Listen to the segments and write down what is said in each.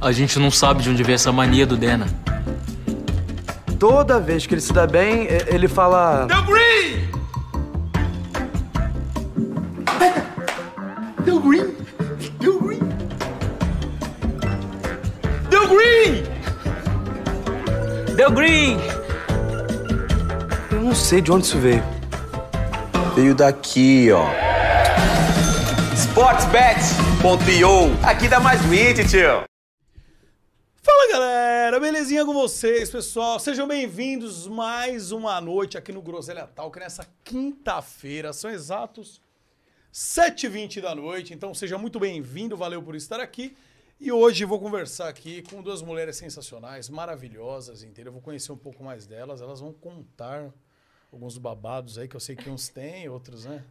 A gente não sabe de onde veio essa mania do Dena. Toda vez que ele se dá bem, e- ele fala. Deu green! Deu green! Deu green! Deu green! Deu green! Eu não sei de onde isso veio. Veio daqui, ó. Sportsbet.io. Aqui dá mais widget, tio. Fala galera, belezinha com vocês, pessoal? Sejam bem-vindos mais uma noite aqui no Groselha Talk, nessa quinta-feira, são exatos 7h20 da noite, então seja muito bem-vindo, valeu por estar aqui. E hoje vou conversar aqui com duas mulheres sensacionais, maravilhosas, entendeu? Eu vou conhecer um pouco mais delas, elas vão contar alguns babados aí que eu sei que uns têm, outros, né?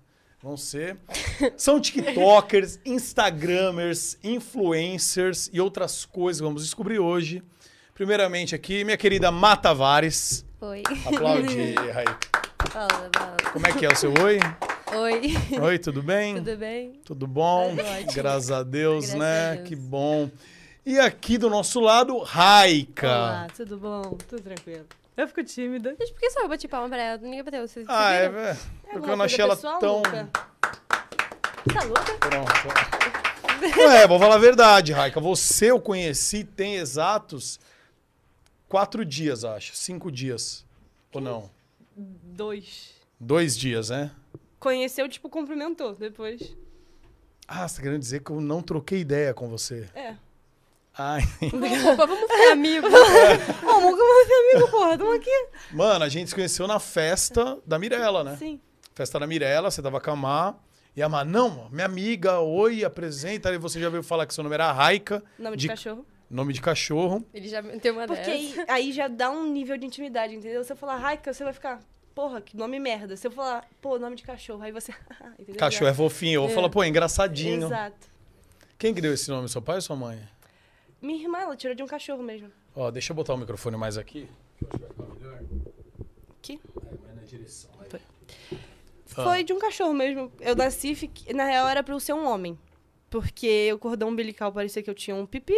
Vão ser. São TikTokers, Instagramers, influencers e outras coisas que vamos descobrir hoje. Primeiramente aqui, minha querida Mata Tavares. Oi. Aplaude aí. Fala, fala. Como é que é o seu oi? Oi. Oi, tudo bem? Tudo bem? Tudo bom? Tudo ótimo. Graças a Deus, Graças né? a Deus. Que bom. E aqui do nosso lado, Raika. Olá, tudo bom? Tudo tranquilo. Eu fico tímida. Mas por que só eu bati palma pra ela? Ninguém bateu. Vocês Ah, é, vocês viram? velho. Porque eu Alguma não achei coisa ela pessoal, tão. Luca? Tá louca? Pronto. é, vou falar a verdade, Raika. Você eu conheci tem exatos quatro dias, acho. Cinco dias. Ou não? Dois. Dois dias, né? Conheceu, tipo, cumprimentou depois. Ah, você tá querendo dizer que eu não troquei ideia com você. É. Ai. Opa, vamos ficar amigos. Ô, Muga, você é amigo, porra. Tamo aqui. Mano, a gente se conheceu na festa da Mirella, né? Sim. Festa da Mirella, você tava com a Má. E a Má, não, minha amiga, oi, apresenta. Aí você já veio falar que seu nome era Raika. Nome de, cachorro. Nome de cachorro. Ele já tem uma É. Porque é dessas. aí, aí já dá um nível de intimidade, entendeu? Se eu falar Raika, você vai ficar, porra, que nome merda. Se eu falar, pô, nome de cachorro, aí você. entendeu? Cachorro é fofinho. Eu vou falar, pô, é Já- engraçadinho. Exato. Quem que deu esse nome, seu pai ou sua mãe? Minha irmã, ela tirou de um cachorro mesmo. Ó, deixa eu botar o microfone mais aqui. Aqui. na direção. Ah. Foi de um cachorro mesmo. Eu nasci, fiquei... na real era pra eu ser um homem. Porque o cordão umbilical parecia que eu tinha um pipi.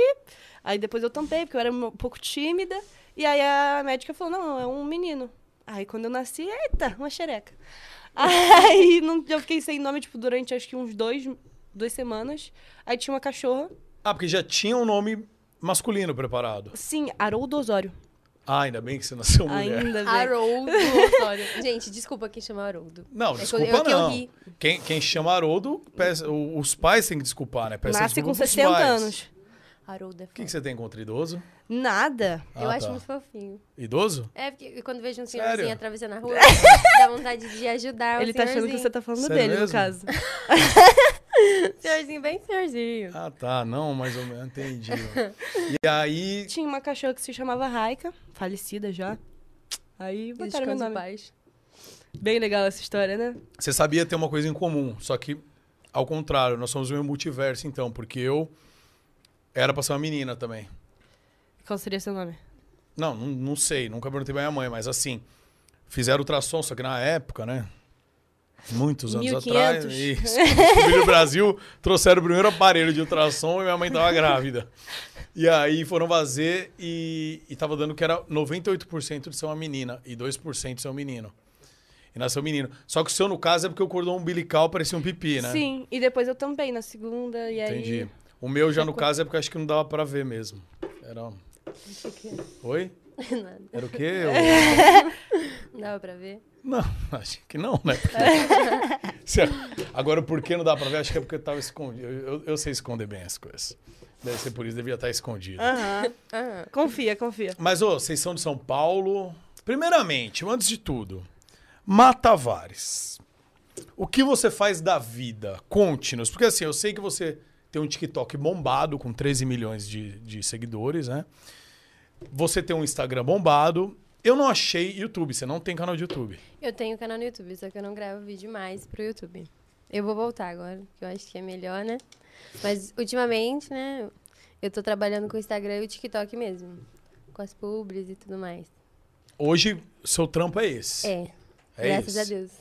Aí depois eu tampei, porque eu era um pouco tímida. E aí a médica falou: não, é um menino. Aí quando eu nasci, eita, uma xereca. Aí não, eu fiquei sem nome, tipo, durante acho que uns dois, duas semanas. Aí tinha uma cachorra. Ah, porque já tinha um nome masculino preparado. Sim, Haroldo Osório. Ah, ainda bem que você nasceu mulher. Ainda bem. Haroldo Osório. Gente, desculpa quem chama Haroldo. Não, É desculpa que eu- é que eu não. ri. Quem, quem chama Haroldo, peça- o- os pais têm que desculpar, né? Peça Nasce desculpa com pros 60 pais. anos. Haroldo é O que, foda. que você tem contra idoso? Nada. Eu Ah, acho tá. muito fofinho. Idoso? É, porque quando vejo um Sério? senhorzinho atravessando a rua, dá vontade de ajudar É o Ele tá achando que você senhorzinho. tá falando Sério dele, no mesmo? caso. Senhorzinho bem senhorzinho. Ah, tá. Não, mais ou menos. Entendi. e aí... Tinha uma cachorra que se chamava Raika, falecida já. Aí botaram Descansa meu em nome. paz. Bem legal essa história, né? Você sabia ter uma coisa em comum, só que ao contrário, nós somos o mesmo multiverso então, porque eu era pra ser uma menina também. Qual seria seu nome? Não, não, não sei, nunca perguntei pra minha mãe, mas assim, fizeram ultrassom, só que na época, né? Muitos anos 1500. atrás. Isso. Descobriram o Brasil, trouxeram o primeiro aparelho de ultrassom e minha mãe tava grávida. E aí foram fazer e, e tava dando que era 98% de ser uma menina e 2% de ser um menino. E nasceu um menino. Só que o seu, no caso, é porque o cordão umbilical parecia um pipi, né? Sim, e depois eu também na segunda, e aí. Entendi. O meu já no caso é porque acho que não dava pra ver mesmo. Era. um- Oi? Nada. Era o quê? Eu- Não dava pra ver. Não, acho que não, né? Porque- Se- Agora, o porquê não dá pra ver? Acho que é porque eu tava escondido. Eu, eu- eu sei esconder bem as coisas. Deve ser por isso, devia estar escondido. Aham. Ah, Confia, confia. Mas, ô, vocês são de São Paulo. Primeiramente, antes de tudo, Matavares. O que você faz da vida? Conte-nos. Porque assim, eu sei que você tem um TikTok bombado com 13 milhões de, de seguidores, né? Você tem um Instagram bombado. Eu não achei YouTube, você não tem canal de YouTube. eu tenho um canal no YouTube, só que eu não gravo vídeo mais pro YouTube. Eu vou voltar agora, que eu acho que é melhor, né? Mas ultimamente, né, eu tô trabalhando com o Instagram e o TikTok mesmo. Com as publis e tudo mais. Hoje, seu trampo é esse. É, É graças isso. a Deus.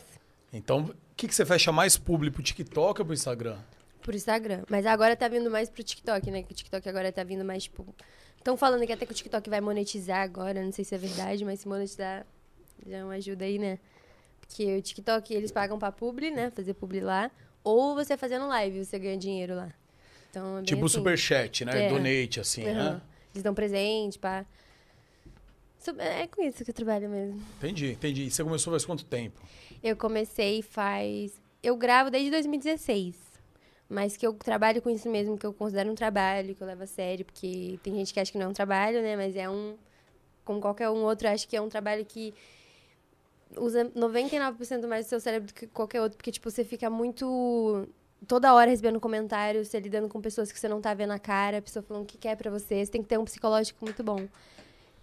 Então, o que, que você fecha mais público pro TikTok ou pro Instagram? Pro Instagram. Mas agora tá vindo mais pro TikTok, né? Que o TikTok agora tá vindo mais, tipo. Estão falando que até que o TikTok vai monetizar agora. Não sei se é verdade, mas se monetizar já é uma ajuda aí, né? Porque o TikTok, eles pagam pra publi, né? Fazer publi lá. Ou você fazendo live, você ganha dinheiro lá. Então, é bem Tipo assim. superchat, né? É. Donate, assim, Aham. né? Eles dão presente, pá. Sub- É com isso que eu trabalho mesmo. Entendi, entendi. E você começou faz quanto tempo? Eu comecei faz. Eu gravo desde 2016. Mas que eu trabalho com isso mesmo, que eu considero um trabalho, que eu levo a sério, porque tem gente que acha que não é um trabalho, né? Mas é um. Como qualquer um outro, acho que é um trabalho que usa 99% mais do seu cérebro do que qualquer outro, porque, tipo, você fica muito. Toda hora recebendo comentários, você lidando com pessoas que você não tá vendo a cara, a pessoa falando o que quer pra você, você tem que ter um psicológico muito bom.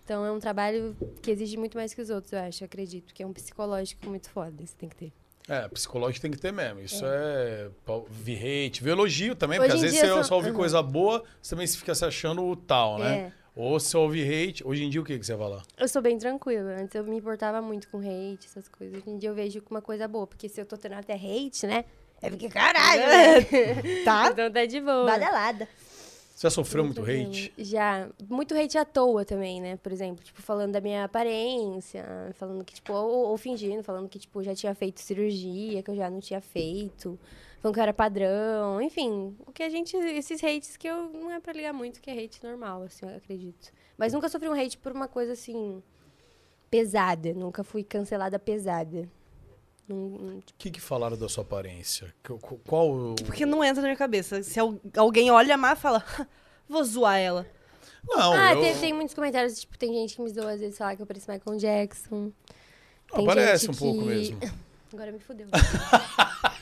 Então é um trabalho que exige muito mais que os outros, eu acho, eu acredito, que é um psicológico muito foda, você tem que ter. É, psicológico tem que ter mesmo. Isso é. pau- vi hate, vi elogio também, Hoje porque às em vezes dia você são- só ouve Uhum. coisa boa, você também se fica se achando o tal, né? É. Ou você ouve hate. Hoje em dia o que, que você vai lá? Eu sou bem tranquila. Antes eu me importava muito com hate, essas coisas. Hoje em dia eu vejo como uma coisa boa, porque se eu tô tendo até hate, né? É porque caralho, né? Tá? Então tá de boa. Badalada. Você já sofreu muito Problema. hate? Já. Muito hate à toa também, né? Por exemplo, tipo, falando da minha aparência, falando que, tipo, ou, ou fingindo, falando que, tipo, já tinha feito cirurgia, que eu já não tinha feito, falando que eu era padrão, enfim. O que a gente. Esses hates que eu não é pra ligar muito, que é hate normal, assim, eu acredito. Mas nunca sofri um hate por uma coisa assim. pesada. Nunca fui cancelada pesada. tipo, Não- não- O que, que falaram da sua aparência? Que- qu- Qual. o- Porque não entra na minha cabeça. Se al- alguém olha má, fala, "Ha, vou zoar ela. Não, Ah, eu... tem, tem muitos comentários, tipo, tem gente que me zoa às vezes falar que eu pareço Michael Jackson. não, tem parece gente um pouco que- mesmo. Agora me fudeu.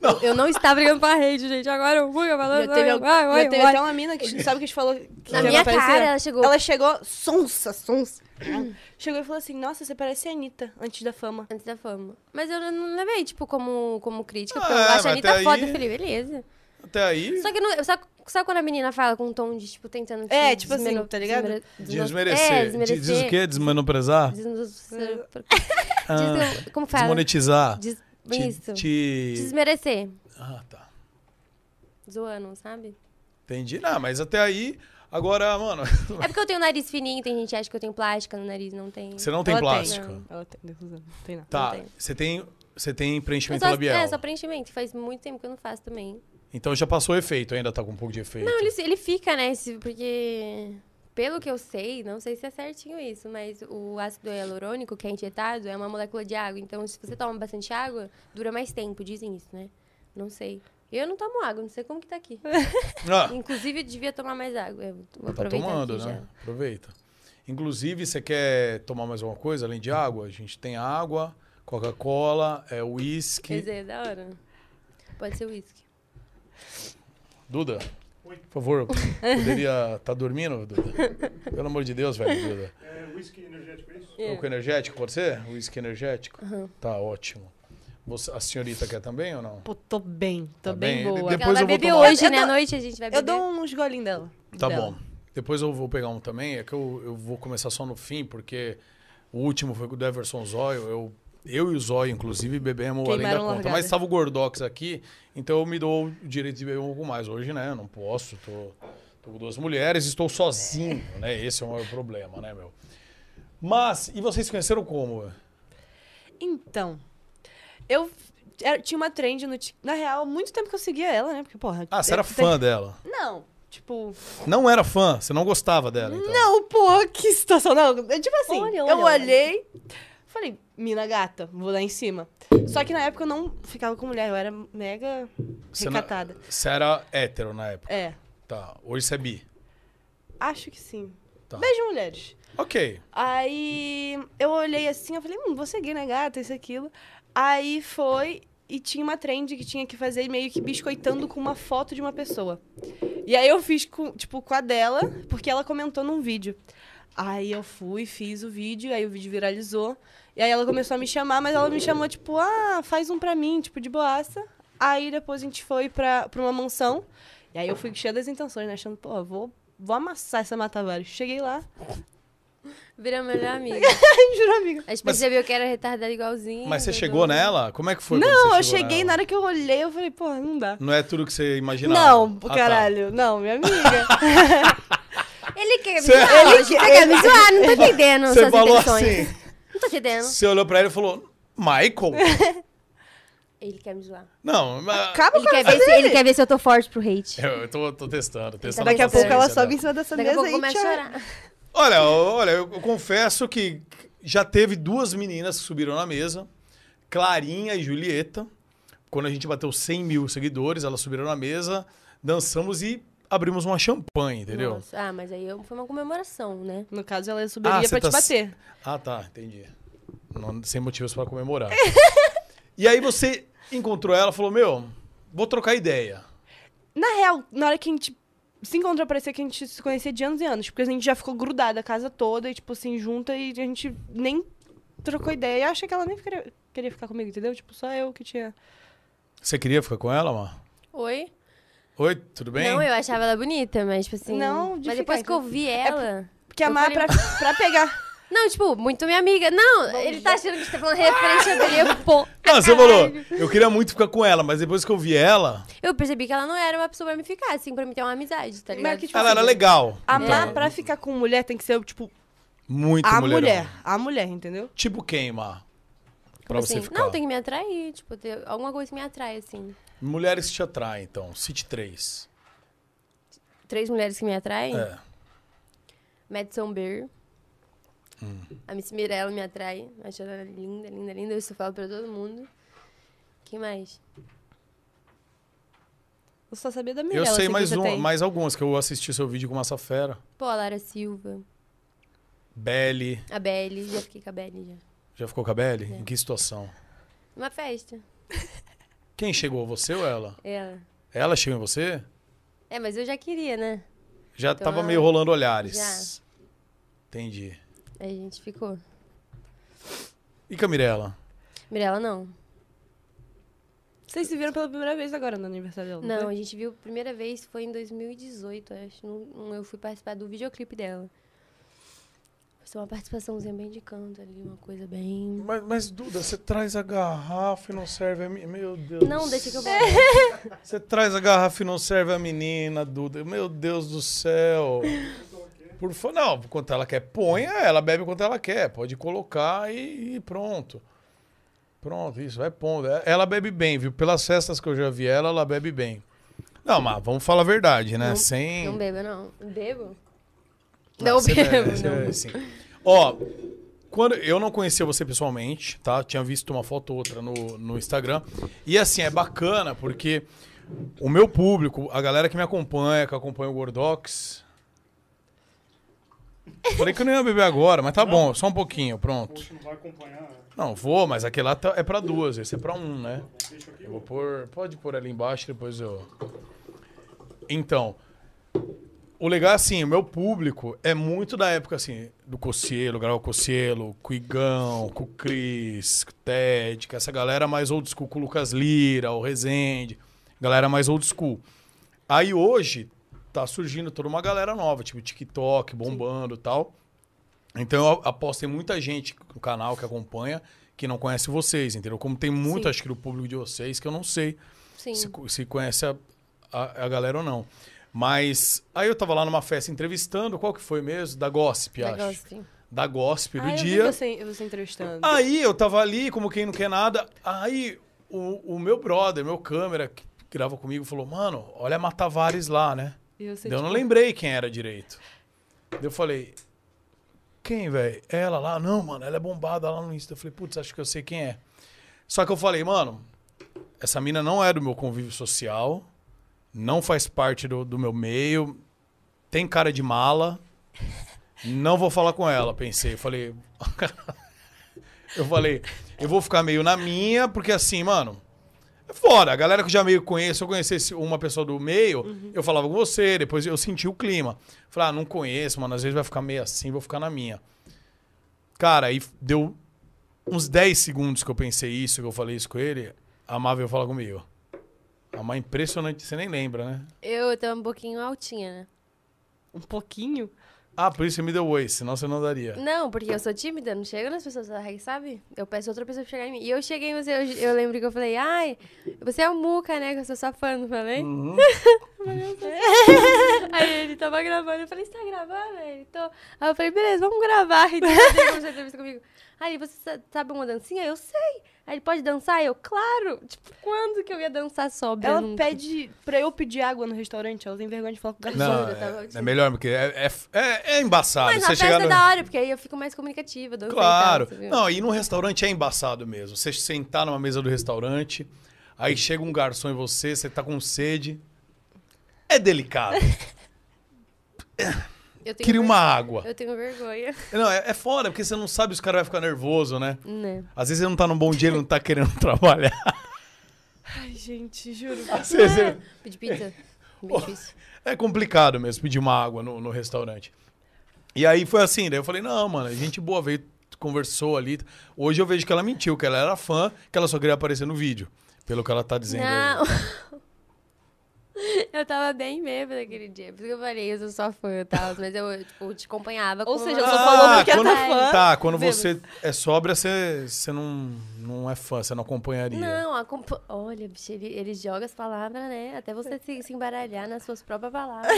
Não. Eu não estava brigando pra rede, gente. Agora eu fui, eu falando. Já teve, al- vai, vai, já teve vai. até uma mina que sabe que a gente falou que Na ela minha parecia- cara, ela chegou. Ela chegou, sonsa, sonsa. chegou e falou assim: Nossa, você parece a Anitta antes da fama. Antes da fama. Mas eu não levei, tipo, como, como crítica, porque Ah, eu mas acho a Anitta até foda. aí- Eu falei, beleza. Até aí. Só que não, sabe, sabe quando a menina fala com um tom de, tipo, tentando. te É, tipo assim, desmeno- tá ligado? desmeno- desno- Desmerecer. É, Di- desmerecer. Diz o quê? Desmenoprezar? Desno- Ah, Diz- como fala? desmonetizar? Des- Te- Isso. te- Desmerecer. Ah, tá. Zoando, sabe? Entendi. Não, mas até aí. Agora, mano. É porque eu tenho nariz fininho, tem gente que acha que eu tenho plástica no nariz, não tem. Você não tem Ela tem. plástico. Não. Ela tem, Deus usando, não tem nada. Tá. tem. Você tem, você tem Eu preenchimento só, Tipo, labial. é, só preenchimento. Faz muito tempo que eu não faço também. Então já passou o efeito, ainda tá com um pouco de efeito. Não, ele, ele fica, né? esse- Porque, pelo que eu sei, não sei se é certinho isso, mas o ácido hialurônico, que é injetado, é uma molécula de água. Então, se você toma bastante água, dura mais tempo, dizem isso, né? Não sei. Eu não tomo água, não sei como que tá aqui. Ah, Inclusive, eu devia tomar mais água. Eu tô tá aproveitando tomando, aqui né? já. Aproveita. Inclusive, você quer tomar mais alguma coisa além de água? A gente tem água, Coca-Cola, é Quer uísque. dizer, é da hora. Pode ser uísque. Duda, por favor, poderia. Tá dormindo, Duda? Pelo amor de Deus, velho, Duda. É whisky energético, é isso? É. Coco energético, pode ser? Uísque energético? Tá ótimo. Você- a senhorita quer também ou não? Pô, tô bem, tô Tá bem, bem. Ele- depois- boa. Ela vai eu vou beber tomar. É, hoje, Eu- eu né? À dou- noite a gente vai Eu beber. dou uns golinhos dela. Tá dela. bom. Depois eu vou pegar um também. É que eu, eu vou começar só no fim, porque o último foi com o do Everson Zóio. Eu, eu e o Zóio, inclusive, bebemos além da Queimaram conta. largada. Mas estava o Gordox aqui, então eu me dou o direito de beber um pouco mais. Hoje, né? Eu não posso. Tô, tô com duas mulheres, estou sozinho, né? Esse é o maior problema, né, meu? Mas, e vocês se conheceram como? Então, eu f- era- tinha uma trend no Tik- Na real, há muito tempo que eu seguia ela, né? Porque, porra. Ah, você eu- era fã Tá. dela. Não, tipo. Não era fã, você não gostava dela, então. Não, pô, que situação. Não, é tipo assim, Olha, eu olha, olha. olhei, falei, mina gata, vou lá em cima. Só que na época eu não ficava com mulher, eu era mega Você não- recatada. Você era hétero na época. É, Tá, hoje você é bi. acho que sim. Tá. Beijo, mulheres. Ok. Aí eu olhei assim, eu falei, hum, você é gay, né, gata, isso, aquilo. Aí foi e tinha uma trend que tinha que fazer meio que biscoitando com uma foto de uma pessoa. E aí eu fiz, com, tipo, com a dela, porque ela comentou num vídeo. Aí eu fui, fiz o vídeo, aí o vídeo viralizou. E aí ela começou a me chamar, mas ela me chamou, tipo, ah, faz um pra mim, tipo, de boaça. Aí depois a gente foi pra, pra uma mansão. E aí eu fui cheia das intenções, né? Achando, pô, eu vou, vou amassar essa Mata Vários. Cheguei lá, Virou melhor amiga. Juro, amiga. A gente Mas- percebeu que era retardada igualzinho. né, Mas você tudo. chegou nela? Como é que foi? quando Não, você eu chegou cheguei, nela? na hora que eu olhei, eu falei, pô, não dá. Não é tudo que você imaginava? Não, pro Ah, tá. caralho. Não, minha amiga. Ele quer me Cê- zoar hoje. Ele quer me zoar, não tô entendendo Você suas falou intenções. assim. Não tô entendendo. Você olhou pra ele e falou, Michael? Ele quer me zoar. Não, mas... Acaba Ele com quer, a ver dele. se, ele quer ver se eu tô forte pro hate. Eu, eu tô, tô testando, testando. Daqui a paciência pouco ela dela. sobe em cima dessa Daqui a mesa pouco e começa a tchau. chorar. Olha, eu- olha, eu eu confesso que já teve duas meninas que subiram na mesa, Clarinha e Julieta. Quando a gente bateu 100 mil seguidores, elas subiram na mesa, dançamos e abrimos uma champanhe, entendeu? Nossa, Ah, mas aí eu- foi uma comemoração, né? No caso, ela subiria Ah, você pra tá te bater. Ah, tá, entendi. Não- sem motivos pra comemorar. e aí você encontrou ela, falou: "Meu, vou trocar ideia". Na real, na hora que a gente se encontrou, parecia que a gente se conhecia de anos e anos. Porque a gente já ficou grudada a casa toda e, tipo assim, junta e a gente nem trocou ideia. Eu achei que ela nem queria, queria ficar comigo, entendeu? Tipo, só eu que tinha. Você queria ficar com ela, Mar? Oi? Oi, tudo bem? Não, eu achava ela bonita, mas tipo assim. Não, de Mas ficar, depois que eu vi ela. Porque Eu amar falei- pra, pra pegar. Não, tipo, muito minha amiga. Não, ele tá achando que você tá falando referência dele. Eu, pô, Ah, você falou, caralho. eu queria muito ficar com ela, mas depois que eu vi ela, Eu percebi que ela não era uma pessoa pra me ficar, assim, pra me ter uma amizade, tá Mas ligado? que, tipo, ela era legal. Amar Então, pra ficar com mulher tem que ser, tipo, Muito a mulherão. mulher. A mulher, entendeu? Tipo quem, Mar? Tipo Pra assim, você ficar. Não, tem que me atrair, tipo, ter alguma coisa que me atrai, assim. Mulheres que te atraem, então. Cite três. Três mulheres que me atraem. É. Madison Beer. Hum. A Miss Mirella me atrai. Acho ela linda, linda, linda. Eu Isso eu falo pra todo mundo. Quem mais? Eu só sabia da Eu Mirella. sei que mais, você um, tem. mais algumas, que eu assisti seu vídeo com Massa Fera. Pô, a Lara Silva. Belly. A Belly. Já fiquei com a Belly, já. Já ficou com a É. Belly? Em que situação? Uma festa. Quem chegou? Você ou ela? Ela. Ela chegou em você? É, mas eu já queria, né? Já Então, tava ela- meio rolando olhares. Entendi. Aí a gente ficou. E Camirela? Mirella, não. Vocês se viram pela primeira vez agora no aniversário dela. Não, foi? a gente viu a primeira vez foi em 2018, eu acho. num- num- Eu fui participar do videoclipe dela. Foi uma participaçãozinha bem de canto ali, uma coisa bem. Mas, Duda, você traz a garrafa e não serve a menina. Meu Deus. Não, deixa que eu vou. Você traz a garrafa e não serve a menina, Duda. Meu Deus do céu. Por favor, não, quanto ela quer, ponha, ela bebe quanto ela quer. Pode colocar e, e pronto. Pronto, isso, vai pondo. É- Ela bebe bem, viu? Pelas festas que eu já vi ela, ela bebe bem. Não, mas vamos falar a verdade, né? Sem. Não beba, não. Bebo? Ah, Não você bebo, deve, você não. deve, sim. Ó, quando eu não conhecia você pessoalmente, tá? Tinha visto uma foto ou outra no, no Instagram. E assim, é bacana porque o meu público, a galera que me acompanha, que acompanha o Gordox. Falei que eu não ia beber agora, mas tá bom, só um pouquinho, pronto. Não vai acompanhar. né? Não, vou, mas aquele lá tá- é pra duas, esse é pra um, né? Eu vou pôr. Pode pôr ali embaixo, depois eu. Então. O legal é assim, o meu público é muito da época assim, do Cocielo, Grau Cocielo, com o Igão, com o Cris, com o Ted, com essa galera mais old school, com o Lucas Lira, o Rezende, galera mais old school. Aí hoje tá surgindo toda uma galera nova, tipo TikTok bombando e tal. Então eu aposto em muita gente no canal que acompanha que não conhece vocês, entendeu? Como tem muito, Sim. acho que do público de vocês, que eu não sei Sim. se, co- se conhece a, a, a galera ou não. Mas aí eu tava lá numa festa entrevistando, qual que foi mesmo? Da Gossip, acho. Negócio. Da Gossip do Ah, eu vi dia. Ah, você, você entrevistando. Aí eu tava ali, como quem não quer nada. Aí o, o meu brother, meu câmera, que grava comigo, falou: Mano, olha a Matavares lá, né? E você, Daí Eu não tipo, lembrei quem era direito. Daí Eu falei, quem, velho? Ela lá? Não, mano, ela é bombada lá no Insta. Eu falei, putz, acho que eu sei quem é. Só que eu falei, mano, essa mina não é do meu convívio social, não faz parte do, do meu meio, tem cara de mala, não vou falar com ela, pensei. Eu falei, eu falei, eu vou ficar meio na minha, porque assim, mano, é foda. A galera que eu já meio conheço, se eu conhecesse uma pessoa do meio, Uhum. eu falava com você, depois eu senti o clima. Falei, ah, não conheço, mano, às vezes vai ficar meio assim, vou ficar na minha. Cara, aí deu uns 10 segundos que eu pensei isso, que eu falei isso com ele, a Má veio falar comigo. A Má é impressionante, você nem lembra, né? Eu tava um pouquinho altinha, né? Um pouquinho? Ah, por isso você me deu oi, senão você não daria. Não, porque eu sou tímida, não chego nas pessoas, sabe? Eu peço outra pessoa pra chegar em mim. E eu cheguei, mas eu, eu lembro que eu falei, ai, você é o Muca, né? Que eu sou sua fã, não falei? Uhum. Aí ele tava gravando, eu falei, você tá gravando? Aí ele, tô. Aí eu falei, beleza, vamos gravar. Então ele começou a entrevista comigo. Aí você sa- sabe uma dancinha? Eu sei. Aí ele pode dançar? Eu, claro. Tipo, quando que eu ia dançar sobre? Ela pede pra eu pedir água no restaurante, ela tem vergonha de falar com o garçom. né, tá? Não, eu tava- é, é melhor, porque é, é, é- é embaçado. tá Mas na você festa chegar é no... da hora, porque aí eu fico mais comunicativa, dançando. Claro. E tal, entendeu? Não, e no restaurante é embaçado mesmo. Você sentar numa mesa do restaurante, aí chega um garçom em você, você tá com sede. É delicado. eu tenho né? Queria ver- uma água. Eu tenho vergonha. Não, é, é foda, porque você não sabe se o cara vai ficar nervoso, né? Né? Às vezes ele não tá num bom dia, ele não tá querendo trabalhar. Ai, gente, juro. É. Você- você- Pedir pizza. Bem difícil. É complicado mesmo pedir uma água no, no restaurante. E aí foi assim, daí eu falei, não, mano, a gente boa veio, conversou ali. Hoje eu vejo que ela mentiu, que ela era fã, que ela só queria aparecer no vídeo. Pelo que ela tá dizendo. aí. Não. Eu tava bem bêbada aquele dia. Por isso que eu falei, eu sou sua fã e tal. Mas eu tipo, te acompanhava. Ou com seja, uma- você falou porque é quando, tua fã. Tá, quando Vemos. você é sóbria, você, você não, não é fã, você não acompanharia. Não, acompa- olha, bicho, ele, ele joga as palavras, né? Até você se, se embaralhar nas suas próprias palavras.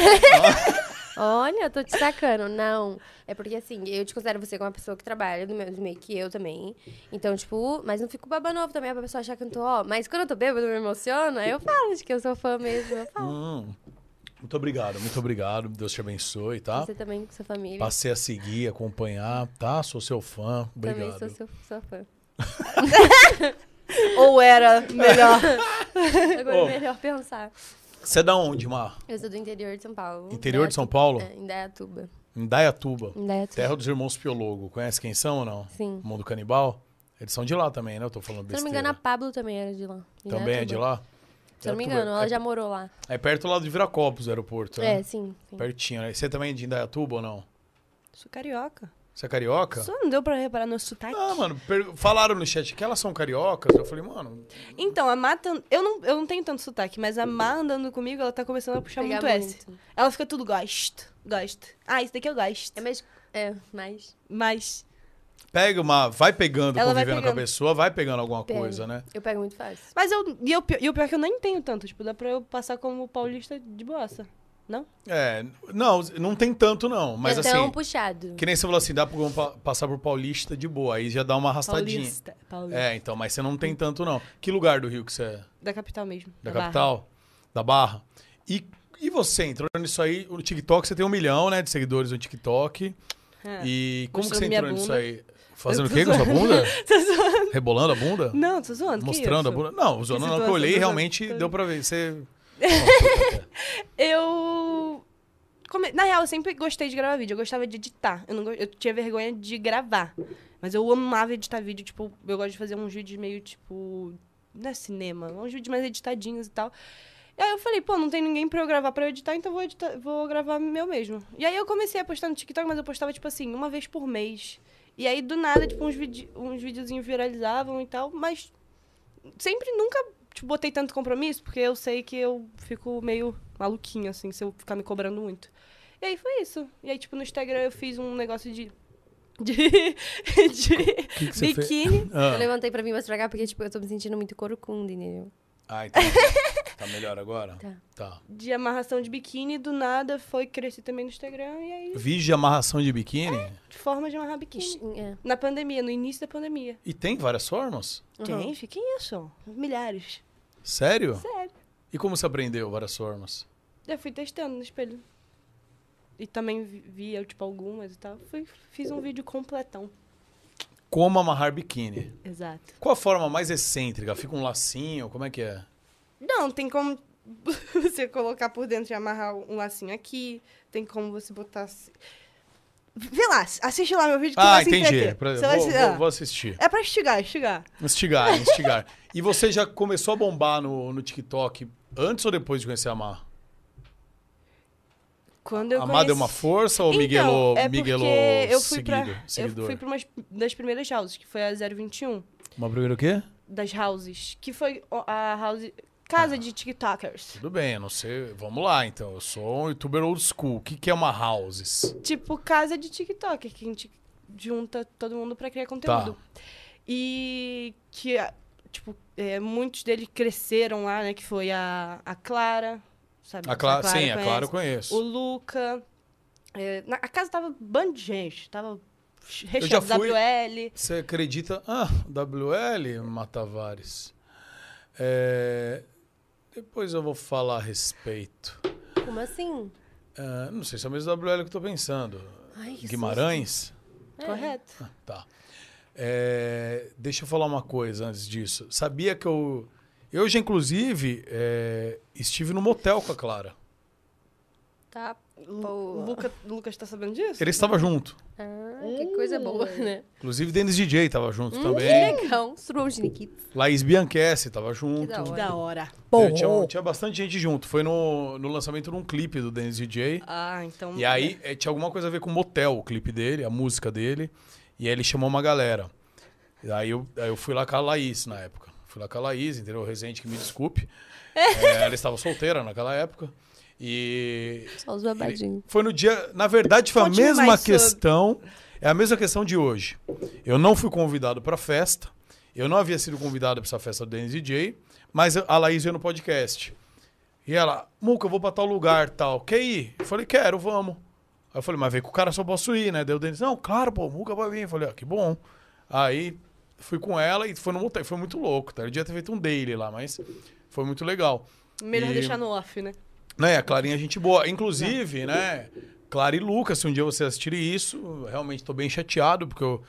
olha, eu tô te sacando. Não, é porque assim, eu te considero você como uma pessoa que trabalha do mesmo meio que eu também. Então, tipo, mas não fico baba novo também é pra pessoa achar que eu não tô, ó. Mas quando eu tô bêbada, eu me emociono, aí eu falo de que eu sou fã mesmo. Eu falo. Hum, muito obrigado, muito obrigado. Deus te abençoe, tá? Você também, com sua família. Passei a seguir, acompanhar, tá? Sou seu fã. Também Obrigado. sou seu, sua fã. Ou era melhor. Agora é melhor pensar. Você é da onde, Mar? Eu sou do interior de São Paulo. Interior de São Indaiatu- Paulo? É, Indaiatuba. Indaiatuba. Indaiatuba. Terra dos Irmãos Piologo. Conhece quem são ou não? Sim. Mundo Canibal? Eles são de lá também, né? Eu tô falando Se eu não besteira. me engano, a Pablo também era de lá. de Também é de Indaiatuba. lá? Se eu não me Indaiatuba. engano, ela é, já morou lá. É perto lá do Viracopos, o aeroporto, né? É, sim. sim. Pertinho, né? Você também é de Indaiatuba ou não? Sou carioca. Você é carioca? Só não deu pra reparar no sotaque? Ah, mano, per- falaram no chat que elas são cariocas. Eu falei, mano, Então, a Má... tan- Eu não, eu não tenho tanto sotaque, mas Uhum. a Má andando comigo, ela tá começando a puxar Pegar muito, S. muito. Ela fica tudo gosto, gosto. Ah, isso daqui eu gosto. É, mas... É, mas... Mas... pega uma. Vai pegando, Ela vai convivendo com a pegando. pessoa, vai pegando alguma pego. coisa, né? Eu pego muito fácil. Mas eu... E, eu... e o pior é que eu nem tenho tanto. Tipo, dá pra eu passar como paulista de boassa. Não? É, não, não tem tanto, não. Mas é tão assim, puxado. que nem você falou assim, dá pra pa- passar por paulista de boa, aí já dá uma arrastadinha. Paulista. Paulista. É, então, mas você não tem tanto, não. Que lugar do Rio que você é? Da capital mesmo. Da, Hum. Barra. capital? Da Barra? E, e você entrou nisso aí, no TikTok, você tem um milhão, né, de seguidores no TikTok. É. E como que Mostrando você minha entrou nisso bunda. aí? Fazendo o tô quê com sua zoando. bunda? Tô zoando. Rebolando a bunda? Não, tô zoando. que Mostrando a isso? bunda. Não, zona situação, não, que eu olhei tô realmente zoando. deu pra ver. Você. Eu. come- Na real, eu sempre gostei de gravar vídeo. Eu gostava de editar. Eu, não go- eu tinha vergonha de gravar. Mas eu amava editar vídeo. Tipo, eu gosto de fazer uns vídeos meio tipo. Não é cinema, uns vídeos mais editadinhos e tal. E aí eu falei, pô, não tem ninguém pra eu gravar pra eu editar, então eu vou, editar, vou gravar meu mesmo. E aí eu comecei a postar no TikTok, mas eu postava, tipo assim, uma vez por mês. E aí, do nada, tipo, uns, vide... uns videozinhos viralizavam e tal, mas sempre nunca tipo, botei tanto compromisso, porque eu sei que eu fico meio maluquinha, assim, se eu ficar me cobrando muito. E aí foi isso. E aí, tipo, no Instagram eu fiz um negócio de. de. de que você fez? biquíni. Eu levantei pra mim mostrar cá, porque, tipo, eu tô me sentindo muito corcunda, entendeu? Ah, então. tá melhor agora? Tá. De amarração de biquíni, do nada foi crescer também no Instagram. E aí, Vídeo de amarração de biquíni? de forma de amarrar biquíni. É. Na pandemia, no início da pandemia. E tem várias formas? Tem, fica isso. Milhares. Sério? Sério. E como você aprendeu várias formas? Eu fui testando no espelho. E também vi- via, tipo, algumas e tal. Fui, fiz um vídeo completão. Como amarrar biquíni? Exato. Qual a forma mais excêntrica? Fica um lacinho? Como é que é? Não, tem como você colocar por dentro e amarrar um lacinho aqui. Tem como você botar... assim- Vê lá, assiste lá meu vídeo que ah, vai se entendi. entreter. Pra- Você vou, vai se- ah, vou- vou assistir. É pra instigar, instigar. Instigar, instigar. e você já começou a bombar no, no TikTok antes ou depois de conhecer a Mar? Quando eu a Mar deu é conheci- uma força ou Então, Miguelou, é Miguelou porque eu fui seguido, pra, Eu seguidor? fui pra uma das primeiras houses, que foi a 021 Uma primeira o quê? das houses, que foi o- a house... casa de TikTokers. Tudo bem, eu não sei. Vamos lá, então. Eu sou um youtuber old school. O que, que é uma houses? Tipo, casa de TikToker, que a gente junta todo mundo pra Tá. criar conteúdo. E que, a- tipo, é, muitos deles cresceram lá, né? Que foi a, a Clara, sabe? A Clara, sim, a conhece. Clara eu O conheço. Luca. É, na- a casa tava bando de gente. Tava já recheado de fui. WL. Você acredita. Ah, WL Matavares. É, Depois eu vou falar a respeito. Como assim? Ah, não sei se é o mesmo WL que eu tô pensando. Ai, que Guimarães? Correto? Tá. É, deixa eu falar uma coisa antes disso. Sabia que eu. Eu já, inclusive, é, estive no motel com a Clara. Tá, Lu- boa. Luca, Lucas tá sabendo disso? Ele estava junto. Ah, que coisa boa, né? Inclusive, Denis DJ estava junto Hum, Que também. legal. Strudnik. Laís Bianchessi estava Que junto. da hora. Da hora. É, tinha, tinha bastante gente junto. Foi no, no lançamento de um clipe do Dennis DJ. Ah, então. E aí é, tinha alguma coisa a ver com motel, o clipe dele, a música dele. E aí ele chamou uma galera. E aí eu, aí eu fui lá com a Laís na época. Fui lá com a Laís, entendeu? Resente que me desculpe. É, ela estava solteira naquela época. E Só os babadinhos. foi no dia. Na verdade, foi a Conte mesma mais sobre. questão. É a mesma questão de hoje. Eu não fui convidado para festa. Eu não havia sido convidado para essa festa do Dennis DJ. Mas a Laís veio no podcast. E ela, Muca, eu vou pra tal lugar tal. Quer ir? Eu falei, quero, vamos. Aí eu falei, mas vem com o cara, só posso ir, né? Daí o Denis, não, claro, pô, o Muca vai vir. Eu falei, ah, que bom. Aí fui com ela e foi no motel. Foi muito louco, tá? Eu devia ter feito um daily lá, mas foi muito legal. Melhor E- deixar no off, né? Né, a Clarinha é gente boa. É. Inclusive, né, Clara e Lucas, se um dia você assistir isso, realmente tô bem chateado, porque eu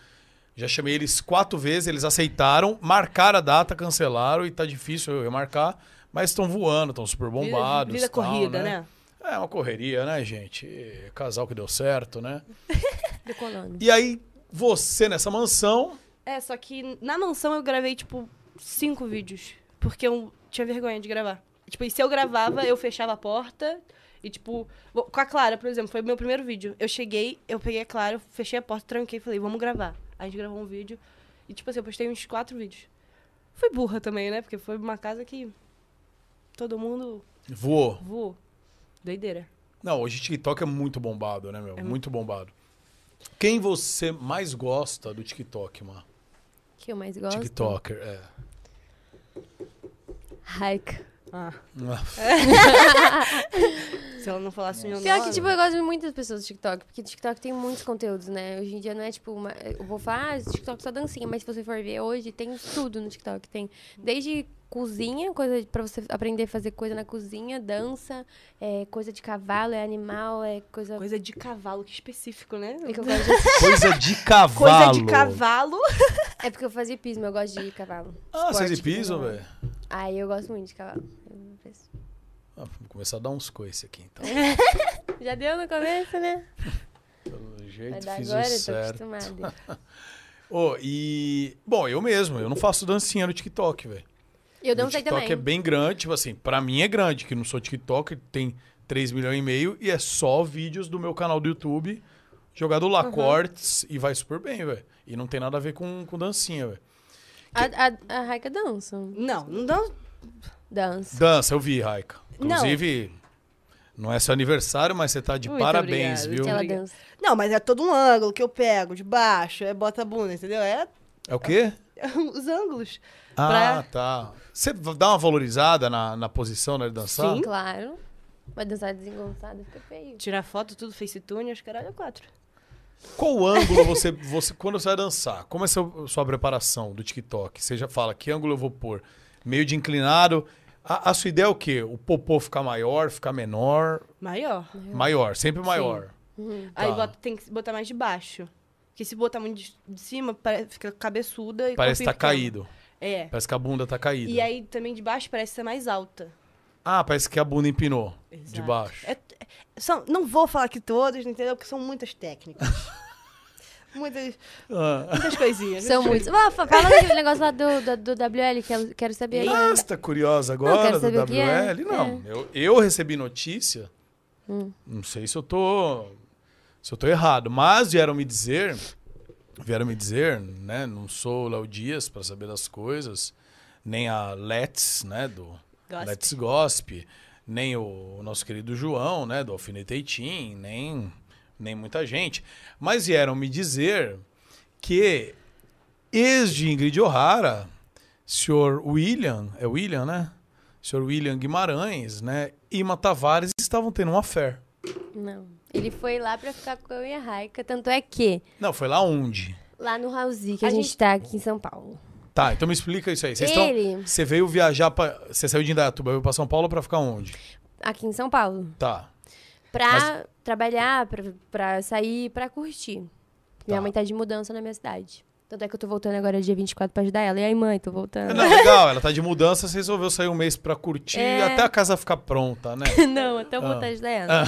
já chamei eles quatro vezes, eles aceitaram, marcaram a data, cancelaram, e tá difícil eu remarcar, mas estão voando, estão super Vida- bombados. Vida tal, corrida, né? É uma correria, né, gente? E Casal que deu certo, né? Do colônia. E aí, você nessa mansão, É, só que na mansão eu gravei, tipo, cinco vídeos. Porque eu tinha vergonha de gravar. Tipo, e se eu gravava, eu fechava a porta. E, tipo, bom, com a Clara, por exemplo, foi o meu primeiro vídeo. Eu cheguei, eu peguei a Clara, eu fechei a porta, tranquei e falei, vamos gravar. Aí a gente gravou um vídeo. E, tipo assim, eu postei uns quatro vídeos. Fui burra também, né? Porque foi uma casa que todo mundo voou. voou. Doideira. Não, hoje TikTok é muito bombado, né, É meu? Muito bombado. Quem você mais gosta do TikTok, mano? que eu mais gosto? TikToker, é. Hike. Ah. Ah, Se ela não falasse meu nome. Pior que, tipo, eu gosto de muitas pessoas do TikTok, porque TikTok tem muitos conteúdos, né? Hoje em dia não é tipo, uma... eu vou falar, ah, TikTok só dancinha, mas se você for ver hoje, tem tudo no TikTok. Tem desde cozinha, coisa pra você aprender a fazer coisa na cozinha, dança, é coisa de cavalo, é animal, é coisa. Coisa de cavalo, que específico, né? É, que eu gosto de assistir. Coisa de cavalo. Coisa de cavalo. É porque eu fazia pismo, eu gosto de cavalo. Ah, vocês Esporte, de piso, cavalo. velho? Aí eu gosto muito de cavalo. Eu- Ah, vou começar a dar uns coice aqui, então. Já deu no começo, né? Pelo Vai jeito, dar fiz agora, tá o eu tô certo. acostumada. Ô, e... Bom, eu mesmo, eu não faço dancinha no TikTok, velho. Eu O dancei TikTok também. é bem grande, tipo assim, pra mim é grande, que não sou TikTok, tem 3 milhões e meio e é só vídeos do meu canal do YouTube jogado lá cortes e vai super bem, velho. E não tem nada a ver com, com dancinha, velho. A, a, a Raika dança. Não, não dá um- Dança. Dança, eu vi, Raika. Não. Inclusive, não, é seu aniversário, mas você tá de Muito parabéns, obrigada. viu? Então, Ela Obrigada. dança. Não, mas é todo um ângulo que eu pego de baixo, é bota a bunda, entendeu? É É o quê? os ângulos. Ah, tá. Você dá uma valorizada na, na posição na hora de dançar? Claro. Vai dançar desengonçada, fica feio. Tirar foto, tudo, FaceTune, acho que era quatro. Qual o ângulo você, você. Quando você vai dançar, como é seu, sua preparação do TikTok? Você já fala que ângulo eu vou pôr? Meio de inclinado. A, a sua ideia é o quê? O popô ficar maior, ficar menor? Maior. Maior, sempre maior. Hum. Aí Tá. bota- tem que botar mais de baixo. Porque se botar muito de, de cima, pare- fica cabeçuda e Parece que tá corpo pequeno. caído. É. Parece que a bunda tá caída. E aí também de baixo parece ser mais alta. Ah, parece que a bunda empinou. De Exato. baixo. É- é- são- não vou falar que todos, entendeu? Porque são muitas técnicas. muitas, Ah, muitas coisinhas. São muitos. Ah, fa- fala aquele negócio lá do, do, do WL, que eu quero saber. Ah, você tá curiosa Não, agora quero do saber o que é. Hum. WL? Não, eu, eu recebi notícia. Não sei se eu tô. Se eu tô errado, mas vieram me dizer. Vieram me dizer, né? Não sou o Léo Dias para saber das coisas, nem a Let's, né? Do, Gospel. Let's Gosp, nem o nosso querido João, né, do Alfinete Team, nem, nem muita gente. Mas vieram me dizer que ex de Ingrid O'Hara, senhor William, é William, né? Senhor William Guimarães, né? E Matavares estavam tendo uma fé. Não. Ele foi lá pra ficar com eu e a Raika. Tanto é que, Não, foi lá onde? lá no Raulzi, que a, A gente, gente- tá aqui em São Paulo. Tá, então me explica isso aí. Vocês estão- Ele- Você veio viajar pra. Você saiu de Indaiatuba, veio pra São Paulo pra ficar onde? Aqui em São Paulo. Tá. Pra Mas- trabalhar, pra, pra sair, pra curtir. Tá. Minha mãe tá de mudança na minha cidade. Tanto é que eu tô voltando agora dia 24 pra ajudar ela. E aí, mãe, tô voltando. Não, legal, ela tá de mudança, você resolveu sair um mês pra curtir É. até a casa ficar pronta, né? Não, Ah. até eu voltar a ajudar ela.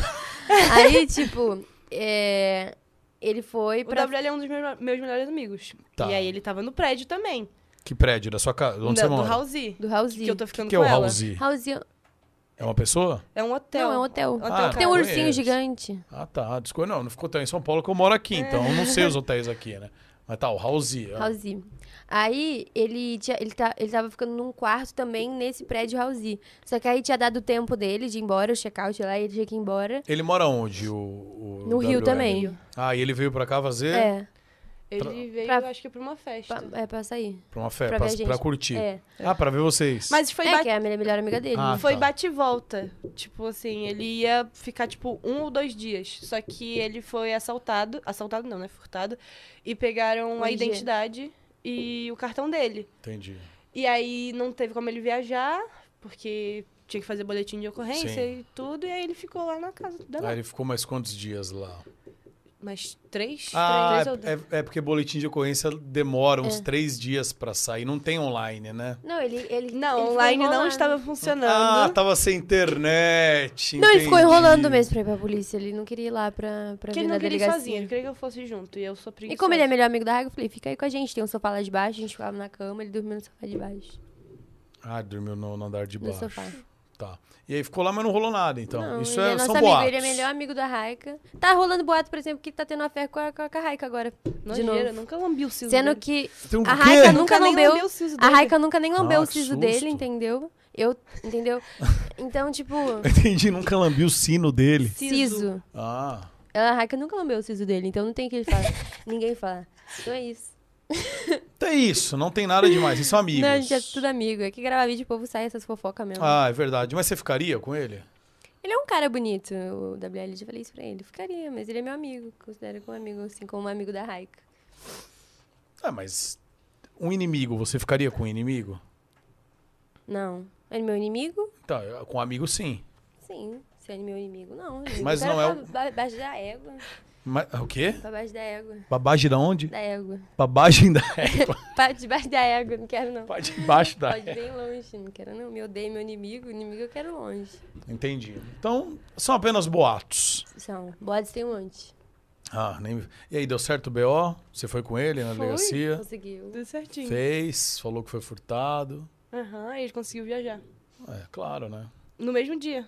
Aí, tipo, é, ele foi O pra. WL é um dos meus, meus melhores amigos. Tá. E aí ele tava no prédio também. Que prédio da sua casa? Onde da, você do mora? Halsey. Do Raulzi. Que eu tô ficando que é com o ela. Halsey? Raulzinho- É uma pessoa? É um hotel. Não, é um hotel. Hotel Ah, Tem um Conheço. ursinho gigante. Ah, tá. Desculpa, não, não ficou tão em São Paulo que eu moro aqui, então eu não sei os hotéis aqui, né? Mas tá, o Halsey. ó. É. Raulzi. Aí ele, tinha, ele, tá, ele tava ficando num quarto também nesse prédio Raulzi. Só que aí tinha dado o tempo dele de ir embora, o check-out lá, ele tinha que ir embora. Ele mora onde? O, o No Rio WL? também. Ah, e ele veio pra cá fazer É, Ele veio, pra- acho que pra uma festa. pra, é pra sair. pra uma festa, pra pra, ver a gente. pra curtir. É. Ah, pra ver vocês. Mas foi, é, bate, que é a melhor, melhor amiga dele. Ah, né? foi tá. bate e volta. Tipo assim, ele ia ficar tipo um ou dois dias. Só que ele foi assaltado. Assaltado não, né? Furtado. E pegaram a RG. identidade e o cartão dele. Entendi. E aí não teve como ele viajar, porque tinha que fazer boletim de ocorrência Sim. e tudo. E aí ele ficou lá na casa da Aí Nath. ele ficou mais quantos dias lá? Mas três? Ah, três, três ou é, é porque boletim de ocorrência demora É. uns três dias pra sair. Não tem online, né? Não, ele. ele ele Não, ficou online não enrolando. estava funcionando. Ah, tava sem internet. Não, ele ficou entendi. enrolando mesmo pra ir pra polícia. Ele não queria ir lá pra, pra Porque vir ele na não queria ir delegacia. sozinho, ele queria que eu fosse junto. E eu sou preguiçosa. E como ele é melhor amigo da Raga, eu falei, fica aí com a gente. Tem um sofá lá de baixo, a gente ficava na cama, ele dormia no sofá de baixo. Ah, dormiu no, no andar de No baixo. sofá. Tá. E aí ficou lá, mas não rolou nada, então. não, Isso ele é, é nosso são amigo, boatos. ele é melhor amigo da Raika. Tá rolando boato, por exemplo, que ele tá tendo uma fé com a, com a Raika agora. de Nojeira, novo. nunca lambi o siso Sendo dele. que Tem um a quê? Raika Nunca nunca nem lambeu. lambeu o siso A dele. Raika nunca nem lambeu Ah, o que siso susto. dele, entendeu? Eu, entendeu? Então, tipo, Entendi, nunca lambi o sino dele. Siso. siso. Ah. A Raika nunca lambeu o siso dele, então não tem que ele falar. ninguém falar. Então é isso. Então é isso, não tem nada demais, vocês são amigos. Não, a gente é tudo amigo. É que gravar vídeo, o povo sai essas fofocas mesmo. Ah, é verdade. Mas você ficaria com ele? Ele é um cara bonito, o WL, eu já falei isso pra ele. Ficaria, mas ele é meu amigo. Considero como amigo, assim, como um amigo da Raika. Ah, mas um inimigo, você ficaria com um inimigo? Não. Ele é meu inimigo? Tá, eu- com um amigo sim. Sim. Se ele é meu inimigo, não. Inimigo Mas cara não é o- Pra ba- baixo da égua. Mas, o quê? Pra baixo da égua. Babagem da onde? Da égua. Babagem da égua. Pra debaixo da égua, não quero não. Pode, Parte embaixo da égua. bem longe, não quero não. Me odeio, meu inimigo. Inimigo eu quero longe. Entendi. Então, são apenas boatos. São. Bodes tem um monte. Ah, nem... E aí, deu certo o BO? Você foi com ele na delegacia? Conseguiu. Tudo certinho. Fez, falou que foi furtado. Aham, e ele conseguiu viajar. É, claro, né? No mesmo dia.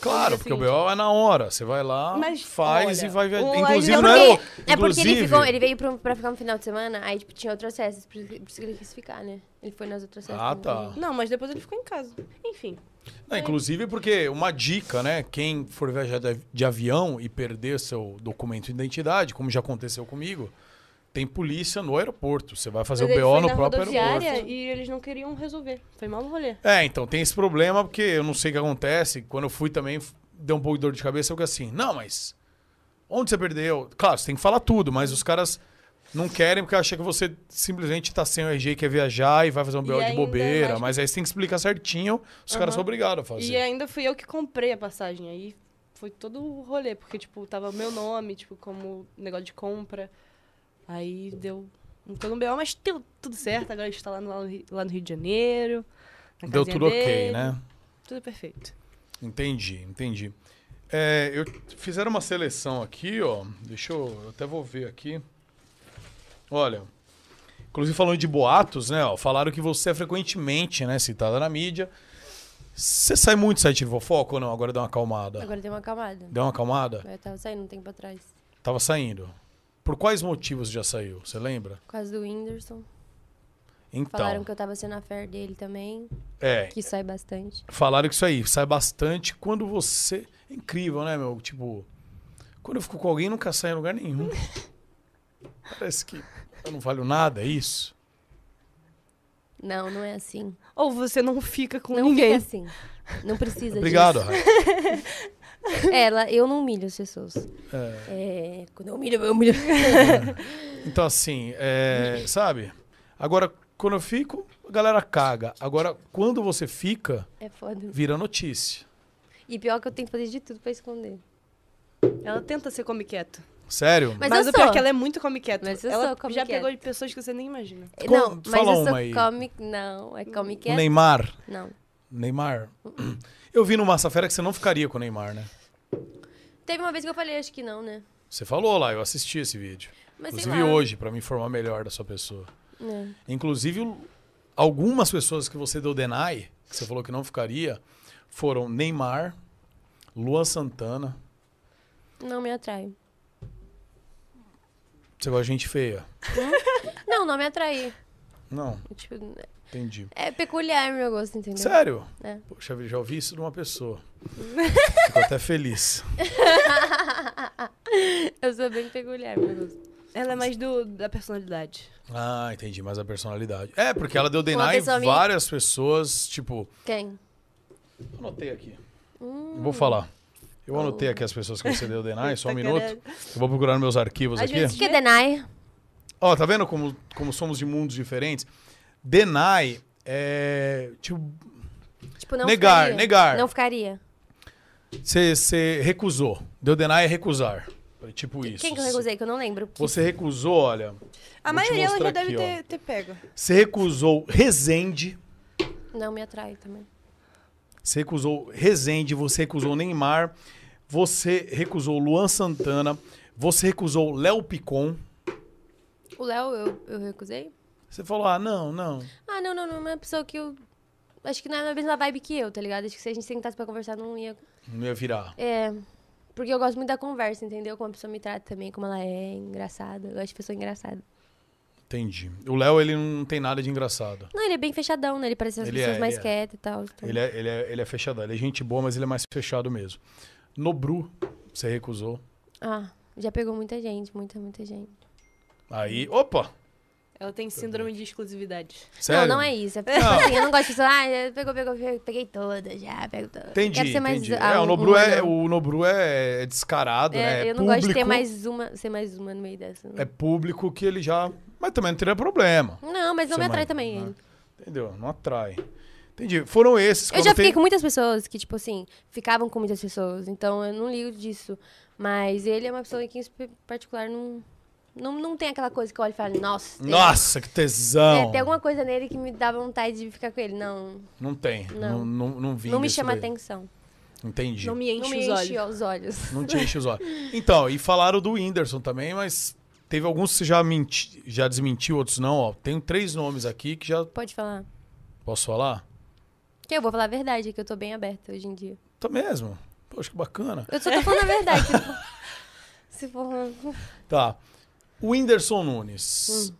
Claro, dia porque o seguinte. BO é na hora. Você vai lá, Mas, faz olha, e vai viajar. o- Inclusive, Não, não é porque, é o... porque ele, inclusive- ficou, ele veio pra, um, pra ficar no final de semana, aí tipo, tinha outras festas, por isso que- por isso que ele quis ficar, né? Ele foi nas outras festas. Ah, né? tá. Não, mas depois ele ficou em casa. Enfim. Não, inclusive porque uma dica, né? Quem for viajar de de avião e perder seu documento de identidade, como já aconteceu comigo, tem polícia no aeroporto. Você vai fazer mas ele o BO foi no na próprio aeroporto. rodoviária e eles não queriam resolver. Foi mal o rolê. É, então tem esse problema, porque eu não sei o que acontece. Quando eu fui também, f- deu um pouco de dor de cabeça, eu fiquei assim, não, mas onde você perdeu? Claro, você tem que falar tudo, mas os caras não querem porque acham que você simplesmente tá sem o RG e quer viajar e vai fazer um BO de ainda bobeira. mais- Mas aí você tem que explicar certinho, os caras são obrigados a fazer. E é ainda fui eu que comprei a passagem. Aí foi todo o rolê, porque, tipo, tava o meu nome, tipo, como negócio de compra. Aí deu um todo um B.O., mas deu tudo certo. Agora a gente tá lá no, lá no Rio- lá no Rio de Janeiro. na Deu casinha tudo ok, dele, né? Tudo perfeito. Entendi, entendi. É, eu fizeram uma seleção aqui, ó. Deixa eu, eu até vou ver aqui. Olha, inclusive falando de boatos, né? Ó, falaram que você é frequentemente, né, citada na mídia. Você sai muito do site de fofoca ou não? Agora deu uma acalmada. Agora tem uma camada. tá. Deu uma acalmada? Eu tava saindo um tempo atrás. Tava saindo. Por quais motivos já saiu? Você lembra? Por causa do Whindersson. Então. Falaram que eu tava sendo a fé dele também, É. que sai bastante. Falaram que isso aí sai bastante quando você. É incrível, né, meu? Tipo, quando eu fico com alguém, nunca sai em lugar nenhum. Parece que eu não valho nada, é isso? Não, não é assim. Ou você não fica com Não ninguém. fica assim. Não precisa Obrigado, disso. Rai. Ela, eu não humilho as pessoas. É, É, quando eu humilho, eu humilho. então, assim, é, sabe? Agora, quando eu fico, a galera caga. Agora, quando você fica, É foda. vira notícia. E pior que eu tenho que fazer de tudo pra esconder. Ela tenta ser come quieto. Sério? Mas, Mas, eu o pior sou. é que ela é muito come quieto. Mas eu ela sou come já quieta. pegou de pessoas que você nem imagina. Não, Como- mas fala eu sou uma aí. comic... Não, é comic... O Neymar. Não. Neymar. Eu vi no Massa Fera que você não ficaria com o Neymar, né? Teve uma vez que eu falei, acho que não, né? Você falou lá, eu assisti esse vídeo. Mas É, sei Inclusive lá. hoje, pra me informar melhor da sua pessoa. É. Inclusive, o- algumas pessoas que você deu deny, que você falou que não ficaria, foram Neymar, Luan Santana. Não me atrai. Você gosta de gente feia? Não, não me atrai. Não, Tipo, entendi. é peculiar meu gosto, entendeu? Sério? É. Poxa vida, já ouvi isso de uma pessoa. Fico até feliz. Eu sou bem peculiar meu gosto. Ela é mais do, da personalidade. Ah, entendi, mas a personalidade. É, porque ela deu Uma deny pessoa me- várias pessoas, tipo... Quem? Anotei aqui. Hum. Vou falar. Eu Oh. anotei aqui as pessoas que você deu deny, Tá só um minuto. Eu vou procurar nos meus arquivos Às aqui. vezes- Que é Denai? Ó, tá vendo como, como somos de mundos diferentes? Deny é. Tipo, Tipo, não Negar, ficaria. negar. Não ficaria. você recusou. Deu deny é recusar. É tipo isso. Quem que eu recusei? Que eu não lembro. Que- Você recusou, olha. A Vou te maioria ela já mostrar deve aqui, ter, ter pego. Você recusou Rezende. Não me atrai também. Você recusou Rezende, você recusou Neymar. Você recusou Luan Santana. Você recusou Léo Picon. O Léo, eu, eu recusei? Você falou, ah, não, não. Ah, não, não, não. É uma pessoa que eu... Acho que não é a mesma vibe que eu, tá ligado? Acho que se a gente sentasse pra conversar, não ia... Não ia virar. É... Porque eu gosto muito da conversa, entendeu? Como a pessoa me trata também, como ela é engraçada. Eu gosto de pessoa engraçada. Entendi. O Léo, ele não tem nada de engraçado. Não, ele é bem fechadão, né? Ele parece as Ele pessoas é, mais ele é. quietas e tal. então. Ele é, ele, é, ele é fechadão. Ele é gente boa, mas ele é mais fechado mesmo. Nobru, você recusou. Ah, já pegou muita gente, muita, muita gente. Aí, opa! Ela tem síndrome de exclusividade. Sério? Não, não é isso. É porque, tipo assim, eu não gosto de pessoa, ah, já pegou, pegou, pegou, peguei toda, já, pego toda. Entendi, Quero ser mais, entendi. ah, é, o um- Nobru, uma, é, não. o Nobru é, é descarado, né? É É, eu não público, gosto de ter mais uma, ser mais uma no meio dessa. né? não. É público que ele já... Mas também não teria problema, Não, mas não Ser me mais- atrai também né? ele. entendeu? Não atrai. Entendi. Foram esses. Eu quando já fiquei tem- com muitas pessoas que, tipo assim, ficavam com muitas pessoas, então eu não ligo disso. Mas ele é uma pessoa que, em espe- particular, não, não, não tem aquela coisa que eu olho e falo, nossa. tem- Nossa, que tesão! É, tem alguma coisa nele que me dá vontade de ficar com ele. Não, Não tem. Não. Não, não, não vi não me isso chama daí. atenção. Entendi. Não me enche Não me os olhos. enche os olhos. Não te enche os olhos. Então, e falaram do Whindersson também, mas teve alguns que você já, menti, já desmentiu, outros não. Ó, tenho três nomes aqui que já Pode falar. posso falar. Que eu vou falar a verdade, que eu tô bem aberta hoje em dia. Tá mesmo? Poxa, que bacana. Eu só tô falando a verdade. se for- Se for. Tá. O Whindersson Nunes. Hum.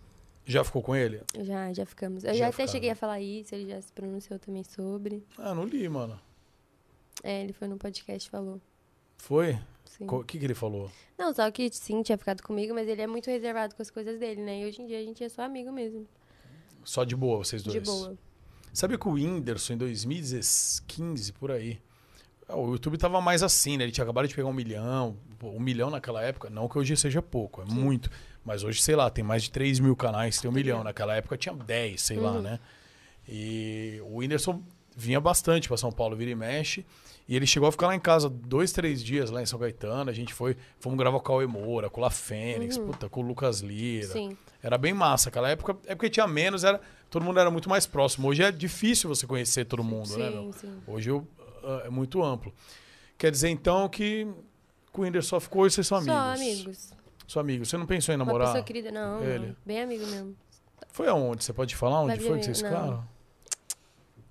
Já ficou com ele? Já, já ficamos. Eu Já já, até ficaram. cheguei a falar isso, ele já se pronunciou também sobre. Ah, não li, mano. É, ele foi no podcast e falou. Foi? Sim. Co- O que, que ele falou? Não, só que sim, tinha ficado comigo, mas ele é muito reservado com as coisas dele, né? E hoje em dia a gente é só amigo mesmo. Só de boa, vocês dois. De boa. Sabe que o Whindersson, em 2015, por aí, ah, o YouTube tava mais assim, né? Ele tinha acabado de pegar um milhão. Pô, Um milhão naquela época, não que hoje seja pouco, é muito. Mas hoje, sei lá, tem mais de 3 mil canais, tem um milhão. Naquela época tinha 10, sei lá, né? E o Whindersson vinha bastante pra São Paulo, vira e mexe. E ele chegou a ficar lá em casa dois, três dias, lá em São Caetano. A gente foi, fomos gravar com o Cauê Moura, com o La Fênix, puta, com o Lucas Lira. Sim. Era bem massa. Aquela época é porque tinha menos, era, todo mundo era muito mais próximo. Hoje é difícil você conhecer todo mundo, né? Sim, meu? sim. Hoje eu- ah, é muito amplo. Quer dizer, então, que com o Whindersson só ficou e vocês são amigos. Só amigos. Só amigos. Você não pensou em Uma namorar? pessoa querida, não, Ele. não. Bem amigo mesmo. Foi aonde? Você pode falar onde Vai vir foi que vocês amigo- ficaram?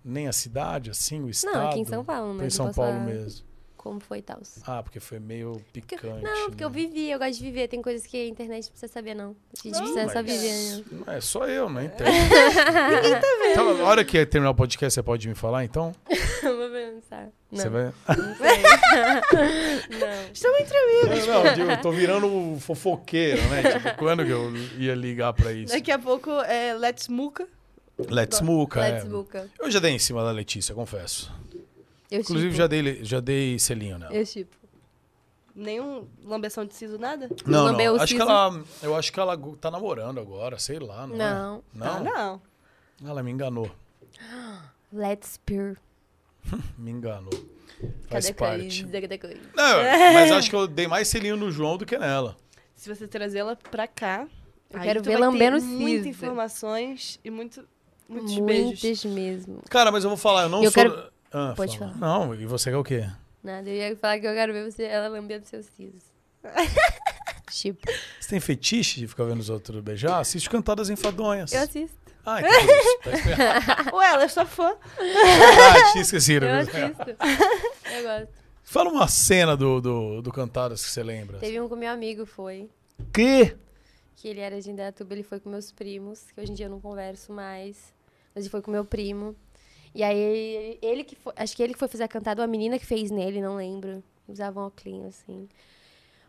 Nem a cidade, assim, o estado? Não, aqui em São Paulo, Foi mas em eu São posso Paulo falar mesmo. como foi e tal. Ah, porque foi meio Porque- picante. né? Não, porque eu vivi, eu gosto de viver. Tem coisas que a internet não precisa saber, não. A gente precisa só viver, né? É só eu, né? Então... Então, na hora que terminar o podcast, você pode me falar, então? Vou pensar. Não, Você vai... não sei. não. Estamos entre amigos. Não, não, eu tô virando o fofoqueiro, né? Tipo, quando que eu ia ligar pra isso? Daqui a pouco é Let's Muca. Let's Muca, Let's é. Buca. Eu já dei em cima da Letícia, confesso. Eu Inclusive, tipo. já dei, já dei selinho nela. Eu tipo. Nenhum lambeção de siso, nada? Não, lambeu não. o Acho que siso? ela, eu acho que ela go- tá namorando agora, sei lá. Não. é? Não. Tá Não? Ah, Não. Ela me enganou. Let's Pure. Me enganou. Faz Cada parte. coisa, cada coisa. Não, mas acho que eu dei mais selinho no João do que nela. Se você trazer ela pra cá, Eu aí quero tu ver vai ter lambendo o Muitas siso. informações e muito, muitos Muitas beijos. mesmo. Cara, mas eu vou falar, eu não Eu sou. quero- Ah, Pode fala. falar. Não, e você quer o quê? Nada, eu ia falar que eu quero ver você, ela lambendo seus sisos. tipo, Você tem fetiche de ficar vendo os outros beijar? Assiste cantadas enfadonhas. eu assisto. Ah, então é isso. Tá explicado. Ué, ela é sua fã. Ah, tinha esquecido. Eu assisto. Eu gosto. Fala uma cena do, do, do Cantadas que você lembra. Teve um com meu amigo, foi. Que? que ele era de Indaiatuba, ele foi com meus primos, que hoje em dia eu não converso mais, mas ele foi com meu primo. E aí ele, ele que foi, acho que ele que foi fazer a cantada, uma menina que fez nele, não lembro. Usava um óculinho assim.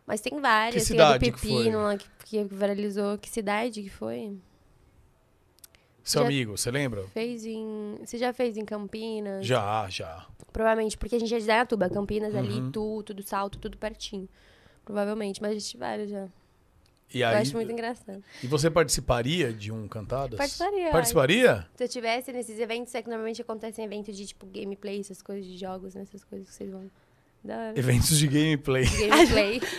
Mas tem várias, Que tem a do cidade que foi? pepino lá que, que viralizou. Que cidade que foi? Seu Já- amigo, você lembra? Fez em. Você já fez em Campinas? Já, já. Provavelmente, porque a gente é de Indaiatuba, Campinas Uhum. ali, tu, tudo salto, tudo pertinho. Provavelmente, mas a gente vários já. E Eu aí, acho muito engraçado. e você participaria de um Cantadas? Participaria, Participaria? Se eu tivesse nesses eventos, é que normalmente acontecem eventos de tipo gameplay, essas coisas de jogos, né? Essas coisas que vocês vão. Da hora. Eventos de gameplay. Gameplay.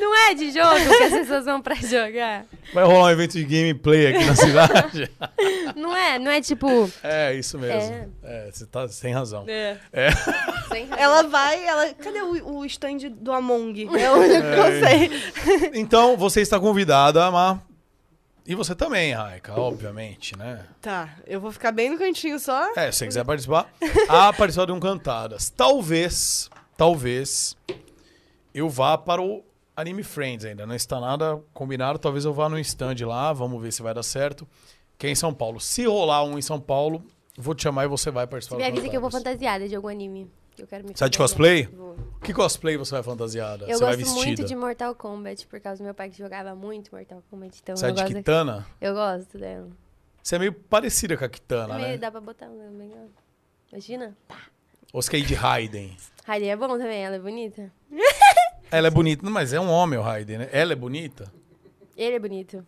Não é de jogo que as pessoas vão pra jogar. Vai rolar um evento de gameplay aqui na cidade? Não é, não é tipo. é, isso mesmo. É, você tá sem razão. É. Sem razão. Ela vai, ela. Cadê o, o stand do Among? É o único que eu sei. Então, você está convidada, Amar. E você também, Raika, obviamente, né? Tá, eu vou ficar bem no cantinho só. É, se você quiser participar, a participar de um Cantadas. Talvez, talvez, eu vá para o Anime Friends ainda. Não está nada combinado. Talvez eu vá no stand lá, vamos ver se vai dar certo. Que é em São Paulo. Se rolar um em São Paulo, vou te chamar e você vai participar Me do avisa que eu vou Cantadas. fantasiada de algum anime. Que eu quero me Você é de fantasiar. cosplay? Vou. Que cosplay você vai fantasiada? Eu você vai gosto vestida? muito de Mortal Kombat, por causa do meu pai que jogava muito Mortal Kombat. Então Você é eu de gosto. Kitana? Eu gosto dela. Você é meio parecida com a Kitana, Meio- né? Dá pra botar um bem legal. Imagina? Ou você quer ir de Raiden? Raiden é bom também, ela é bonita. Ela é bonita, Não, mas é um homem o Raiden, né? Ela é bonita? Ele é bonito.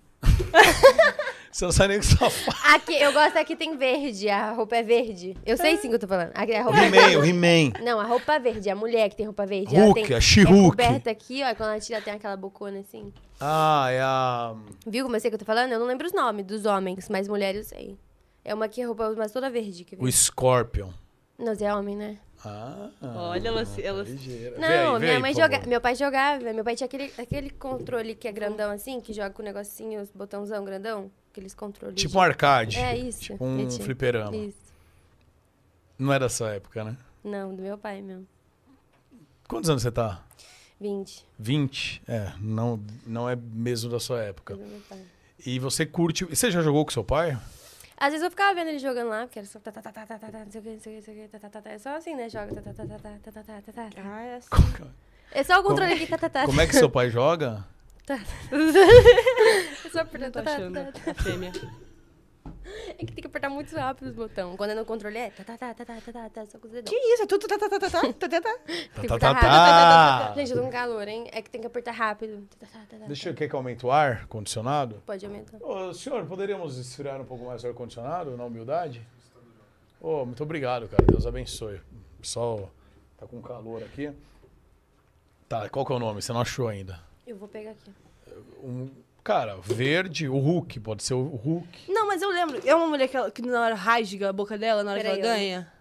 Você não sabe nem o que você tá falando. Aqui, eu gosto aqui tem verde, a roupa é verde. Eu sei sim o que eu tô falando. Aqui, a O roupa é He-Man, o verde. He-Man. Não, a roupa é verde, a mulher que tem roupa verde. Hulk, ela tem, a She-Hulk. É coberta aqui, ó, e quando ela tira tem aquela bocona assim. Ah, é a. Viu como eu sei o que eu tô falando? Eu não lembro os nomes dos homens, mas mulher eu sei. É uma que a roupa mas toda verde. Que O Scorpion. Não, você é homem, né? Ah, Olha, ela. ela... ligeira. Vê aí, Não, vê minha aí, mãe por joga... favor. meu pai jogava. Meu pai tinha aquele, aquele controle que é grandão assim, que joga com o negocinho, os botãozão grandão. Aqueles controles. Tipo um arcade. É isso. Tipo um eu tinha. fliperama. Isso. Não é da sua época, né? Não, do meu pai mesmo. Quantos anos você tá? 20. 20? É, não, não é mesmo da sua época. do meu pai. E você curte. Você já jogou com seu pai? Às vezes eu ficava vendo ele jogando lá, porque era só tá, tá, tá, tá, tá, tá, tá, não sei o que, não sei o que, não sei o que, tá, tá, tá, tá. É só assim, né? Joga. Tá, tá, tá, tá, tá, tá, tá, tá, tá, tá. Ah, é assim. É só o controle aqui, tá, tá, tá. Como é que seu pai joga? É só apertar, Tô tá, tá, achando tá, tá. a fêmea. É que tem que apertar muito rápido os botões. Quando é no controle, é tá, tá, tá, tá, tá, tá, tá, tá, só com os dedão. Que isso? É tudo tá, tá, tá, tá, tá, tá, tá, tá. Tem que Tá, apertar tá, tá, rápido. tá. Gente, eu tô com calor, hein? É que tem que apertar rápido. Tá, tá, tá, tá, tá. Deixa eu. Quer que aumente o ar condicionado? Pode aumentar. Ô, senhor, poderíamos esfriar um pouco mais o ar-condicionado, na humildade? Ô, muito obrigado, cara. Deus abençoe. O pessoal tá com calor aqui. Tá, qual que é o nome? Você não achou ainda? Eu vou pegar aqui. Um, cara, verde, o Hulk, pode ser o Hulk. Não, mas eu lembro. É uma mulher que, ela- que na hora rasga a boca dela, na hora Peraí, que ela eu- ganha.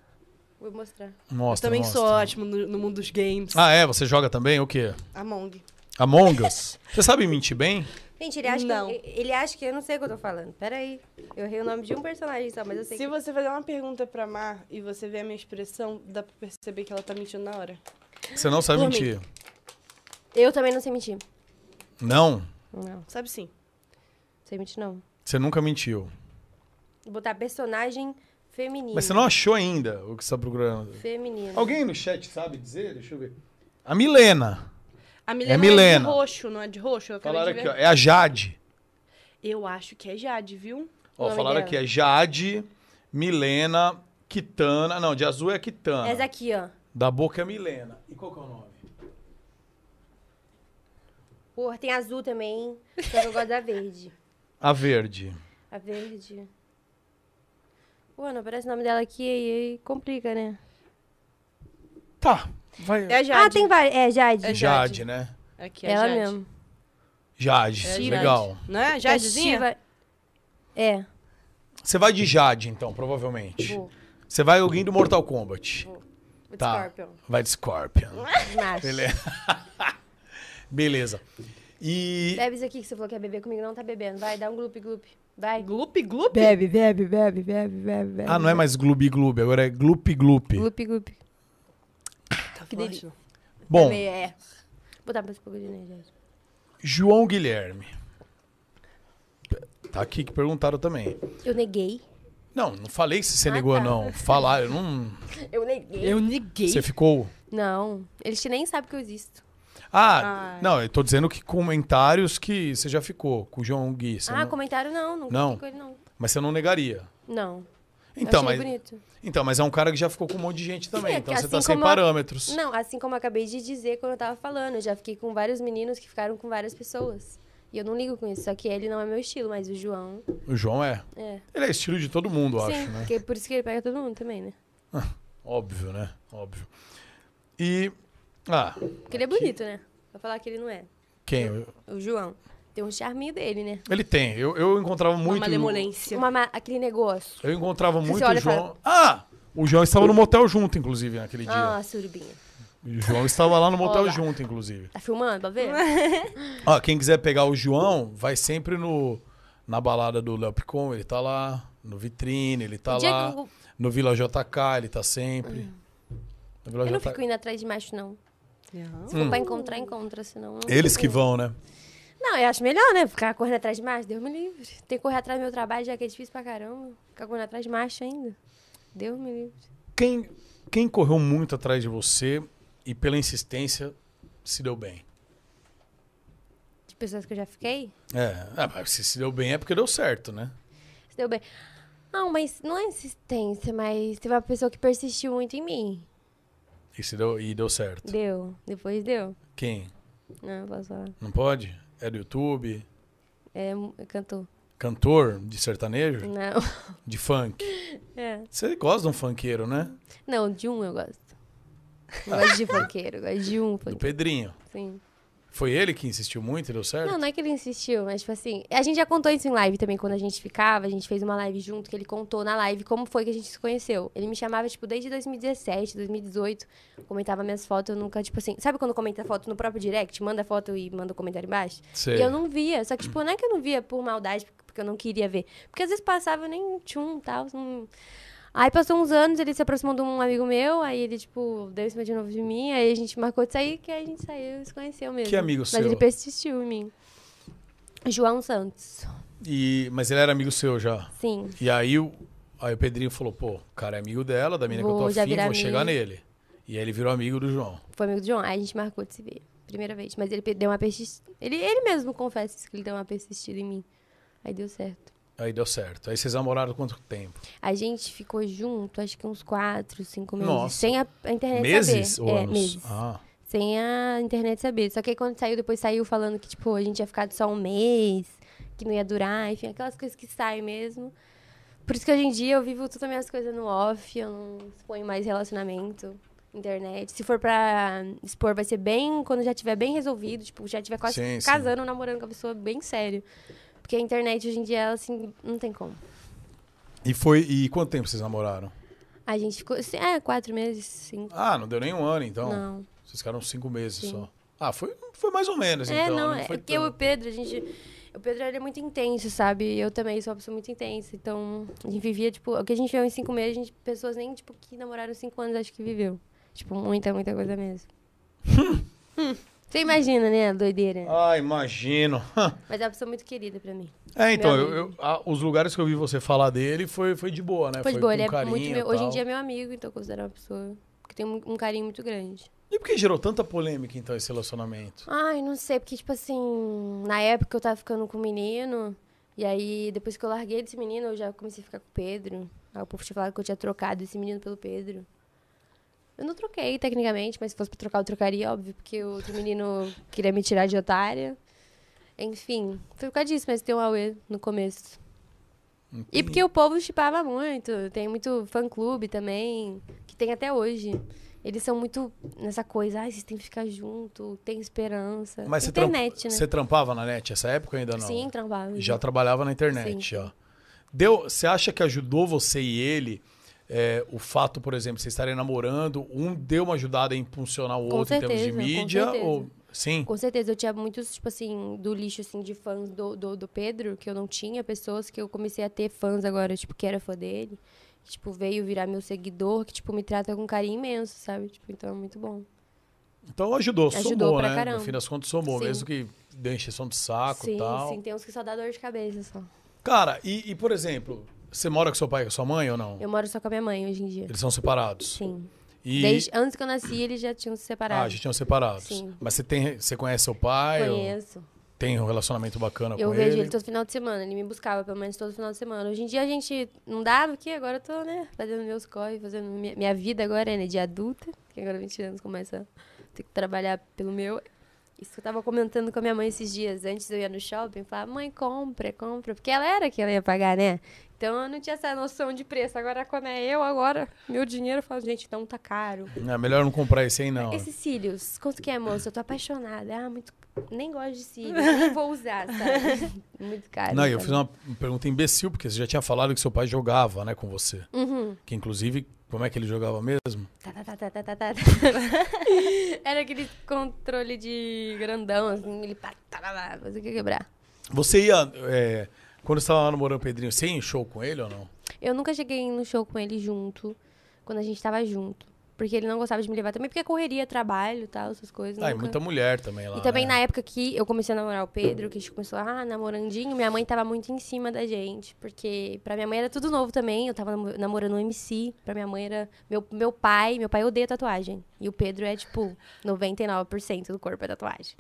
Vou mostrar. Eu Mostra, também mostra. sou ótimo no, no mundo dos games. Ah, é? Você joga também o quê? Among. Among Us? Você sabe mentir bem? Gente, ele acha, que eu, Não. ele acha que eu não sei o que eu tô falando. Pera aí. Eu errei o nome de um personagem só, mas eu sei Se que... você fazer uma pergunta pra Mar e você ver a minha expressão, dá pra perceber que ela tá mentindo na hora. Você não sabe Por mentir. Eu também não sei mentir. Não, Não, Sabe sim. sei mentir não. você nunca mentiu. Vou botar personagem feminino. Mas você não achou ainda o que você tá procurando. Feminino. Alguém no chat sabe dizer? Deixa eu ver. A Milena. A Milena, é de Milena. roxo, não é de roxo? Eu acabei Falaram de aqui, ver. ó. É a Jade. Eu acho que é Jade, viu? Ó, Não, falaram Miguel. aqui, é Jade, Milena, Kitana. Não, de azul é a Kitana. Essa aqui, ó. Da boca é Milena. E qual que é o nome? Porra, tem azul também. Só que eu gosto da verde. A verde. A verde. Pô, não aparece o nome dela aqui e aí complica, né? Tá. Vai. É a Jade. Ah, tem várias. É, Jade. É Jade, Jade. né? Aqui, é Ela Jade. mesmo. Jade. É a Jade. Legal. Não é? Jadezinha? Que a Shiva- É. Você vai de Jade, então, provavelmente. Vou. Você vai alguém do Mortal Kombat. O Tá. Scorpion. Vai de Scorpion. Macho. Beleza. Beleza. E Bebe isso aqui que você falou que ia beber comigo, não tá bebendo. Vai, dá um gloop gloop. Vai. Gloop, gloop? Bebe, bebe, bebe, bebe, bebe, bebe. Ah, não é mais Gloob Gloob, agora é Gloop Gloop. Gloop gloop. Tá Que que delícia. delícia. Bom, Também é. Vou botar mais um pouco de energia. João Guilherme. Tá aqui que perguntaram também. Eu neguei. Não, não falei se você negou tá. ou não. Falaram, não. Eu neguei. Eu neguei. Você ficou. Não. Eles nem sabem que eu existo. Ah, Ai. não, eu tô dizendo que comentários que você já ficou com o João Gui. você ah, não- comentário não. Não. Não. fiquei com ele, não. Mas você não negaria. Não. Então eu achei mas, bonito. então, mas é um cara que já ficou com um monte de gente também. É, então assim você tá sem como a- parâmetros. Não, assim como eu acabei de dizer quando eu tava falando, eu já fiquei com vários meninos que ficaram com várias pessoas. E eu não ligo com isso, só que ele não é meu estilo, mas o João O João é. é. Ele é estilo de todo mundo, eu Sim, acho, né? porque por isso que ele pega todo mundo também, né? Óbvio, né? Óbvio. E. Ah, Porque ele é bonito, né? Pra falar que ele não é. quem? O João. Tem um charminho dele, né? Ele tem. Eu, eu encontrava Uma muito. malemolência. Uma ma- aquele negócio. Eu encontrava muito olha o e fala- João. Ah! O João estava no motel junto, inclusive, naquele dia. Ah, surubinha. O João estava lá no motel Olá. junto, inclusive. Tá filmando, pra ver? é. Ó, quem quiser pegar o João, vai sempre no na balada do Léo Picon, ele tá lá. No Vitrine, ele tá O dia lá. que eu- Hum. No Vila JK, ele tá sempre. No Vila Eu não JK. fico indo atrás de macho, não. Não. Se for pra encontrar, encontra, senão... eu não Hum. Eles fico que indo. vão, né? Não, eu acho melhor, né? Ficar correndo atrás de macho, Deus me livre. Tem que correr atrás do meu trabalho, já que é difícil pra caramba. Ficar correndo atrás de macho ainda. Deus me livre. Quem, quem correu muito atrás de você e pela insistência se deu bem? De pessoas que eu já fiquei, É, é, mas se se deu bem é porque deu certo, né? se deu bem. Não, mas não é insistência, mas teve uma pessoa que persistiu muito em mim. E, se deu, e deu certo. Deu. Depois deu. Quem? Não, eu posso falar. Não pode? É do YouTube? É, mu- cantor. Cantor de sertanejo? Não. De funk? É. Você gosta de um funkeiro, né? Não, de um eu gosto. Não gosto de funkeiro, eu gosto de um assim. Do funkeiro, Pedrinho. sim. Foi ele que insistiu muito e deu certo? Não, não é que ele insistiu, mas tipo assim, a gente já contou isso em live também, quando a gente ficava, a gente fez uma live junto, que ele contou na live como foi que a gente se conheceu. Ele me chamava, tipo, desde 2017, 2018, comentava minhas fotos, eu nunca, tipo assim, sabe quando comenta foto no próprio direct, manda foto e manda o comentário embaixo? Sei. E eu não via, só que, tipo, não é que eu não via por maldade, porque eu não queria ver. Porque às vezes passava, eu nem tchum, tal, não... Aí passou uns anos, ele se aproximou de um amigo meu, aí ele, tipo, deu em cima de novo de mim, aí a gente marcou de sair, que aí a gente saiu e se conheceu mesmo. Que amigo Mas seu? ele persistiu em mim. João Santos. E, mas ele era amigo seu já. Sim. E aí o, aí o Pedrinho falou, pô, o cara é amigo dela, da mina que eu tô Vou já afim, virar vou chegar amigo. nele. E aí ele virou amigo do João. Foi amigo do João. Aí a gente marcou de se ver. Primeira vez. Mas ele pe- deu uma persistida. Ele, ele mesmo confessa isso, que ele deu uma persistida em mim. Aí deu certo. Aí deu certo. Aí vocês namoraram quanto tempo? A gente ficou junto, acho que uns quatro, cinco meses. Nossa. Sem a, a internet Meses saber. ou é, anos? meses. Ah, Sem a internet saber. Só que aí quando saiu, depois saiu falando que, tipo, a gente ia ficar só um mês, que não ia durar, enfim, aquelas coisas que saem mesmo. Por isso que hoje em dia eu vivo todas as minhas coisas no off, eu não exponho mais relacionamento, internet. Se for pra expor, vai ser bem quando já tiver bem resolvido, tipo, já tiver quase Sim, sim. casando, namorando com a pessoa bem sério. Porque a internet hoje em dia, ela, assim, não tem como. e foi. E quanto tempo vocês namoraram? A gente ficou, é, quatro meses, cinco. Ah, não deu nem um ano, então. não. Vocês ficaram cinco meses Sim. só. Ah, foi, foi mais ou menos, É, então. não, não é foi porque eu e o tão- Pedro, a gente. O Pedro ele é muito intenso, sabe? Eu também sou uma pessoa muito intensa. Então, a gente vivia, tipo, o que a gente viveu em cinco meses, a gente, pessoas nem, tipo, que namoraram cinco anos, acho que viveu. Tipo, muita, muita coisa mesmo. Você imagina, né? A doideira. Ah, imagino. Mas é uma pessoa muito querida pra mim. É, então, Meu eu, eu- ah, os lugares que eu vi você falar dele foi, foi de boa, né? Foi de boa, com ele é carinho muito e meu. Hoje em tal. dia é meu amigo, então eu considero uma pessoa que tem um um carinho muito grande. E por que gerou tanta polêmica, então, esse relacionamento? Ai, não sei, porque, tipo assim, na época eu tava ficando com um menino, e aí depois que eu larguei desse menino, eu já comecei a ficar com o Pedro. Aí o povo tinha falado que eu tinha trocado esse menino pelo Pedro. Eu não troquei, tecnicamente, mas se fosse pra trocar, eu trocaria, óbvio, porque o outro menino queria me tirar de otária. Enfim, foi por causa disso, mas tem um auê no começo. E porque o povo chipava muito, tem muito fã-clube também, que tem até hoje. Eles são muito nessa coisa, ai, vocês têm que ficar junto, tem esperança. Mas você, tramp- internet, né? você trampava na net essa época ainda não? Sim, trampava. Já trabalhava na internet, Sim. já. Deu, você acha que ajudou você e ele é, o fato, por exemplo, vocês estarem namorando, um deu uma ajudada a impulsionar o Com outro em certeza, termos com de mídia? certeza. Ou... Sim. Com certeza, eu tinha muitos, tipo assim, do lixo, assim, de fãs do, do, do Pedro, que eu não tinha, pessoas que eu comecei a ter fãs agora, tipo, que era fã dele. que, tipo, veio virar meu seguidor, que, tipo, me trata com carinho imenso, sabe? Tipo, então é muito bom. Então ajudou, Ajudou somou, pra né? caramba. No fim das contas, somou, Sim. mesmo que dê encheção de saco e sim, tal. sim, tem uns que só dá dor de cabeça só. Cara, e, e, por exemplo, você mora com seu pai e com sua mãe ou não? Eu moro só com a minha mãe hoje em dia. Eles são separados. Sim. E... Desde antes que eu nasci, eles já tinham se separado. Ah, é já tinham separados. Sim. Mas você, tem, você conhece seu pai? ou Conheço. Tem um relacionamento bacana Eu com vejo ele. ele? todo final de semana. Ele me buscava, pelo menos todo final de semana. Hoje em dia a gente não dava, porque agora eu tô, né, fazendo meus corre, fazendo minha, minha vida agora, né, de adulta. Que agora 20 anos começa a ter que trabalhar pelo meu. Isso que eu tava comentando com a minha mãe esses dias. Antes eu ia no shopping e falava, mãe, compra, compra. Porque ela era que ela ia pagar, né? Então eu não tinha essa noção de preço. Agora, quando é eu, agora, meu dinheiro, eu falo, gente, então tá caro. É melhor não comprar esse aí, não. Esses cílios, quanto que é, moça? Eu tô apaixonada. Ah, muito. Nem gosto de cílios. Nem vou usar, sabe? Muito caro. Não, eu sabe? fiz uma pergunta imbecil, porque você já tinha falado que seu pai jogava, né, com você. Uhum. Que inclusive, como é que ele jogava mesmo? Tá, tá, tá, tá, tá, tá, tá. Era aquele controle de grandão, assim, ele pá, tá, tá, tá, mas eu queria quebrar. Você ia. é, quando você estava namorando o Pedrinho, você ia em show com ele ou não? Eu nunca cheguei no show com ele junto, quando a gente tava junto. Porque ele não gostava de me levar também, porque é correria, trabalho e tal, essas coisas. Ah, e nunca- muita mulher também lá. E também né? na época que eu comecei a namorar o Pedro, que a gente começou, ah, namorandinho, minha mãe tava muito em cima da gente. Porque pra minha mãe era tudo novo também. Eu tava namo- namorando um MC. Pra minha mãe era. Meu, meu pai, meu pai odeia tatuagem. E o Pedro é, tipo, 99% do corpo é tatuagem.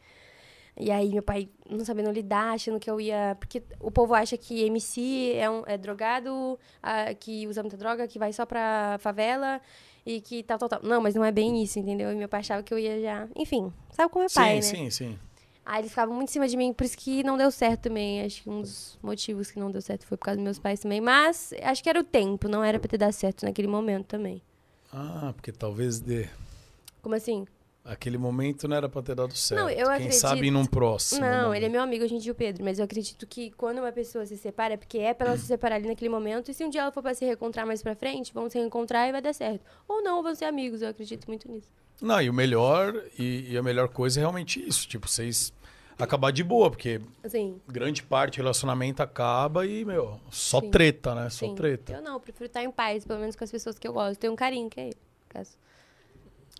E aí, meu pai não sabendo lidar, achando que eu ia. Porque o povo acha que MC é, um, é drogado, ah, que usa muita droga, que vai só pra favela e que tal, tal, tal. Não, mas não é bem isso, entendeu? E meu pai achava que eu ia já. Enfim, sabe como é Sim, pai, né? sim, sim. Aí eles ficavam muito em cima de mim, por isso que não deu certo também. Acho que um dos motivos que não deu certo foi por causa dos meus pais também. Mas acho que era o tempo, não era pra ter dado certo naquele momento também. Ah, porque talvez dê. Como assim? Aquele momento não era pra ter dado certo. eu Quem acredito- sabe num próximo. né? não, momento. ele é meu amigo hoje em dia, o Pedro, mas eu acredito que quando uma pessoa se separa, é porque é pra ela se separar ali naquele momento, e se um dia ela for pra se reencontrar mais pra frente, vão se reencontrar e vai dar certo. Ou não, vão ser amigos, eu acredito muito nisso. Não, e o melhor, e, e a melhor coisa é realmente isso. Tipo, vocês acabar de boa, porque Assim, grande parte do relacionamento acaba e, meu, só Sim. treta, né? Só sim. treta. Eu não, eu prefiro estar em paz, pelo menos com as pessoas que eu gosto. Tenho um carinho, que é ele, no caso.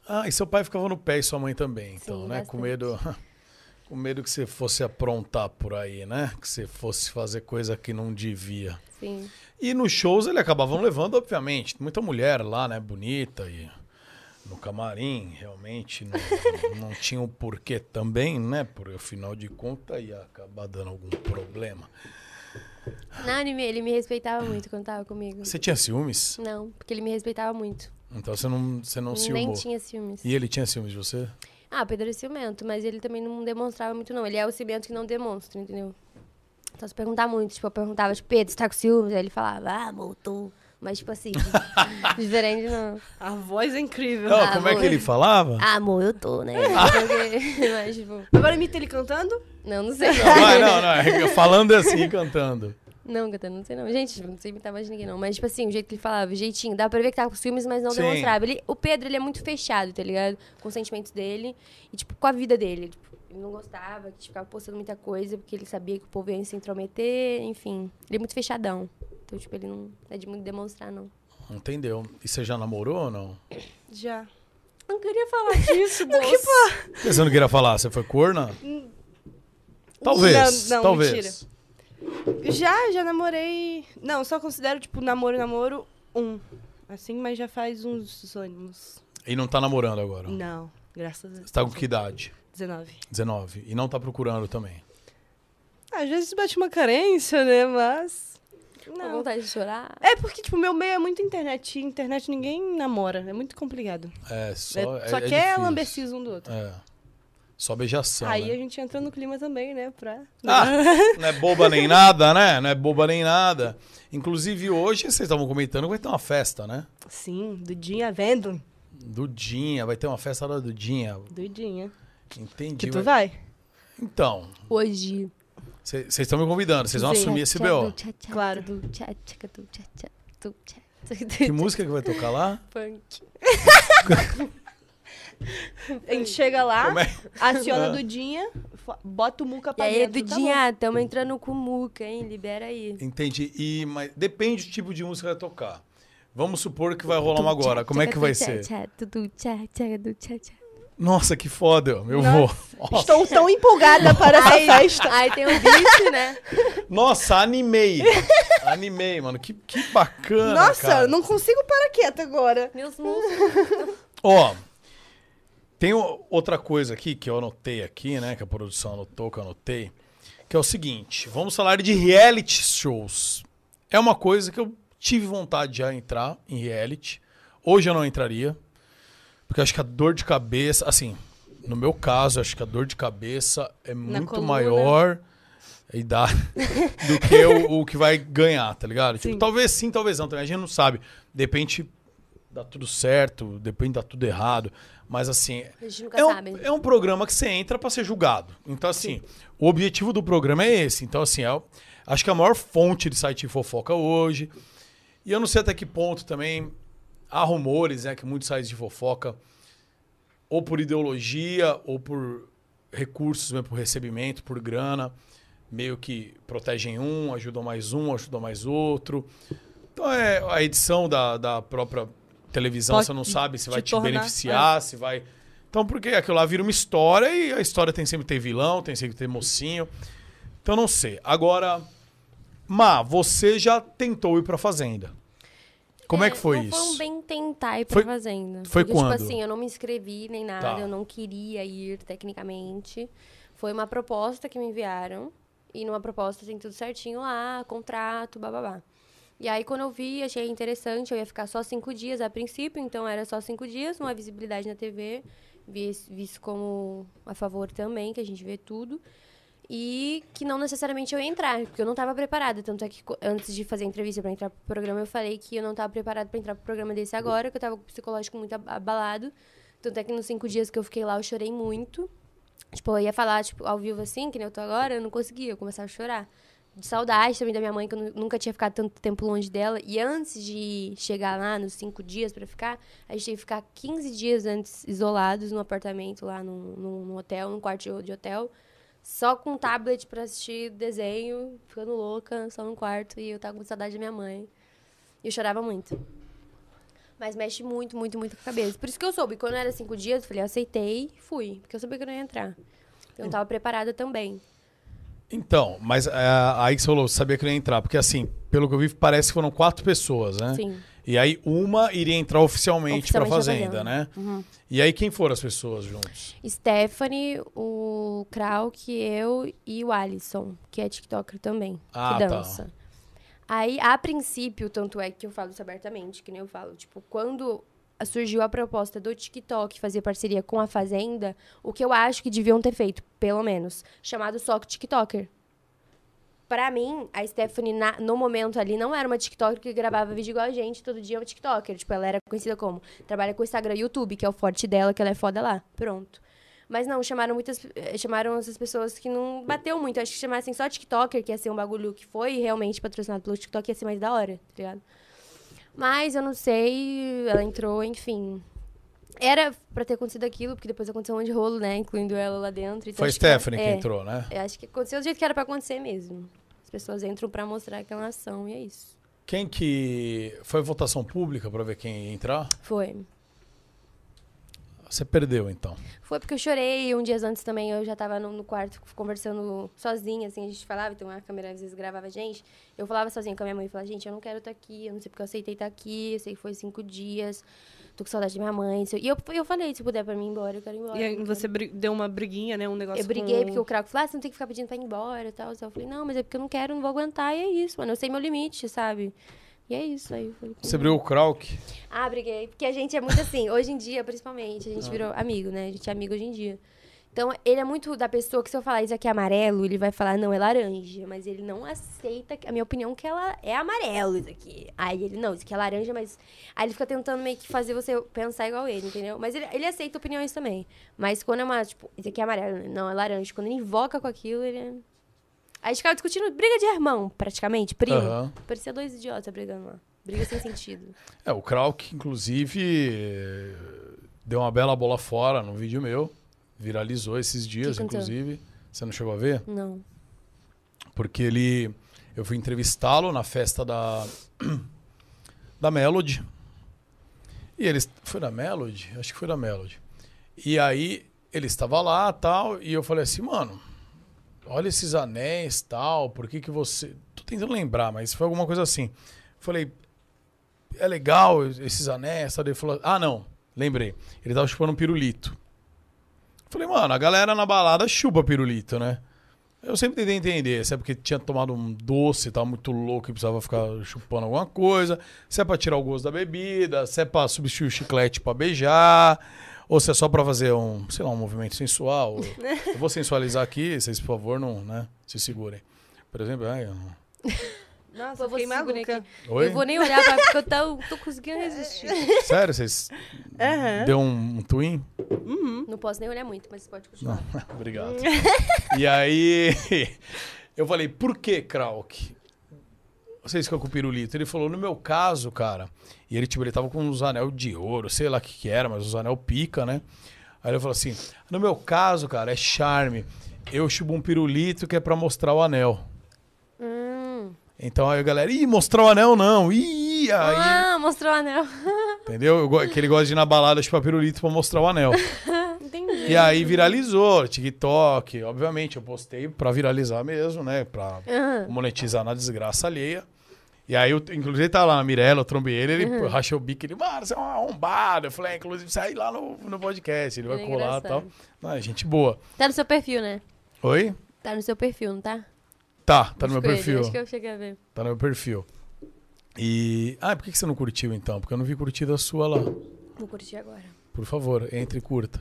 Ah, e seu pai ficava no pé e sua mãe também, então, Sim, né? Com bastante. medo. Com medo que você fosse aprontar por aí, né? Que você fosse fazer coisa que não devia. Sim. E nos shows ele acabavam levando, obviamente. Muita mulher lá, né? Bonita e no camarim, realmente não, não tinha o porquê também, né? Porque afinal de contas ia acabar dando algum problema. Ah. Não, ele me, ele me respeitava muito quando tava comigo. Você tinha ciúmes? Não, porque ele me respeitava muito. Então você não, você não Nem ciumou. tinha ciúmes. E ele tinha ciúmes de você? Ah, o Pedro é ciumento, mas ele também não demonstrava muito, não. Ele é o ciumento que não demonstra, entendeu? Então se perguntar muito, tipo, eu perguntava, tipo, Pedro, você tá com ciúmes? Aí ele falava, ah, voltou. Mas, tipo assim, diferente não. A voz é incrível. Não, Ah, como é que amor. ele falava? Ah, amor, eu tô, né? Porque- mas, tipo, Agora imita ele cantando? não, não sei Não, não. vai, não, não. é Falando assim, cantando. Não, Gatana, não sei não. Gente, não sei imitar mais ninguém, não. Mas, tipo assim, o jeito que ele falava, o jeitinho, dá pra ver que tava com ciúmes, mas não Sim. demonstrava. Ele, o Pedro, ele é muito fechado, tá ligado? Com os sentimentos dele e, tipo, com a vida dele. Tipo, ele não gostava, que ficava postando muita coisa, porque ele sabia que o povo ia se intrometer, enfim. Ele é muito fechadão. Então, tipo, ele não é de muito demonstrar, não. Entendeu? E você já namorou ou não? Já. Não queria falar disso, Não, que moço. porra. Você não queria falar, você foi corna? Talvez. Não, não, talvez. mentira. Já, já namorei. Não, só considero, tipo, namoro, namoro, um. Assim, mas já faz uns anos. E não tá namorando agora. Não, graças a Deus. Você tá com que idade? 19. 19. E não tá procurando também. Às vezes bate uma carência, né? Mas. Tá Com Não. vontade de chorar. É porque, tipo, meu meio é muito internet. E internet ninguém namora. É muito complicado. É, É- só. Só, É, é quer difícil. lambercismo um do outro. É. Só beijação. Aí né? a gente entra no clima também, né? Pra. Ah, não é boba nem nada, né? Não é boba nem nada. Inclusive, hoje vocês estavam comentando que vai ter uma festa, né? Sim, Dudinha vendo. Dudinha, vai ter uma festa da Dudinha. Dudinha. Entendi. Que tu vai? Então, Hoje. cê- vocês estão me convidando, vocês vão Sim. é assumir esse BO. Claro. Que música que vai tocar lá? Punk. A gente chega lá, Como é? aciona a Dudinha, fa- bota o Muca E pra aí, dentro, tá Dudinha, tamo entrando com o Muca, hein? Libera aí. Entendi. E, mas depende do tipo de música que vai tocar. Vamos supor que vai rolar uma agora. Como é que vai ser? Nossa, que foda, eu vou. bom. Estou tão empolgada para essa festa. Aí tem o bicho, né? Nossa, animei. Animei, mano. Que, que bacana, Nossa, cara. não consigo parar quieta agora. Meus músculos. Ó, tem o- outra coisa aqui que eu anotei aqui, né? Que a produção anotou, que eu anotei. Que é o seguinte, vamos falar de reality shows. É uma coisa que eu tive vontade de já entrar em reality. Hoje eu não entraria, porque eu acho que a dor de cabeça, assim, no meu caso, eu acho que a dor de cabeça é muito coluna. maior e dá do que o, o que vai ganhar, tá ligado? Tipo, talvez sim, talvez não, também a gente não sabe. De repente dá tudo certo, de repente dá tudo errado, mas assim, A gente nunca é um, sabe. né? é um programa que você entra pra ser julgado. Então, assim, o objetivo do programa é esse. Então, assim, é, o- acho que é a maior fonte de site de fofoca hoje. E eu não sei até que ponto também há rumores, né, que muitos sites de fofoca, ou por ideologia, ou por recursos, mesmo por recebimento, por grana, meio que protegem um, ajudam mais um, ajudam mais outro. Então, é a edição da, da própria televisão, Pode você não sabe se vai te te, tornar- é. beneficiar, se vai. Então, porque aquilo lá vira uma história e a história tem sempre que ter vilão, tem sempre que ter mocinho. Então, não sei. Agora, Má, você já tentou ir pra Fazenda. Como é, que foi não isso? Foi um bem tentar ir pra Foi- fazenda. foi Porque, quando? Tipo assim, eu não me inscrevi nem nada, Tá. eu não queria ir tecnicamente. Foi uma proposta que me enviaram. E numa proposta tem tudo certinho lá, contrato, bababá. E aí, quando eu vi, achei interessante. Eu ia ficar só cinco dias a princípio, então era só cinco dias, uma visibilidade na TV. Vi, esse- vi isso como a favor também, que a gente vê tudo. E que não necessariamente eu ia entrar, porque eu não estava preparada. Tanto é que co- antes de fazer a entrevista para entrar pro programa, eu falei que eu não estava preparada para entrar pro programa desse agora, que eu estava com o psicológico muito ab- abalado. Tanto é que nos cinco dias que eu fiquei lá, eu chorei muito. Tipo, eu ia falar, tipo, ao vivo assim, que nem eu tô agora, eu não conseguia, eu começava a chorar. De saudade também da minha mãe, que eu nu- nunca tinha ficado tanto tempo longe dela. E antes de chegar lá, nos cinco dias pra ficar, a gente teve que ficar 15 dias antes isolados num apartamento lá, num, num- num hotel, num quarto de- de hotel. Só com tablet pra assistir desenho, ficando louca, só no quarto. E eu tava com saudade da minha mãe. E eu chorava muito. Mas mexe muito, muito, muito com a cabeça. Por isso que eu soube. Quando era cinco dias, eu falei, aceitei e fui. Porque eu sabia que eu não ia entrar. Eu não tava preparada também. Então, mas é, aí que você falou, sabia que não ia entrar. Porque assim, pelo que eu vi, parece que foram quatro pessoas, né? Sim. E aí uma iria entrar oficialmente, pra Oficialmente Fazenda, pra Uhum. né? E aí quem foram as pessoas juntos? Stephanie, o Krauk, eu e o Alisson, que é TikToker também, Ah, tá. que dança. Aí, a princípio, tanto é que eu falo isso abertamente, que nem eu falo, tipo, quando surgiu a proposta do TikTok fazer parceria com a Fazenda, o que eu acho que deviam ter feito, pelo menos, chamado só TikToker. Pra mim, a Stephanie, na- no momento ali, não era uma TikToker que gravava vídeo igual a gente, todo dia é uma TikToker. Tipo, ela era conhecida como. Trabalha com Instagram e YouTube, que é o forte dela, que ela é foda lá. Pronto. Mas não, chamaram muitas. eh, Chamaram essas pessoas que não bateu muito. Acho que chamassem só TikToker, que ia ser um bagulho que foi realmente patrocinado pelo TikTok, ia ser mais da hora, tá ligado? Mas eu não sei, ela entrou, enfim. Era pra ter acontecido aquilo, porque depois aconteceu um monte de rolo, né? Incluindo ela lá dentro. Então Foi a acho que ela- Stephanie que, é. entrou, né? Eu acho que aconteceu do jeito que era pra acontecer mesmo. As pessoas entram pra mostrar que elas são, e é isso. Quem que. Foi votação pública pra ver quem ia entrar? Foi. Você perdeu, então. Foi porque eu chorei. Um dia antes também eu já tava no, no quarto conversando sozinha, assim, a gente falava, então a câmera às vezes gravava a gente. Eu falava sozinha com a minha mãe, falava, gente, eu não quero estar aqui, eu não sei porque eu aceitei estar aqui, eu sei que foi cinco dias, tô com saudade da minha mãe. se eu- E eu, eu falei, se puder pra mim ir embora, eu quero ir embora. E eu aí não você bri- deu uma briguinha, né? Um negócio eu briguei com- porque o Craco falou, ah, você não tem que ficar pedindo pra ir embora e tal. Eu falei, não, mas é porque eu não quero, não vou aguentar, e é isso, mano. Eu sei meu limite, sabe? E é isso aí. eu falei, Você abriu o Krauk. Ah, briguei. Porque a gente é muito assim, hoje em dia, principalmente, a gente virou amigo, né? A gente é amigo hoje em dia. Então, ele é muito da pessoa que se eu falar isso aqui é amarelo, ele vai falar, não, é laranja. Mas ele não aceita que- a minha opinião que ela é amarelo isso aqui. Aí ele, não, isso aqui é laranja, mas... Aí ele fica tentando meio que fazer você pensar igual ele, entendeu? Mas ele, ele aceita opiniões também. Mas quando é uma, tipo, isso aqui é amarelo, não, é laranja. Quando ele invoca com aquilo, ele... é- Aí a gente ficava discutindo briga de irmão, praticamente, primo. Aham. Parecia dois idiotas brigando lá. Briga sem sentido. É, o Krauk, inclusive, eh, deu uma bela bola fora no vídeo meu. Viralizou esses dias, aconteceu? inclusive. Você não chegou a ver? Não. Porque ele. Eu fui entrevistá-lo na festa da. Da Melody. E eles. Foi da Melody? Acho que foi da Melody. E aí ele estava lá tal. E eu falei assim, mano, olha esses anéis tal. Por que, que você. Tô tentando lembrar, mas foi alguma coisa assim. Falei, é legal esses anéis tal. Ele falou, ah, não, lembrei. Ele tava chupando um pirulito. Falei, mano, a galera na balada chupa pirulito, né? Eu sempre tentei entender se é porque tinha tomado um doce, tava muito louco e precisava ficar chupando alguma coisa, se é pra tirar o gosto da bebida, se é pra substituir o chiclete pra beijar, ou se é só pra fazer um, sei lá, um movimento sensual. Eu vou sensualizar aqui, vocês, por favor, não, né, se segurem. Por exemplo, ai, eu- Nossa, Pô, eu vou fiquei se segurar maluca. aqui. Oi? Eu vou nem olhar pra porque eu tô, tô conseguindo resistir. sério, vocês deu um, um twin? Hum? Não posso nem olhar muito, mas pode continuar. Obrigado. e aí, eu falei, por que Krauk? Vocês ficam com é o pirulito. Ele falou, no meu caso, cara, e ele, tipo, ele tava com uns anel de ouro, sei lá o que que era, mas os anel pica, né? Aí ele falou assim, no meu caso, cara, é charme. Eu chubo um pirulito que é pra mostrar o anel. Então aí a galera, ih, mostrar o anel não, ih, aí... Ah, mostrou o anel. Entendeu? Eu go- Que ele gosta de ir na balada chupar pirulito pra mostrar o anel. Entendi. E aí viralizou, TikTok, obviamente, eu postei pra viralizar mesmo, né? Pra monetizar na desgraça alheia. E aí, eu, inclusive, ele tava lá na Mirella, eu trombei ele, ele pô, rachou o bico, ele, mano, você é uma arrombado. Eu falei, "É, inclusive, sai lá no, no podcast, ele vai Ele é colar e tal. engraçado. Não, é gente boa. Tá no seu perfil, né? Oi? Tá no seu perfil, não tá? Tá, tá no meu Escolha, perfil. Acho que eu cheguei a ver. Tá no meu perfil. E. Ah, por que que você não curtiu então? Porque eu não vi curtida sua lá. Vou curtir agora. Por favor, entre e curta.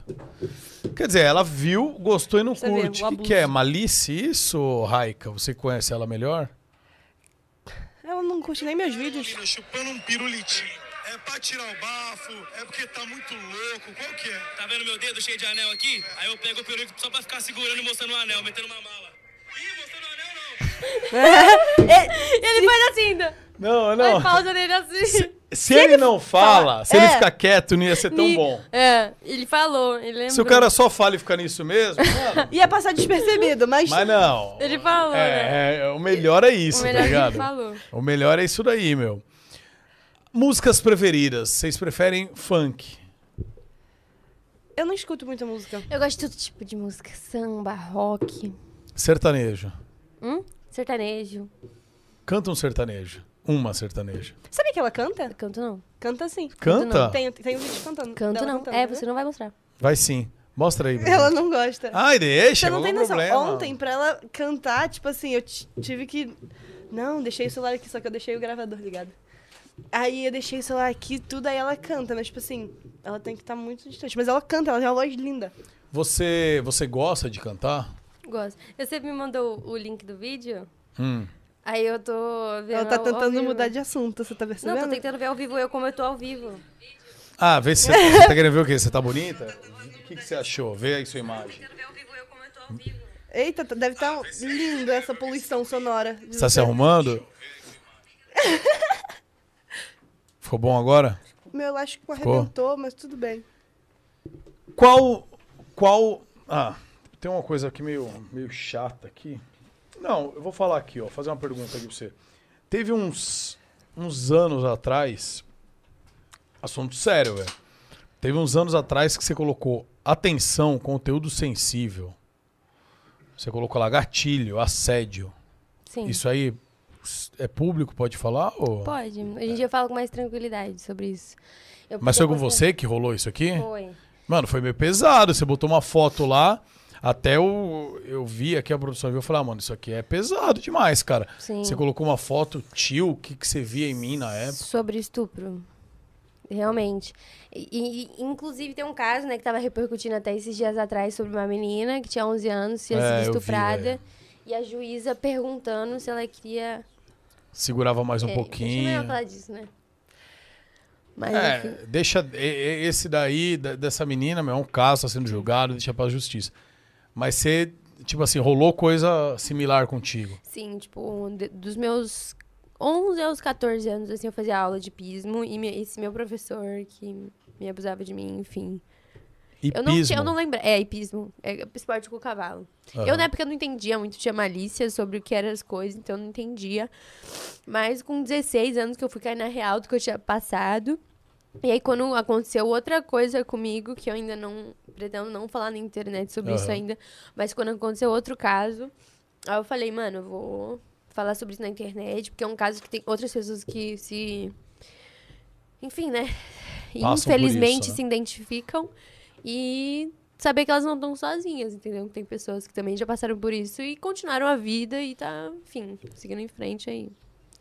Quer dizer, ela viu, gostou e não Você vê, curte. o O que que, abuso. é? Malice isso, Raika? Você conhece ela melhor? Ela não curte nem meus vídeos. Menina, chupando um pirulitinho. É pra tirar o bafo, é porque tá muito louco, qual que é? Tá vendo meu dedo cheio de anel aqui? Aí eu pego o pirulito só pra ficar segurando e mostrando o anel, metendo uma mala. Ih, mostrando o anel não! Ele faz assim ainda. Não, Faz pausa nele assim. Se ele não fala, se ele É. ficar quieto, não ia ser tão Ni- bom. É, ele falou, ele lembrou. Se o cara só fala e fica nisso mesmo, mano, Ia passar despercebido, mas. mas não. Ele falou, né? É, é, o melhor é isso, O melhor tá que ligado? ele falou. O melhor é isso daí, meu. Músicas preferidas. Vocês preferem funk? Eu não escuto muita música. Eu gosto de todo tipo de música. Samba, rock, Hum? Sertanejo. sertanejo. Canta um sertanejo. Uma sertaneja. Sabe que ela canta? Eu canto não. Canta sim. Canta? Tem, tem um vídeo cantando. Canto dela não. cantando, É, né? você não vai mostrar. Vai sim. Mostra aí. Bruno. Ela não gosta. Ai, deixa. Você não qual tem é o noção. problema? Ontem, pra ela cantar, tipo assim, eu ti- tive que. Não, deixei o celular aqui, só que eu deixei o gravador ligado. Aí eu deixei o celular aqui, tudo, aí ela canta, mas tipo assim, ela tem que estar muito distante. Mas ela canta, ela tem uma voz linda. Você, você gosta de cantar? Gosto. Você me mandou o link do vídeo? Hum. Aí eu tô vendo. ela tá ao- ao tentando vivo. mudar de assunto, você tá né? Não, percebendo? tô tentando ver ao vivo eu como eu tô ao vivo. Ah, vê se você, você tá querendo ver o quê? Você tá bonita? O que, que você achou? Vê aí sua imagem. Eita, tá- deve estar lindo essa poluição sonora. Você tá se arrumando? Ficou bom agora? Meu elástico Ficou? arrebentou, mas tudo bem. Qual. Qual. Ah, tem uma coisa aqui meio, meio chata aqui. Não, eu vou falar aqui, ó. Fazer uma pergunta aqui pra você. Teve uns, uns anos atrás. Assunto sério, velho. Teve uns anos atrás que você colocou atenção, conteúdo sensível. Você colocou lá gatilho, assédio. Sim. Isso aí s- é público, pode falar? Ou... Pode. Hoje em dia eu falo com mais tranquilidade sobre isso. Eu- Mas foi eu com postei- você que rolou isso aqui? Foi. Mano, foi meio pesado. Você botou uma foto lá. Até eu, eu vi aqui a produção viu e falei, ah, mano, isso aqui é pesado demais, cara. Sim. Você colocou uma foto, tio, o que, que você via em mim na época? Sobre estupro. Realmente. E, e- inclusive, tem um caso, né, que tava repercutindo até esses dias atrás sobre uma menina que tinha 11 anos, tinha É, eu sido vi, estuprada. é. E a juíza perguntando se ela queria. Segurava mais um é, Acho melhor pouquinho. falar disso, né? Mas, É, enfim, deixa e- e- esse daí, da- dessa menina, meu, é um caso, tá sendo julgado, deixa pra justiça. Mas você, tipo assim, rolou coisa similar contigo. sim, tipo, um de- dos meus 11 aos 14 anos, assim, eu fazia aula de pismo. E me- esse meu professor que me abusava de mim, enfim. E Eu não, pismo. tinha- eu não lembro. É, hipismo. É esporte com cavalo. Eu, na época, não entendia muito, tinha malícia sobre o que eram as coisas, então eu não entendia. Mas com 16 anos que eu fui cair na real do que eu tinha passado. E aí, quando aconteceu outra coisa comigo, que eu ainda não pretendo não falar na internet sobre isso Aham. ainda, mas quando aconteceu outro caso, aí eu falei, mano, eu vou falar sobre isso na internet, porque é um caso que tem outras pessoas que se. Enfim, né? Passam por Infelizmente isso, né? se identificam e saber que elas não estão sozinhas, entendeu? Tem pessoas que também já passaram por isso e continuaram a vida e tá, enfim, seguindo em frente aí.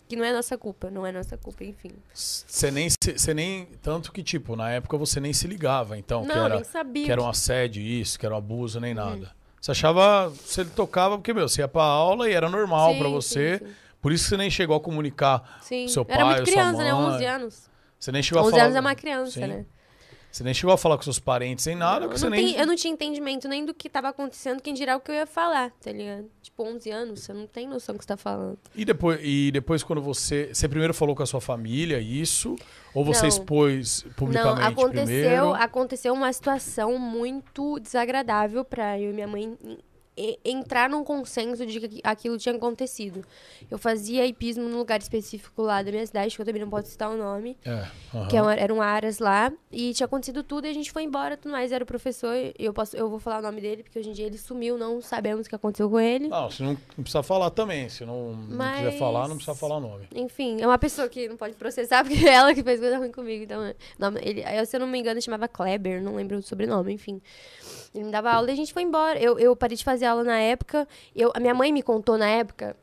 Que não é nossa culpa, não é nossa culpa, enfim. Você nem, se- você nem. Tanto que, tipo, na época você nem se ligava, então. que não, era, nem sabia. Uhum. que era um assédio, isso, que era um abuso, nem nada. Você achava. Você tocava, porque, meu, você ia pra aula e era normal Sim, pra sim, você. sim. Por isso que você nem chegou a comunicar Sim, seu pai, era muito criança, sua mãe. né? 11 anos. Você nem chegou a 11 falar. anos é uma criança, Sim. né? Você nem chegou a falar com seus parentes nem nada, eu, porque não você nem. tenho- eu não tinha entendimento nem do que tava acontecendo, quem dirá o que eu ia falar, tá ligado? Tipo, 11 anos, você não tem noção do que você tá falando. E depois, e depois quando você. Você primeiro falou com a sua família isso? Ou você Não. expôs publicamente Não, aconteceu, primeiro? aconteceu uma situação muito desagradável pra eu e minha mãe e- entrar num consenso de que aquilo tinha acontecido. Eu fazia hipismo num lugar específico lá da minha cidade, que eu também não posso citar o nome, É, aham. que é uma- era um Aras lá, e tinha acontecido tudo e a gente foi embora, tudo mais, era o professor, e eu posso eu vou falar o nome dele porque hoje em dia ele sumiu, não sabemos o que aconteceu com ele. Não, você não, não precisa falar também. Se não, não quiser Mas- falar, não precisa falar o nome. Enfim, é uma pessoa que não pode processar porque é ela que fez coisa ruim comigo. Então, é, não, ele, aí, se eu não me engano, ele chamava Kleber, não lembro o sobrenome, enfim. Ele me dava aula e a gente foi embora. Eu, eu parei de fazer aula na época. Eu, a minha mãe me contou na época,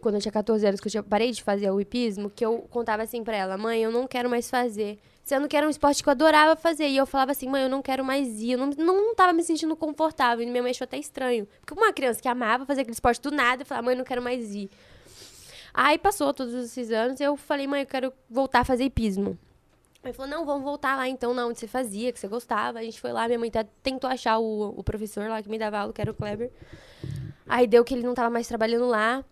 quando eu tinha 14 anos, que eu tinha- parei de fazer o hipismo, que eu contava assim pra ela: mãe, eu não quero mais fazer. Sendo que era um esporte que eu adorava fazer. E eu falava assim, mãe, eu não quero mais ir. Eu não, não tava me sentindo confortável. E minha mãe achou até estranho. Porque uma criança que amava fazer aquele esporte do nada, eu falava, mãe, eu não quero mais ir. Aí passou todos esses anos, eu falei, mãe, eu quero voltar a fazer hipismo. Ele falou, não, vamos voltar lá então, na onde você fazia, que você gostava. A gente foi lá, minha mãe até tentou achar o, o professor lá que me dava aula, que era o Kleber. Aí deu que ele não tava mais trabalhando lá.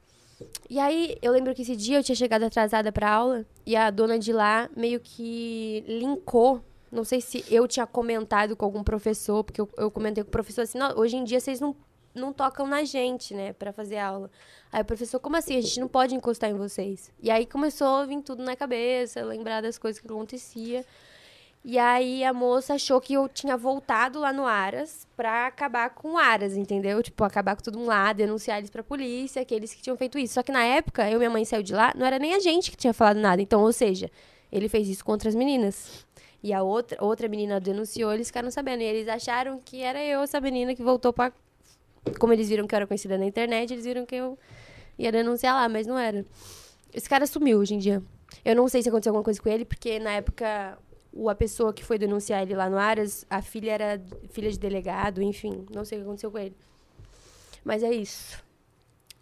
E aí, eu lembro que esse dia eu tinha chegado atrasada pra aula e a dona de lá meio que linkou. Não sei se eu tinha comentado com algum professor, porque eu, eu comentei com o professor assim: "Não, hoje em dia vocês não, não tocam na gente, né, pra fazer aula. Aí o professor, como assim? A gente não pode encostar em vocês. E aí começou a vir tudo na cabeça, lembrar das coisas que acontecia. E aí a moça achou que eu tinha voltado lá no Aras pra acabar com o Aras, entendeu? Tipo, acabar com todo mundo lá, denunciar eles pra polícia, aqueles que tinham feito isso. Só que na época, eu e minha mãe saiu de lá, não era nem a gente que tinha falado nada. Então, ou seja, ele fez isso contra as meninas. E a outra, outra menina denunciou, eles ficaram sabendo. E eles acharam que era eu, essa menina que voltou pra. Como eles viram que eu era conhecida na internet, eles viram que eu ia denunciar lá, mas não era. Esse cara sumiu hoje em dia. Eu não sei se aconteceu alguma coisa com ele, porque na época o- a pessoa que foi denunciar ele lá no Aras, a filha era d- filha de delegado, enfim, não sei o que aconteceu com ele. Mas é isso.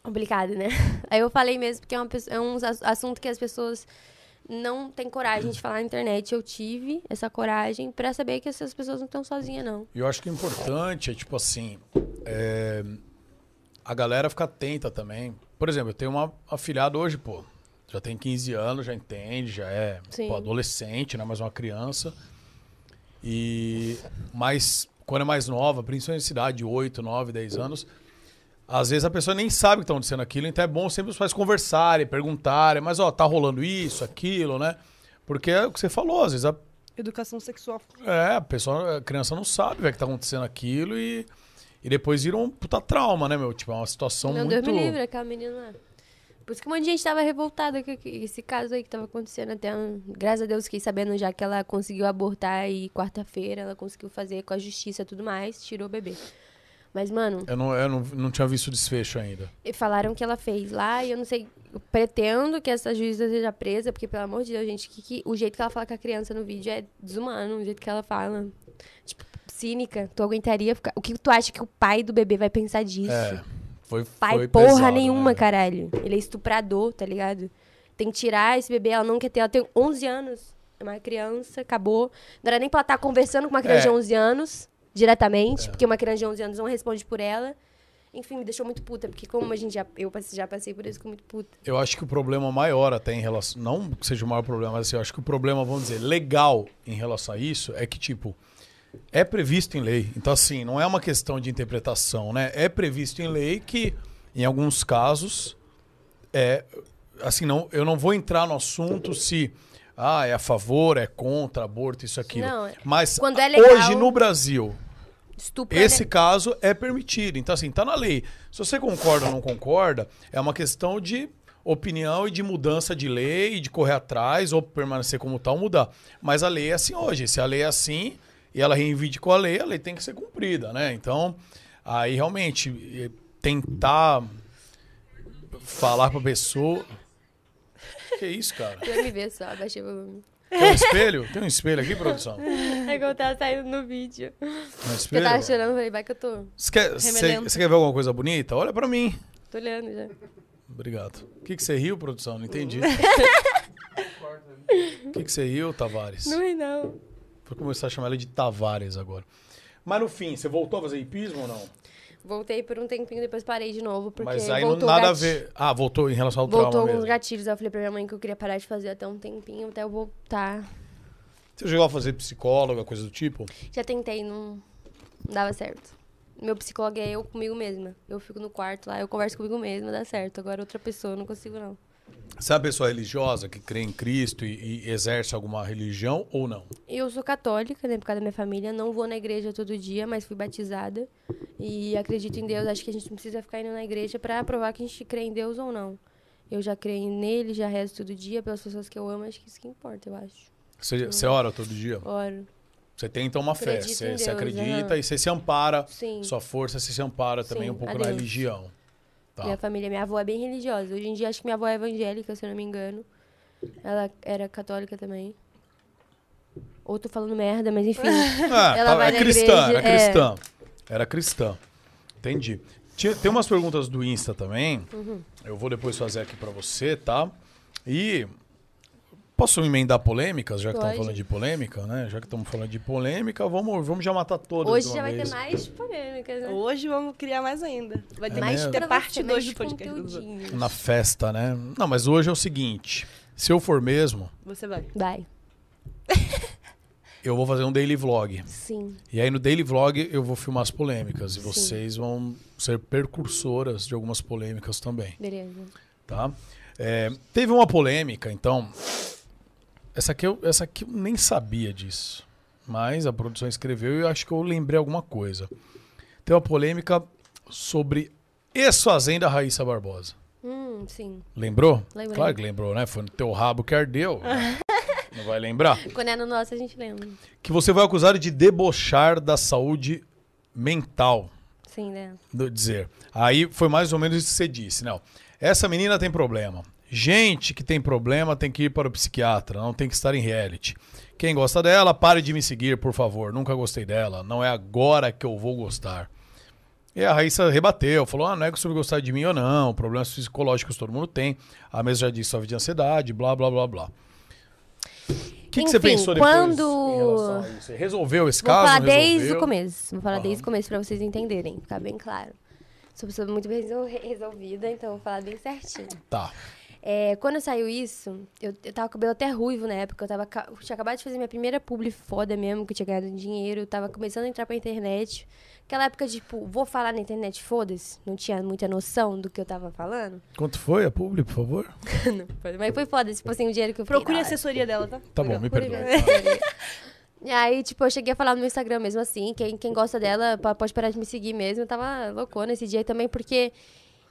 Complicado, né? Aí eu falei mesmo porque é, uma, pesso- é um ass- assunto que as pessoas não têm coragem de falar na internet. Eu tive essa coragem pra saber que essas pessoas não estão sozinhas, não. E eu acho que o importante é, tipo assim, é, a galera fica atenta também. Por exemplo, eu tenho uma afilhada hoje, pô, já tem 15 anos, já entende, já é Sim. pô, adolescente, não é mais uma criança. E mas quando é mais nova, principalmente em cidade, 8, 9, 10 anos, às vezes a pessoa nem sabe que está acontecendo aquilo, então é bom sempre os pais conversarem, perguntarem, mas ó, tá rolando isso, aquilo, né? Porque é o que você falou, às vezes a educação sexual. É, a, pessoa, a criança não sabe velho, que tá acontecendo aquilo e, e depois vira um puta trauma, né, meu? Tipo, é uma situação Não, muito. Deus me livre, aquela menina lá. Por isso que um monte de gente tava revoltada com esse caso aí que tava acontecendo até. um- Graças a Deus fiquei sabendo já que ela conseguiu abortar e quarta-feira ela conseguiu fazer com a justiça e tudo mais, tirou o bebê. Mas, mano, Eu, não, eu não, não tinha visto o desfecho ainda. e falaram que ela fez lá e eu não sei. eu pretendo que essa juíza seja presa, porque, pelo amor de Deus, gente, que, que- o jeito que ela fala com a criança no vídeo é desumano, o jeito que ela fala. Tipo, cínica. Tu aguentaria ficar. O que tu acha que o pai do bebê vai pensar disso? É. Foi, pai foi porra pesado, nenhuma, né? caralho. Ele é estuprador, tá ligado? Tem que tirar esse bebê, ela não quer ter. Ela tem 11 anos. É uma criança, acabou. Não era nem pra ela estar conversando com uma criança É. de 11 anos, diretamente, porque uma criança de 11 anos não responde por ela. Enfim, me deixou muito puta, porque como a gente já, eu passe- já passei por isso, fico muito puta. Eu acho que o problema maior até em relação. Não que seja o maior problema, mas assim, eu acho que o problema, vamos dizer, legal em relação a isso é que, tipo, é previsto em lei. Então, assim, não é uma questão de interpretação, né? É previsto em lei que, em alguns casos, é. Assim, não, eu não vou entrar no assunto se. Ah, é a favor, é contra, aborto, isso, aquilo. Não, é- Mas quando é legal- hoje no Brasil, Estupro. esse né? caso é permitido. Então, assim, tá na lei. Se você concorda ou não concorda, é uma questão de opinião e de mudança de lei, de correr atrás ou permanecer como tal, mudar. Mas a lei é assim hoje. Se a lei é assim e ela reivindicou a lei, a lei tem que ser cumprida, né? Então, aí realmente, eh, tentar falar pra pessoa. Que isso, cara? Tu ia me ver só, abaixei o volume. Tem um espelho? Tem um espelho aqui, produção? É que eu tava saindo no vídeo. Tem um Eu espelho? tava chorando, falei, vai que eu tô. Você quer, você- Remelento. você quer ver alguma coisa bonita? Olha pra mim. Tô olhando já. Obrigado. O que, que você riu, produção? Não entendi. O que, que você riu, Tavares? Não é não. Vou começar a chamar ela de Tavares agora. Mas no fim, você voltou a fazer hipismo ou não? Voltei por um tempinho, depois parei de novo, porque Mas aí não voltou o nada a gatilho. ver. Ah, voltou em relação ao Voltou trauma alguns mesmo. gatilhos. Aí eu falei pra minha mãe que eu queria parar de fazer até um tempinho, até eu voltar. Você chegou a fazer psicóloga, coisa do tipo? Já tentei, não, não dava certo. Meu psicólogo é eu comigo mesma. Eu fico no quarto lá, eu converso comigo mesma, dá certo. Agora outra pessoa, eu não consigo não. Você é uma pessoa religiosa que crê em Cristo e, e exerce alguma religião ou não? E Eu sou católica, né, por causa da minha família. Não vou na igreja todo dia, mas fui batizada. E acredito em Deus. Acho que a gente não precisa ficar indo na igreja pra provar que a gente crê em Deus ou não. Eu já creio nele, já rezo todo dia pelas pessoas que eu amo. Acho que isso que importa, eu acho. Você, você ora todo dia? Oro. Você tem então uma fé. Hum. Acredito Você, em você Deus, acredita aham. e você se ampara. Sim. Sua força você se ampara também Sim, um pouco a na Deus. religião. Tá. Minha família, minha avó é bem religiosa. Hoje em dia acho que minha avó é evangélica, se eu não me engano. Ela era católica também. Ou tô falando merda, mas enfim. Ah, Ela tá, vai é na cristã, igreja, era é. cristã. Era cristã. Entendi. Tinha- tem umas perguntas do Insta também. Uhum. Eu vou depois fazer aqui pra você, tá? E posso emendar polêmicas, já que estamos Pode. falando de polêmica, né? Já que estamos falando de polêmica, vamos, vamos já matar todas. É. Hoje de uma já vai ter vez. mais polêmicas, né? Hoje vamos criar mais ainda. Vai ter mais É mesmo? ter pra parte você, 2 mais do podcast. conteúdinho. Na festa, né? Não, mas hoje é o seguinte. Se eu for mesmo, Você vai. Vai. eu vou fazer um daily vlog. Sim. E aí no daily vlog eu vou filmar as polêmicas. E vocês vão ser percursoras de algumas polêmicas também. Beleza. tá? É, teve uma polêmica, então. Essa aqui, eu, essa aqui eu nem sabia disso. Mas a produção escreveu e eu acho que eu lembrei alguma coisa. Tem uma polêmica sobre ex-fazenda Raíssa Barbosa. Hum, sim. Lembrou? Lembrei. Claro que lembrou, né? Foi no teu rabo que ardeu. Não vai lembrar. Quando é no nosso, a gente lembra. Que você vai acusar de debochar da saúde mental. Sim, né? do- dizer. Aí foi mais ou menos isso que você disse, não. Essa menina tem problema. Gente que tem problema tem que ir para o psiquiatra, não tem que estar em reality. Quem gosta dela, pare de me seguir, por favor. Nunca gostei dela. Não é agora que eu vou gostar. E a Raíssa rebateu, falou: ah, não é que sobre gostar de mim ou não, problemas psicológicos todo mundo tem. A mesa já disse sofre de ansiedade, blá, blá, blá, blá. O que, que você Enfim, pensou depois quando- em relação a isso? Você resolveu esse Vou caso? falar não desde o resolveu? começo. Vou falar Aham. desde o começo pra vocês entenderem, ficar bem claro. Sou pessoa muito bem resol- resolvida, então vou falar bem certinho. Tá. É, quando saiu isso, eu, eu tava com o cabelo até ruivo na época. Eu tava, ca- eu tinha acabado de fazer minha primeira publi foda mesmo, que eu tinha ganhado dinheiro. Eu tava começando a entrar pra internet. Aquela época, tipo, vou falar na internet, foda-se. Não tinha muita noção do que eu tava falando. Quanto foi a publi, por favor? Não, mas foi foda, tipo assim, o dinheiro que eu fiquei, Procure a "Nossa". assessoria dela, tá? Tá bom, me perdoe. Procure- E aí, tipo, eu cheguei a falar no meu Instagram mesmo assim. Quem, quem gosta dela po- pode parar de me seguir mesmo. Eu tava loucona esse dia aí também, porque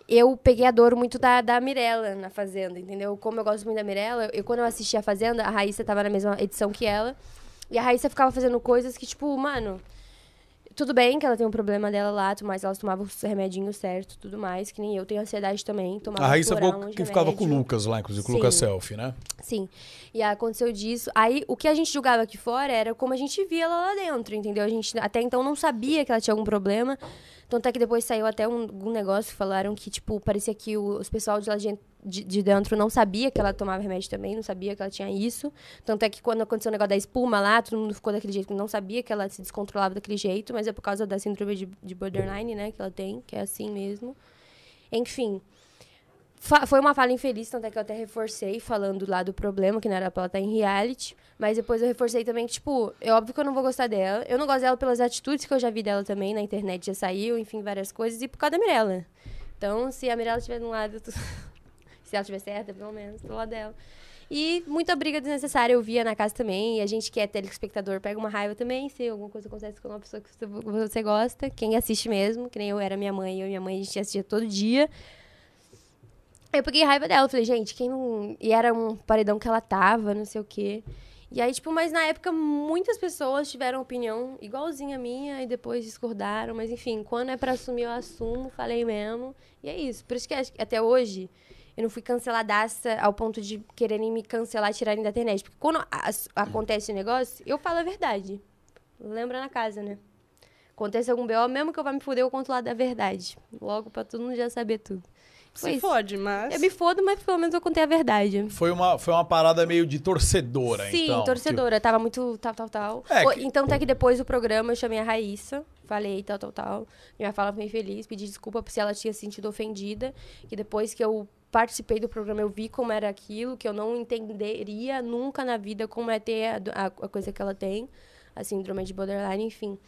eu peguei a dor muito da, da Mirella na Fazenda, entendeu? Como eu gosto muito da Mirella, eu, quando eu assisti a Fazenda, a Raíssa tava na mesma edição que ela. E a Raíssa ficava fazendo coisas que, tipo, mano. Tudo bem que ela tem um problema dela lá, tudo mais ela tomava os remedinhos certo, tudo mais, que nem eu tenho ansiedade também. Tomava A Raíssa Floral, ficou- uns que ficava com o remédios. Lucas lá, inclusive, com o Lucas um Sim. Selfie, né? Sim. E aí aconteceu disso. Aí o que a gente julgava aqui fora era como a gente via ela lá dentro, entendeu? A gente até então não sabia que ela tinha algum problema. Tanto é que depois saiu até um, um negócio que falaram que, tipo, parecia que o, os pessoal de lá de, de- de dentro não sabia que ela tomava remédio também, não sabia que ela tinha isso. Tanto é que quando aconteceu o negócio da espuma lá, todo mundo ficou daquele jeito, não sabia que ela se descontrolava daquele jeito, mas é por causa da síndrome de, de borderline, né, que ela tem, que é assim mesmo. Enfim. Fa- foi uma fala infeliz, tanto é que eu até reforcei falando lá do problema, que não era pra ela estar em reality. Mas depois eu reforcei também que, tipo, é óbvio que eu não vou gostar dela. Eu não gosto dela pelas atitudes que eu já vi dela também na internet, já saiu, enfim, várias coisas, e por causa da Mirella. Então, se a Mirella estiver de um lado, eu tô- se ela estiver certa, pelo menos, do lado dela. E muita briga desnecessária eu via na casa também. E a gente que é telespectador pega uma raiva também. Se alguma coisa acontece com uma pessoa que você- você gosta, quem assiste mesmo, que nem eu era minha mãe, eu e minha mãe a gente assistia todo dia. Aí Eu peguei raiva dela, falei, gente, quem não. E era um paredão que ela tava, não sei o quê. E aí, tipo, mas na época muitas pessoas tiveram opinião igualzinha a minha e depois discordaram, mas enfim, quando é pra assumir, eu assumo, falei mesmo. E é isso. Por isso que acho que até hoje eu não fui canceladaça ao ponto de quererem me cancelar, tirarem da internet. Porque quando a- acontece o negócio, eu falo a verdade. Lembra na casa, né? Acontece algum BO, mesmo que eu vá me fuder, eu conto lá da verdade. Logo pra todo mundo já saber tudo. Foi Se isso. fode, mas. Eu me fodo, mas pelo menos eu contei a verdade. Foi uma, foi uma parada meio de torcedora, Sim, então. torcedora. Tava muito tal, tal, tal. É Ou- que- Então, até que depois do programa eu chamei a Raíssa, falei tal, tal, tal. Minha fala foi infeliz, pedi desculpa se ela tinha se sentido ofendida. Que depois que eu participei do programa, eu vi como era aquilo, que eu não entenderia nunca na vida como é ter a, do- a- a coisa que ela tem, a síndrome de borderline, enfim.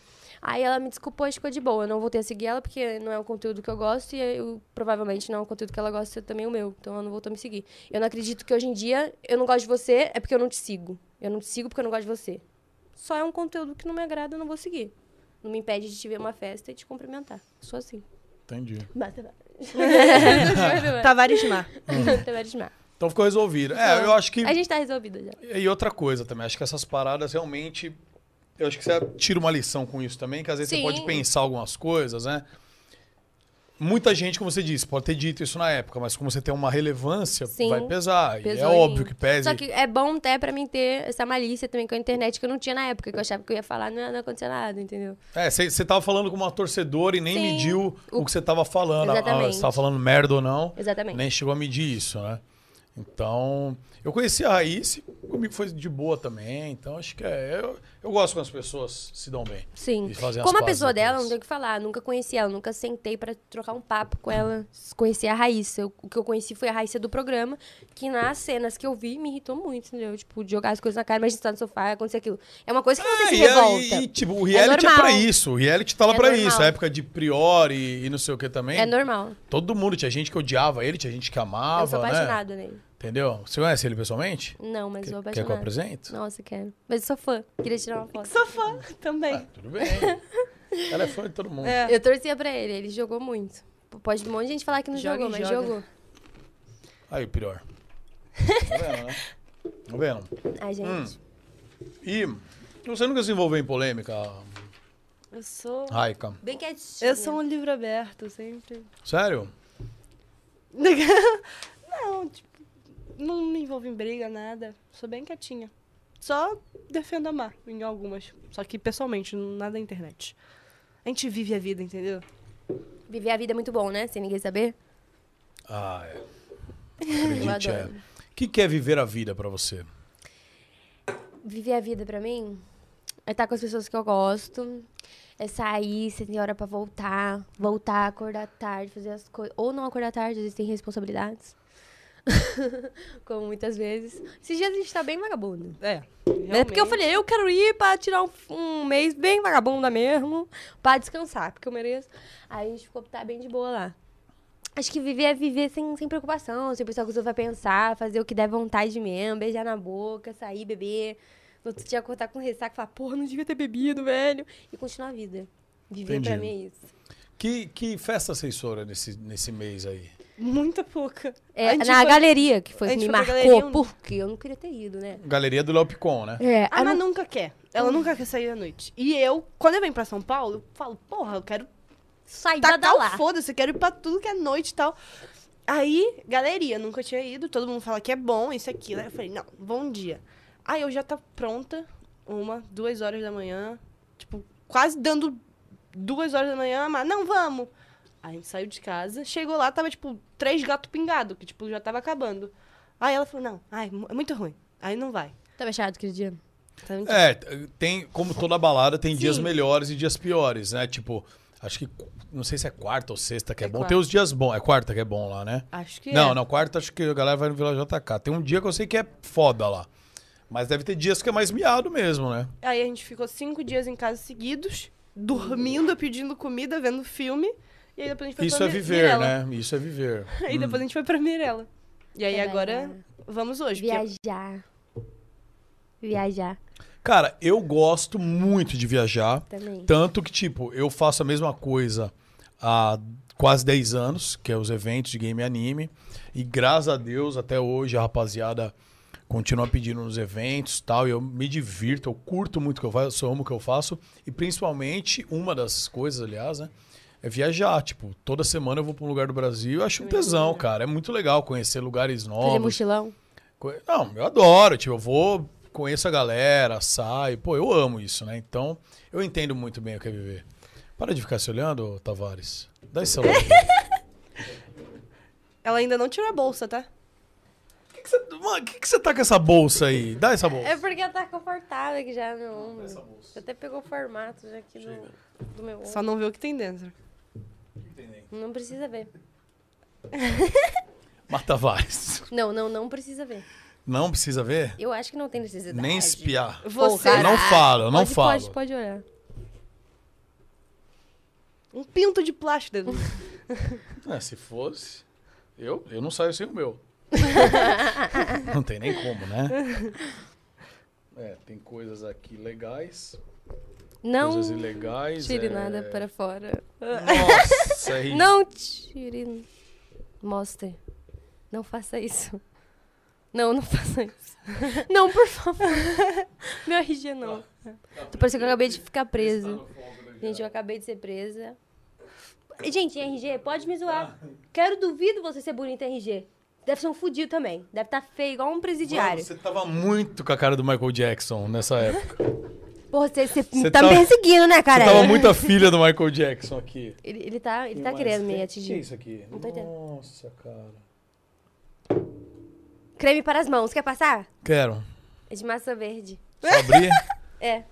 Aí ela me desculpou e ficou de boa. Eu não voltei a seguir ela porque não é o conteúdo que eu gosto e eu, provavelmente não é o conteúdo que ela gosta também o meu. Então ela não voltou a me seguir. Eu não acredito que hoje em dia eu não gosto de você é porque eu não te sigo. Eu não te sigo porque eu não gosto de você. Só é um conteúdo que não me agrada, eu não vou seguir. Não me impede de te ver uma festa e te cumprimentar. Sou assim. Tipo, entendi. Basta. Tavarismar. Então ficou resolvido. É, eu acho que. A gente tá resolvida já. E outra coisa também, acho que essas paradas realmente. Eu acho que você tira uma lição com isso também, que às vezes você Sim. pode pensar algumas coisas, né? Muita gente, como você disse, pode ter dito isso na época, mas como você tem uma relevância, Sim. vai pesar. e é Pesou em óbvio mim. que pese. Só que é bom até pra mim ter essa malícia também com a internet que eu não tinha na época, que eu achava que eu ia falar, não, não acontecia nada, entendeu? É, você você tava falando com uma torcedora e nem Sim. mediu o que você tava falando. Ah, Exatamente. você tava falando merda ou não. Exatamente. Nem chegou a medir isso, né? Então, eu conheci a Raíssa, e comigo foi de boa também. Então, acho que é. Eu, eu gosto quando as pessoas se dão bem. Sim. E fazem as Como a pazes pessoa dela, depois. não tem o que falar. Nunca conheci ela, nunca sentei pra trocar um papo com ela. Conheci a Raíssa. Eu- o que eu conheci foi a Raíssa do programa, que nas cenas que eu vi me irritou muito, entendeu? Tipo, de jogar as coisas na cara, mas de estar no sofá, acontecer aquilo. É uma coisa que você É, se e, é- revolta. e, tipo, o reality é, normal. pra isso. O reality tá lá É pra normal. isso. A época de Priori e não sei o que também. É normal. Todo mundo. Tinha gente que odiava ele, tinha gente que amava. eu sou né? apaixonada nele. Entendeu? Você conhece ele pessoalmente? Não, mas eu sou Quer apaixonada. que eu apresente? Nossa, quero. Mas eu sou fã. Queria tirar uma foto. Sou fã também. Tudo bem. Ela é fã de todo mundo. É. Eu torcia pra ele, ele jogou muito. Pode um monte de gente falar que não Joga e jogou, mas joga. jogou. Aí, pior. Tá vendo, né? Tá vendo? Ai, gente. Hum. E você nunca se envolveu em polêmica, Eu sou. Raika? Bem quietinho. Eu sou um livro aberto, sempre. Sério? Não, tipo, não me envolvo em briga, nada. Sou bem quietinha. Só defendo a Mar em algumas. Só que pessoalmente, nada na internet. A gente vive a vida, entendeu? Viver a vida é muito bom, né? Sem ninguém saber. Ah, é. Acredite, Eu é. adoro. O que que é viver a vida pra você? Viver a vida pra mim é estar com as pessoas que eu gosto. É sair, se tem hora pra voltar. Voltar, acordar tarde, fazer as coisas. Ou não acordar tarde, às vezes tem responsabilidades. Como muitas vezes. Esses dias a gente tá bem vagabundo. É. Né? Porque eu falei, eu quero ir pra tirar um, um mês bem vagabunda mesmo, pra descansar, porque eu mereço. Aí a gente ficou tá bem de boa lá. Acho que viver é viver sem, sem preocupação, sem pensar o que os outros vão pensar, fazer o que der vontade mesmo, beijar na boca, sair, beber, No outro dia acordar com ressaca e falar, porra, não devia ter bebido, velho. E continuar a vida. Viver Entendi. pra mim é isso. Que, que festa vocês foram nesse, nesse mês aí? Muita pouca. A É, gente na foi- galeria, que foi a que gente me foi pra marcou, galeria, porque eu não queria ter ido, né? Galeria do Léo Picon, né? É, A Ana Ah, nunca quer. Ela nunca quer sair à noite. E eu, quando eu venho pra São Paulo, eu falo, porra, eu quero saída da tacar lá. o Tá foda-se, eu quero ir pra tudo que é noite e tal. Aí, galeria, nunca tinha ido, todo mundo fala que é bom, isso e aquilo. Aí eu falei, não, bom dia. Aí eu já tá pronta, uma, duas horas da manhã, tipo, quase dando duas horas da manhã, mas não, vamos. Aí a gente saiu de casa, chegou lá, tava, tipo, três gatos pingados, que, tipo, já tava acabando. Aí ela falou, não, ai, mu- é muito ruim, aí não vai. Tava chato aquele dia. Tá mentindo. É, tem, como toda balada, tem dias Sim. melhores e dias piores, né? Tipo, acho que, não sei se é quarta ou sexta que é, É bom. quarta. Tem os dias bons, é quarta que é bom lá, né? Acho que Não, é. não, quarta acho que a galera vai no Vila JK. Tem um dia que eu sei que é foda lá. Mas deve ter dias que é mais miado mesmo, né? Aí a gente ficou cinco dias em casa seguidos, dormindo, pedindo comida, vendo filme. E aí depois a gente foi Isso pra é Mi- viver, Mirella. né? Isso é viver. Aí depois a gente foi pra Mirella. E aí Trabalhar. agora vamos hoje. é porque- Viajar. Viajar Cara, eu gosto muito de viajar. também. Tanto que, tipo, eu faço a mesma coisa há quase 10 anos, que é os eventos de game e anime. E graças a Deus, até hoje, a rapaziada continua pedindo nos eventos e tal. E eu me divirto, eu curto muito o que eu faço, eu amo o que eu faço. E principalmente, uma das coisas, aliás, né? É viajar, tipo, toda semana eu vou pra um lugar do Brasil, eu acho um tesão, cara. É muito legal conhecer lugares Fazer novos. mochilão. Co- Não, eu adoro, tipo, eu vou, conheço a galera, saio, pô, eu amo isso, né? Então, eu entendo muito bem o que é viver. Para de ficar se olhando, ô, Tavares. Dá esse celular. aqui. Ela ainda não tirou a bolsa, tá? que que você, mano, o que, que você tá com essa bolsa aí? Dá essa bolsa. É porque ela tá confortável aqui já no ombro. Até pegou o formato já aqui do, do meu ombro. Só não vê o que tem dentro. Não precisa ver. Mas Tavares, Não, não, não precisa ver. não precisa ver? Eu acho que não tem necessidade. Nem espiar. Você. Eu não falo, eu não pode, falo. Pode, pode olhar. Um pinto de plástico dentro. É, se fosse, eu, eu não saio sem o meu. não tem nem como, né? É, tem coisas aqui legais, Não coisas ilegais. tire é... nada para fora. Nossa, é isso. Não tire. Mostre. Não faça isso. Não, não faça isso. Não, por favor. Meu RG Tá. não. Tu parece que eu acabei de ficar presa. Gente, eu acabei de ser presa. Gente, RG, pode me zoar. Ah. Quero duvido você ser bonita, RG. Deve ser um fudido também. Deve estar feio, igual um presidiário. Você tava muito com a cara do Michael Jackson nessa época. Porra, você, você Você tá tava- me perseguindo, né, Você cara? tava muito a filha do Michael Jackson aqui. Ele, ele tá, ele tá querendo me Que é atingir. isso aqui? tô entendendo. Nossa, cara. Creme para as mãos, quer passar? Quero. É de massa verde. Só abrir. É.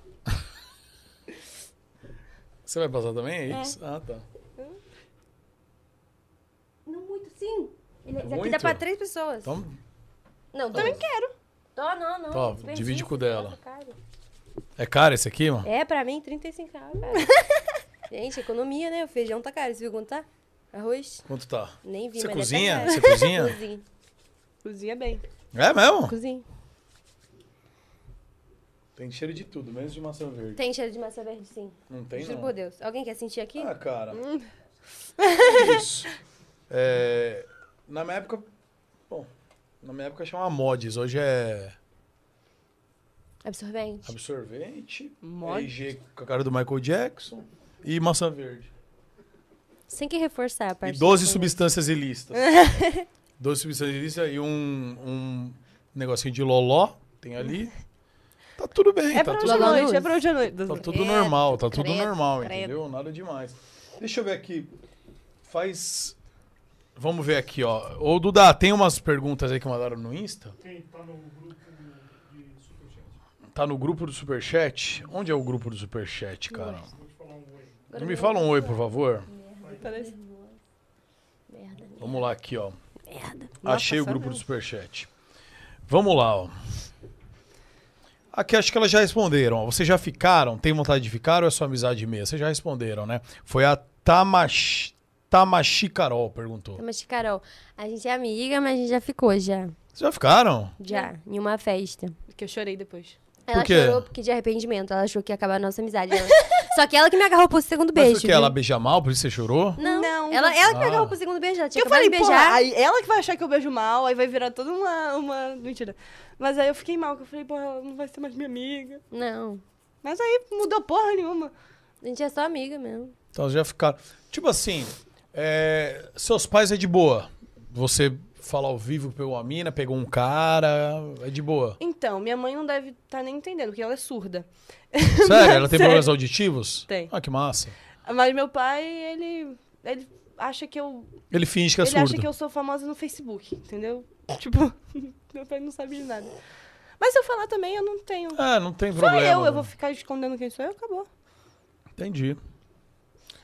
Você vai passar também? É isso? Ah, tá. Não muito, sim. Ele, isso aqui Muito? dá pra três pessoas. Então, Não, também quero. Tô, não, não. Tá, desperdício, divide com o tá dela. caro. é caro esse aqui, mano? É, pra mim, 35 reais, cara. Gente, economia, né? O feijão tá caro. Você viu quanto tá? Arroz? Quanto tá? Nem vi, Você mas cozinha? deve Você tá caro. cozinha? Cozinho. Cozinha bem. É mesmo? Cozinho. Tem cheiro de tudo, menos de maçã verde. Tem cheiro de massa verde, sim. Não tem, Juro não. por Deus. Alguém quer sentir aqui? Hum. Ah, cara. Isso. É, na minha época. Bom, na minha época chamava mods. Hoje é Absorvente. absorvente. Mod? RG com a cara do Michael Jackson. E maçã verde. Sem que reforçar a E parte. 12 da- substâncias ilícitas. 12 substâncias ilícitas e um, um negocinho de loló. Tem ali. Tá tudo bem, É tá pra tudo hoje à Lala noite, é Luz. pra hoje à noite. Tá tudo Credo, normal, tá tudo credo, normal, credo. entendeu? Nada demais. Deixa eu ver aqui. Faz. Vamos ver aqui, ó. Ô, Duda, tem umas perguntas aí que mandaram no Insta? Tem, tá no grupo do Superchat. Tá no grupo do Superchat? Onde é o grupo do Superchat, cara? Agora Não me eu- fala um oi, por favor. Parece- Merda, merda, Vamos lá aqui, ó. merda. Achei o só grupo não. do Superchat. Vamos lá, ó. Aqui acho que elas já responderam. ó. Vocês já ficaram? Tem vontade de ficar ou é só amizade mesmo? Vocês já responderam, né? Foi a Tamashi, Tamashi Carol perguntou. Mas, Carol, a gente é amiga, mas a gente já ficou já. Vocês já ficaram? Já, em uma festa. Que eu chorei depois. Ela Por quê? chorou porque de arrependimento. Ela achou que ia acabar a nossa amizade. Ela- Só que ela que me agarrou pro segundo Mas beijo. o que? viu? Ela beija mal, por isso você chorou? Não, Não, ela, ela que me Ah. agarrou pro segundo beijo. Ela tinha Eu acabado falei, de porra, beijar. aí ela que vai achar que eu beijo mal, aí vai virar toda uma, uma... Mentira. Mas aí eu fiquei mal, que eu falei, porra, ela não vai ser mais minha amiga. Não, Mas aí mudou porra nenhuma. a gente é só amiga mesmo. Então já ficaram. Tipo assim, é, seus pais é de boa. Você fala ao vivo, pegou uma mina, pegou um cara, é de boa. Então, minha mãe não deve estar nem entendendo, porque ela é surda. Sério? Ela tem Sério. problemas auditivos? Tem. Ah, que massa. Mas meu pai, ele... Ele acha que eu... Ele finge que é ele surdo. acha que eu sou famosa no Facebook, entendeu? Tipo, meu pai não sabe de nada. Mas se eu falar também, eu não tenho... É, não tem Só problema. eu, eu né? vou ficar escondendo quem sou eu, acabou. Entendi.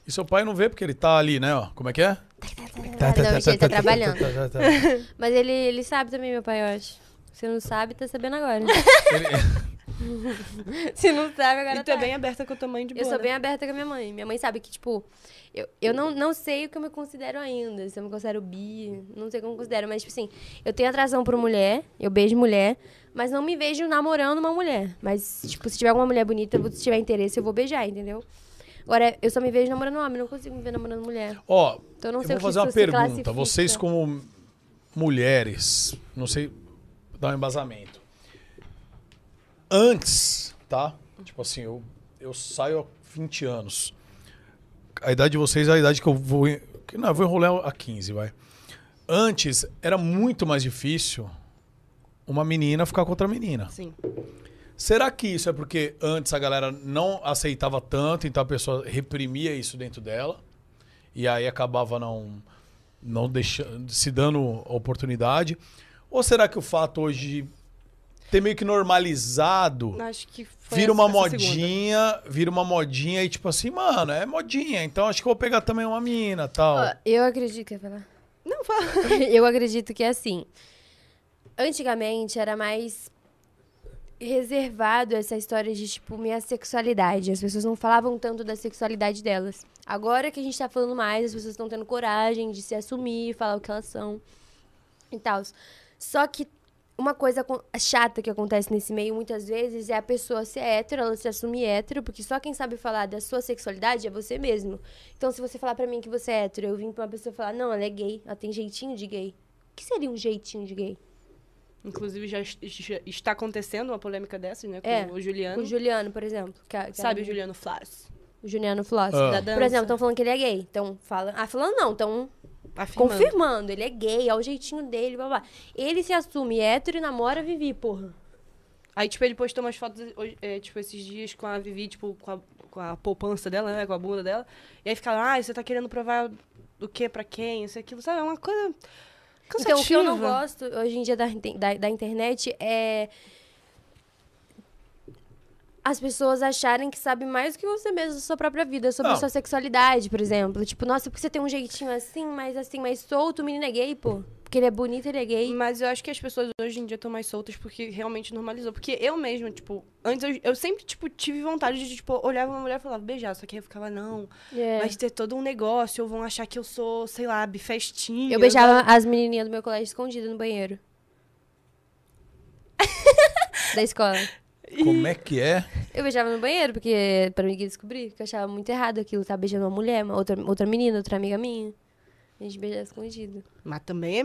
E seu pai não vê porque ele tá ali, né? Ó, como é que é? Tá, tá, tá, tá, tá trabalhando. Tá, tá, tá. Mas ele, ele sabe também, meu pai, eu acho. Se não sabe, tá sabendo agora. Se não sabe, agora E tu tá. é bem aberta com a tua mãe de boa, Eu sou né? bem aberta com a minha mãe. Minha mãe sabe que, tipo, eu, eu não, não sei o que eu me considero ainda. Se eu me considero bi, não sei como eu me considero. Mas, tipo assim, eu tenho atração por mulher, eu beijo mulher, mas não me vejo namorando uma mulher. Mas, tipo, se tiver alguma mulher bonita, se tiver interesse, eu vou beijar, entendeu? Agora, eu só me vejo namorando homem, não consigo me ver namorando mulher. Ó, Então eu não eu sei vou o que fazer uma isso se pergunta. classifica. Vocês como mulheres, não sei, dar um embasamento. Antes, tá? Tipo assim, eu, eu saio há 20 anos. A idade de vocês é a idade que eu vou... en- que- Não, eu vou enrolar a 15, vai. Antes, era muito mais difícil uma menina ficar com outra menina. Sim. Será que isso é porque antes a galera não aceitava tanto, então a pessoa reprimia isso dentro dela e aí acabava não não deixando, se dando a oportunidade? Ou será que o fato hoje de ter meio que normalizado Acho que foi vira essa- uma essa segunda. modinha, vira uma modinha e tipo assim, mano, é modinha, então acho que eu vou pegar também uma mina, tal. Ah, Ó, eu acredito. Quer falar? Não, fala. eu acredito que é assim. Antigamente era mais reservado essa história de, tipo, minha sexualidade. As pessoas não falavam tanto da sexualidade delas. Agora que a gente tá falando mais, as pessoas estão tendo coragem de se assumir, falar o que elas são e tal. Só que uma coisa acon- chata que acontece nesse meio muitas vezes é a pessoa ser hétero, ela se assumir hétero, porque só quem sabe falar da sua sexualidade é você mesmo. Então, se você falar pra mim que você é hétero, eu vim pra uma pessoa falar, não, ela é gay, ela tem jeitinho de gay. O que seria um jeitinho de gay? Inclusive, já, es- já está acontecendo uma polêmica dessas, né? Com É, o Juliano. O Juliano, por exemplo. que a- que a- Sabe o Juliano Flávio? O Juliano Floss. Ah. Da Por dança. exemplo, estão falando que ele é gay. Então, fala... Ah, falando não, estão Afirmando. confirmando. Ele é gay, é o jeitinho dele, blá, blá. blá. Ele se assume hétero e namora Vivi, porra. Aí, tipo, ele postou umas fotos, hoje- é, tipo, esses dias com a Vivi, tipo, com a, com a poupança dela, né? Com a bunda dela. E aí ficaram, ah, você tá querendo provar o que pra quem, isso e aquilo, sabe? É uma coisa cansativa. Então, o que eu não gosto hoje em dia da, inte- da, da internet é. As pessoas acharem que sabem mais do que você mesmo da sua própria vida, sobre Não. sua sexualidade, por exemplo. Tipo, nossa, porque você tem um jeitinho assim, mas assim, mais solto, o menino é gay, pô. Porque ele é bonito, ele é gay. Mas eu acho que as pessoas hoje em dia estão mais soltas porque realmente normalizou. Porque eu mesma, tipo, antes eu, eu sempre, tipo, tive vontade de, tipo, olhar uma mulher e falava, beijar. Só que aí eu ficava, não, É. vai ter todo um negócio, ou vão achar que eu sou, sei lá, bifestinha. Eu beijava as menininhas do meu colégio escondido no banheiro. da escola. Como é que é? Eu beijava no banheiro, porque pra ninguém descobrir, porque eu achava muito errado aquilo, tá beijando uma mulher, uma outra, outra menina, outra amiga minha. A gente beijava escondido. Mas também é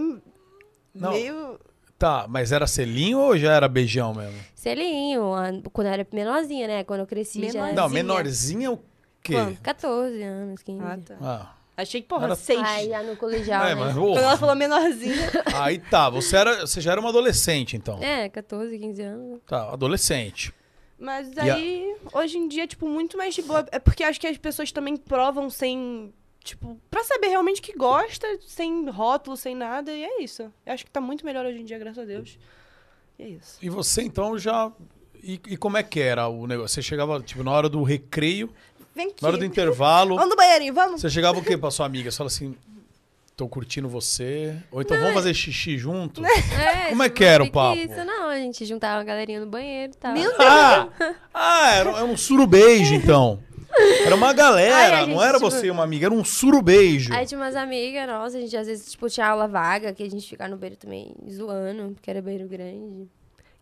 Não. meio... Tá, mas era selinho ou já era beijão mesmo? Selinho, a- quando eu era menorzinha, né? Quando eu cresci já. Menorzinha. Não, menorzinha é o quê? Quando? 14 anos, 15. Ah, tá. Ah. Achei que, porra, Era- seis. Ai, já no colegial, né? É, mas, Tá, Quando porra. ela falou menorzinha. Aí tá, você, era, você já era uma adolescente, então. É, 14, 15 anos. Tá, adolescente. Mas E a- aí, hoje em dia, tipo, muito mais de boa. É porque acho que as pessoas também provam sem... Tipo, pra saber realmente que gosta, sem rótulo, sem nada. E é isso. Eu acho que tá muito melhor hoje em dia, graças a Deus. E é isso. E você, então, já... E, e como é que era o negócio? Você chegava, tipo, na hora do recreio, Vem aqui. na hora do intervalo, Ah, Vamos no banheirinho, vamos. você chegava o quê pra sua amiga? Você fala assim, tô curtindo você, ou então vamos fazer xixi junto? É, Como é tipo, que era o fica papo? Isso não, a gente juntava uma galerinha no banheiro e tal. Ah, ah era, era um surubeijo, então. Era uma galera, Ai, a gente, não era tipo- você e uma amiga, era um surubeijo. Aí tinha umas amigas, nossa, a gente às vezes, tipo, tinha aula vaga, que a gente ficava no banheiro também zoando, porque era banheiro grande.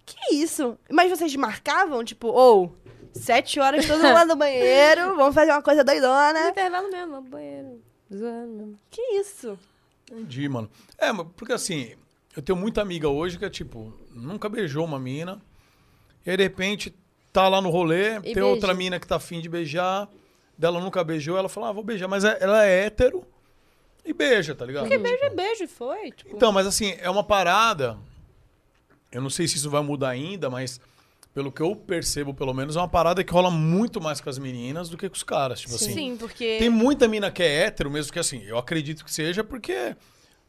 Que isso? Mas vocês marcavam, tipo, ou sete horas todo mundo lá no banheiro, vamos fazer uma coisa No Ah. doidona. intervalo mesmo, no banheiro. Zoando mesmo. Que isso? Entendi, mano. É, mas porque assim, eu tenho muita amiga hoje que é tipo, nunca beijou uma mina. E aí, de repente, tá lá no rolê, tem beija. outra mina que tá afim de beijar, dela nunca beijou, ela fala, ah, vou beijar. Mas é- ela é hétero e beija, tá ligado? Porque beijo é beijo, e foi. Tipo, Então, mas assim, é uma parada. Eu não sei se isso vai mudar ainda, mas pelo que eu percebo, pelo menos, é uma parada que rola muito mais com as meninas do que com os caras. Tipo assim. sim, porque. Tem muita mina que é hétero, mesmo que assim, eu acredito que seja porque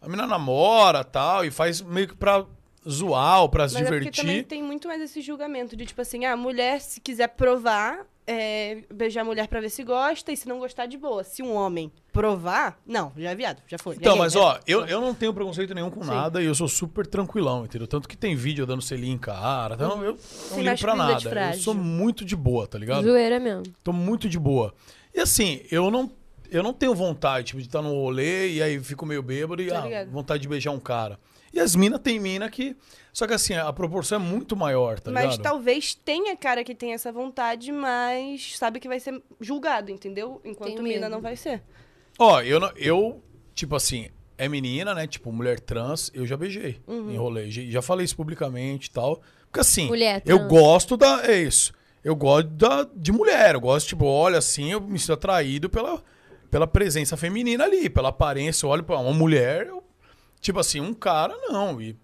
a mina namora tal, e faz meio que pra zoar ou pra se Mas é porque divertir. também tem muito mais esse julgamento de tipo assim, ah, mulher se quiser provar, é, beijar a mulher pra ver se gosta e se não gostar de boa. Se um homem provar, não, já é viado, já foi. já é Então, gay, mas né? ó, eu, eu não tenho preconceito nenhum com nada e eu sou super tranquilão, entendeu? Tanto que tem vídeo eu dando selinho em cara, Uhum. então eu não ligo pra masculinidade nada. Eu frágil. sou muito de boa, tá ligado? Zoeira mesmo. Tô muito de boa. E assim, eu não, eu não tenho vontade tipo, de estar num rolê e aí fico meio bêbado e Tá ah, ligado. vontade de beijar um cara. E as minas tem mina que. Só que assim, a proporção é muito maior, tá mas ligado? talvez tenha cara que tenha essa vontade, mas sabe que vai ser julgado, entendeu? Enquanto Tem mina medo. não vai ser. Ó, eu, não- eu, tipo assim, é menina, né? Tipo, mulher trans, eu já beijei. Uhum. Enrolei. Já- Já falei isso publicamente e tal. Porque assim, Mulher eu trans. gosto da. É isso. Eu gosto da, de mulher. Eu gosto, tipo, olha assim, eu me sinto atraído pela, pela presença feminina ali, pela aparência. Eu olho pra uma mulher, eu- tipo assim, um cara, não. E.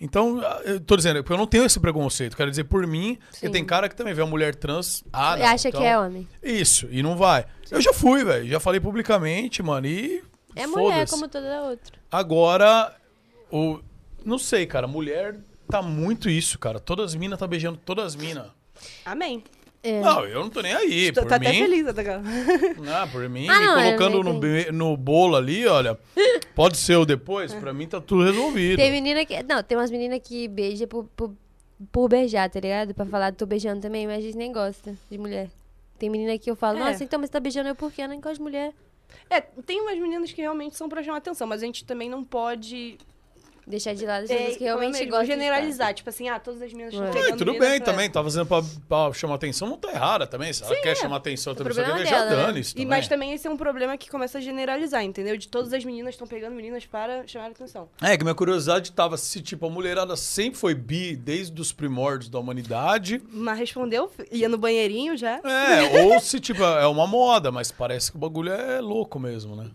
Então, ah, eu tô dizendo, porque eu não tenho esse preconceito. Quero dizer, por mim, porque Sim. tem cara que também vê uma mulher trans. Ah, não, Acha então- que é homem. isso, e não vai. Eu já fui, velho. Já falei publicamente, mano. E. É mulher foda-se. como toda outra. Agora, o. Não sei, cara. Mulher tá muito isso, cara. Todas as minas tá beijando todas as minas. Amém. É. tá Não, eu não tô nem aí. Tô, por tô mim. até feliz, Atacama. Ah, por mim, Ah, não, me é, colocando não no, be- no bolo ali, olha. Pode ser o depois, pra mim tá tudo resolvido. Tem menina que. Não, tem umas meninas que beija por, por, por beijar, tá ligado? Pra falar, tô beijando também, mas a gente nem gosta de mulher. Tem menina que eu falo, É. nossa, então, mas você tá beijando eu por quê? Eu nem gosto de mulher. É, tem umas meninas que realmente são pra chamar atenção, mas a gente também não pode Deixar de lado as é, pessoas que realmente mesmo, gostam. de generalizar. Tipo assim, ah, todas as meninas estão É. Ah, e pegando tudo mina bem pra- também, tá fazendo pra, pra chamar atenção, não tá errada também. Se ela quer chamar atenção, outra é. O pessoa quer problema beijar, dela, né? dane-se. E, também. mas também esse é um problema que começa a generalizar, entendeu? De todas as meninas estão pegando meninas para chamar atenção. É, que minha curiosidade tava se, tipo, a mulherada sempre foi bi desde os primórdios da humanidade. Mas respondeu, ia no banheirinho já. É, ou se, tipo, é uma moda, mas parece que o bagulho é louco mesmo, né?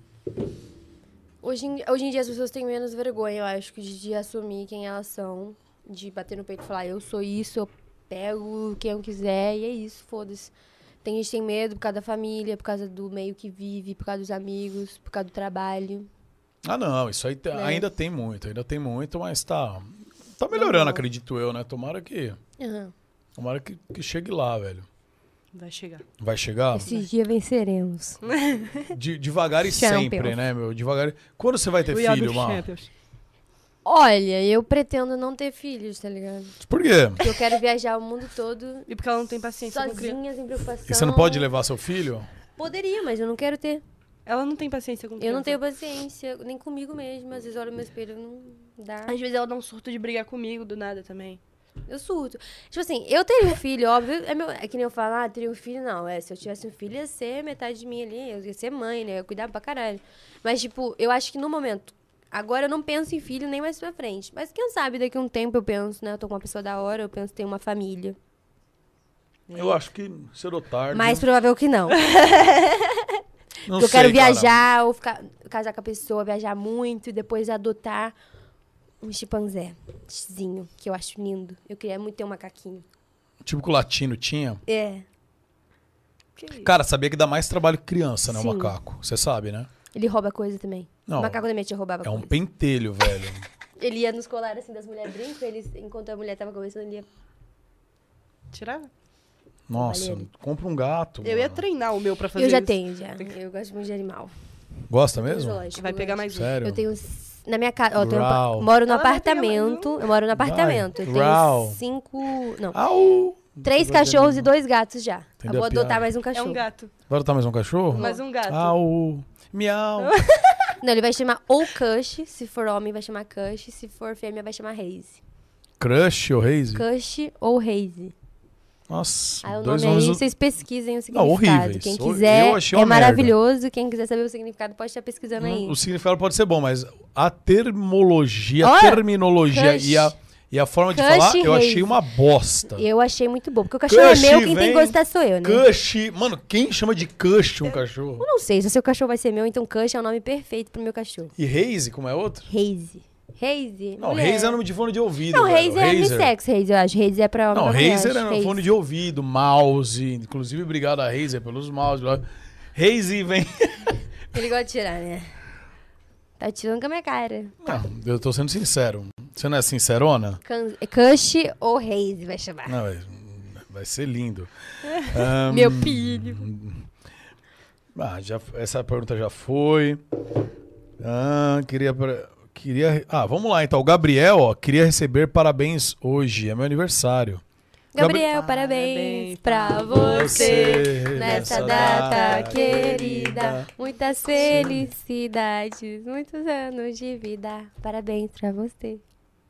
Hoje em, hoje em dia as pessoas têm menos vergonha, eu acho, que de, de assumir quem elas são, de bater no peito e falar, eu sou isso, eu pego quem eu quiser, e é isso, foda-se. Tem gente que tem medo por causa da família, por causa do meio que vive, por causa dos amigos, por causa do trabalho. Ah, não, isso aí te- É. ainda tem muito, ainda tem muito, mas tá, tá melhorando, acredito eu, né? Tomara que, tomara que, que chegue lá, velho. Vai chegar. Vai chegar? Esse dia venceremos. De- devagar e Champions. sempre, né, meu? Devagar. e- Quando você vai ter We are filho, the Mar? champions. Olha, eu pretendo não ter filhos, tá ligado? Por quê? Porque eu quero viajar o mundo todo E porque ela não tem paciência com criança. sozinha, sem preocupação. E você não pode levar seu filho? Poderia, mas eu não quero ter. Ela não tem paciência com criança. Eu não tenho paciência, nem comigo mesmo. Às vezes eu olho no meu espelho não dá. Às vezes ela dá um surto de brigar comigo do nada também. Eu surto. Tipo assim, eu teria um filho, óbvio. É, meu, é que nem eu falo, ah, teria um filho, não. É, se eu tivesse um filho, ia ser metade de mim ali. Eu ia ser mãe, né? Eu ia cuidar pra caralho. Mas, tipo, eu acho que no momento. Agora eu não penso em filho nem mais pra frente. Mas quem sabe daqui a um tempo eu penso, né? Eu tô com uma pessoa da hora, eu penso em ter uma família. Eu acho que cedo ou tarde. Mais provável que não. não Porque eu quero sei, cara. viajar ou ficar, casar com a pessoa, viajar muito e depois adotar um chimpanzézinho, que eu acho lindo. Eu queria muito ter um macaquinho. Tipo que o latino tinha. É. Cara, sabia que dá mais trabalho que criança, né, o Sim. macaco? Você sabe, né? Ele rouba coisa também. Não. O macaco da minha tia roubava É um coisa. pentelho, velho. Ele ia nos colares assim das mulheres brinco, ele, enquanto a mulher tava conversando, ele ia. Tirava? Nossa, Trabalheiro. compra um gato. Eu ia mano. treinar o meu pra fazer Eu já isso. tenho, já. Eu gosto muito de animal. Gosta mesmo? Zoológico, Vai eu pegar gosto. mais um. Sério? Eu tenho. s- Na minha casa. Ó, eu tenho um pa- Rau. moro no Ela vai pegar mais um. apartamento. Eu moro no apartamento. Eu tenho Rau. cinco. Não. Ah, Au! Três cachorros e dois gatos já. Eu Entendeu vou a piada? adotar mais um É cachorro. um gato. Vai adotar mais um cachorro? Mais um gato. Ah, Au! Miau! Não, ele vai chamar ou Cush, se for homem vai chamar Cush, se for fêmea vai chamar Reise. Crush ou Haze? Cush ou Haze. Nossa, Aí Ah, o dois nome é aí, nomes. vocês pesquisem o Não, significado. horríveis. Quem Hor- quiser, eu achei é uma merda. maravilhoso. Quem quiser saber o significado, pode estar pesquisando aí. O significado pode ser bom, mas a termologia, a Olha, terminologia crush. e a, e a forma de Crush falar, eu Haze. achei uma bosta. Eu achei muito bom, porque o cachorro Cush é meu, quem tem vem- que gostar sou eu, né? Cush. Mano, quem chama de cush um cachorro? Não sei, se o seu cachorro vai ser meu, então Cush é o nome perfeito pro meu cachorro. E Haze, como é outro? Haze. Haze. Não, mulher. Razer é nome de fone de ouvido. Não, velho. Haze é Razer. unissex, Haze, eu acho. Haze é pra homem Não, pra mulher, Razer acho. é fone de ouvido, mouse. Inclusive, obrigado a Razer pelos mouse. Razer vem. Ele gosta de tirar, né? Tá tirando com a minha cara. Não, eu tô sendo sincero. Você não é sincerona? Can- Cush ou Haze vai chamar. Não, vai- vai ser lindo. Meu filho. Ah, já, essa pergunta já foi. Ah, queria, pra- queria. Ah, vamos lá então. O Gabriel, ó, queria receber parabéns hoje. É meu aniversário. Gabriel, parabéns, pra você. você Nessa nessa data data querida, querida. muitas felicidades, muitos anos de vida. Parabéns pra você,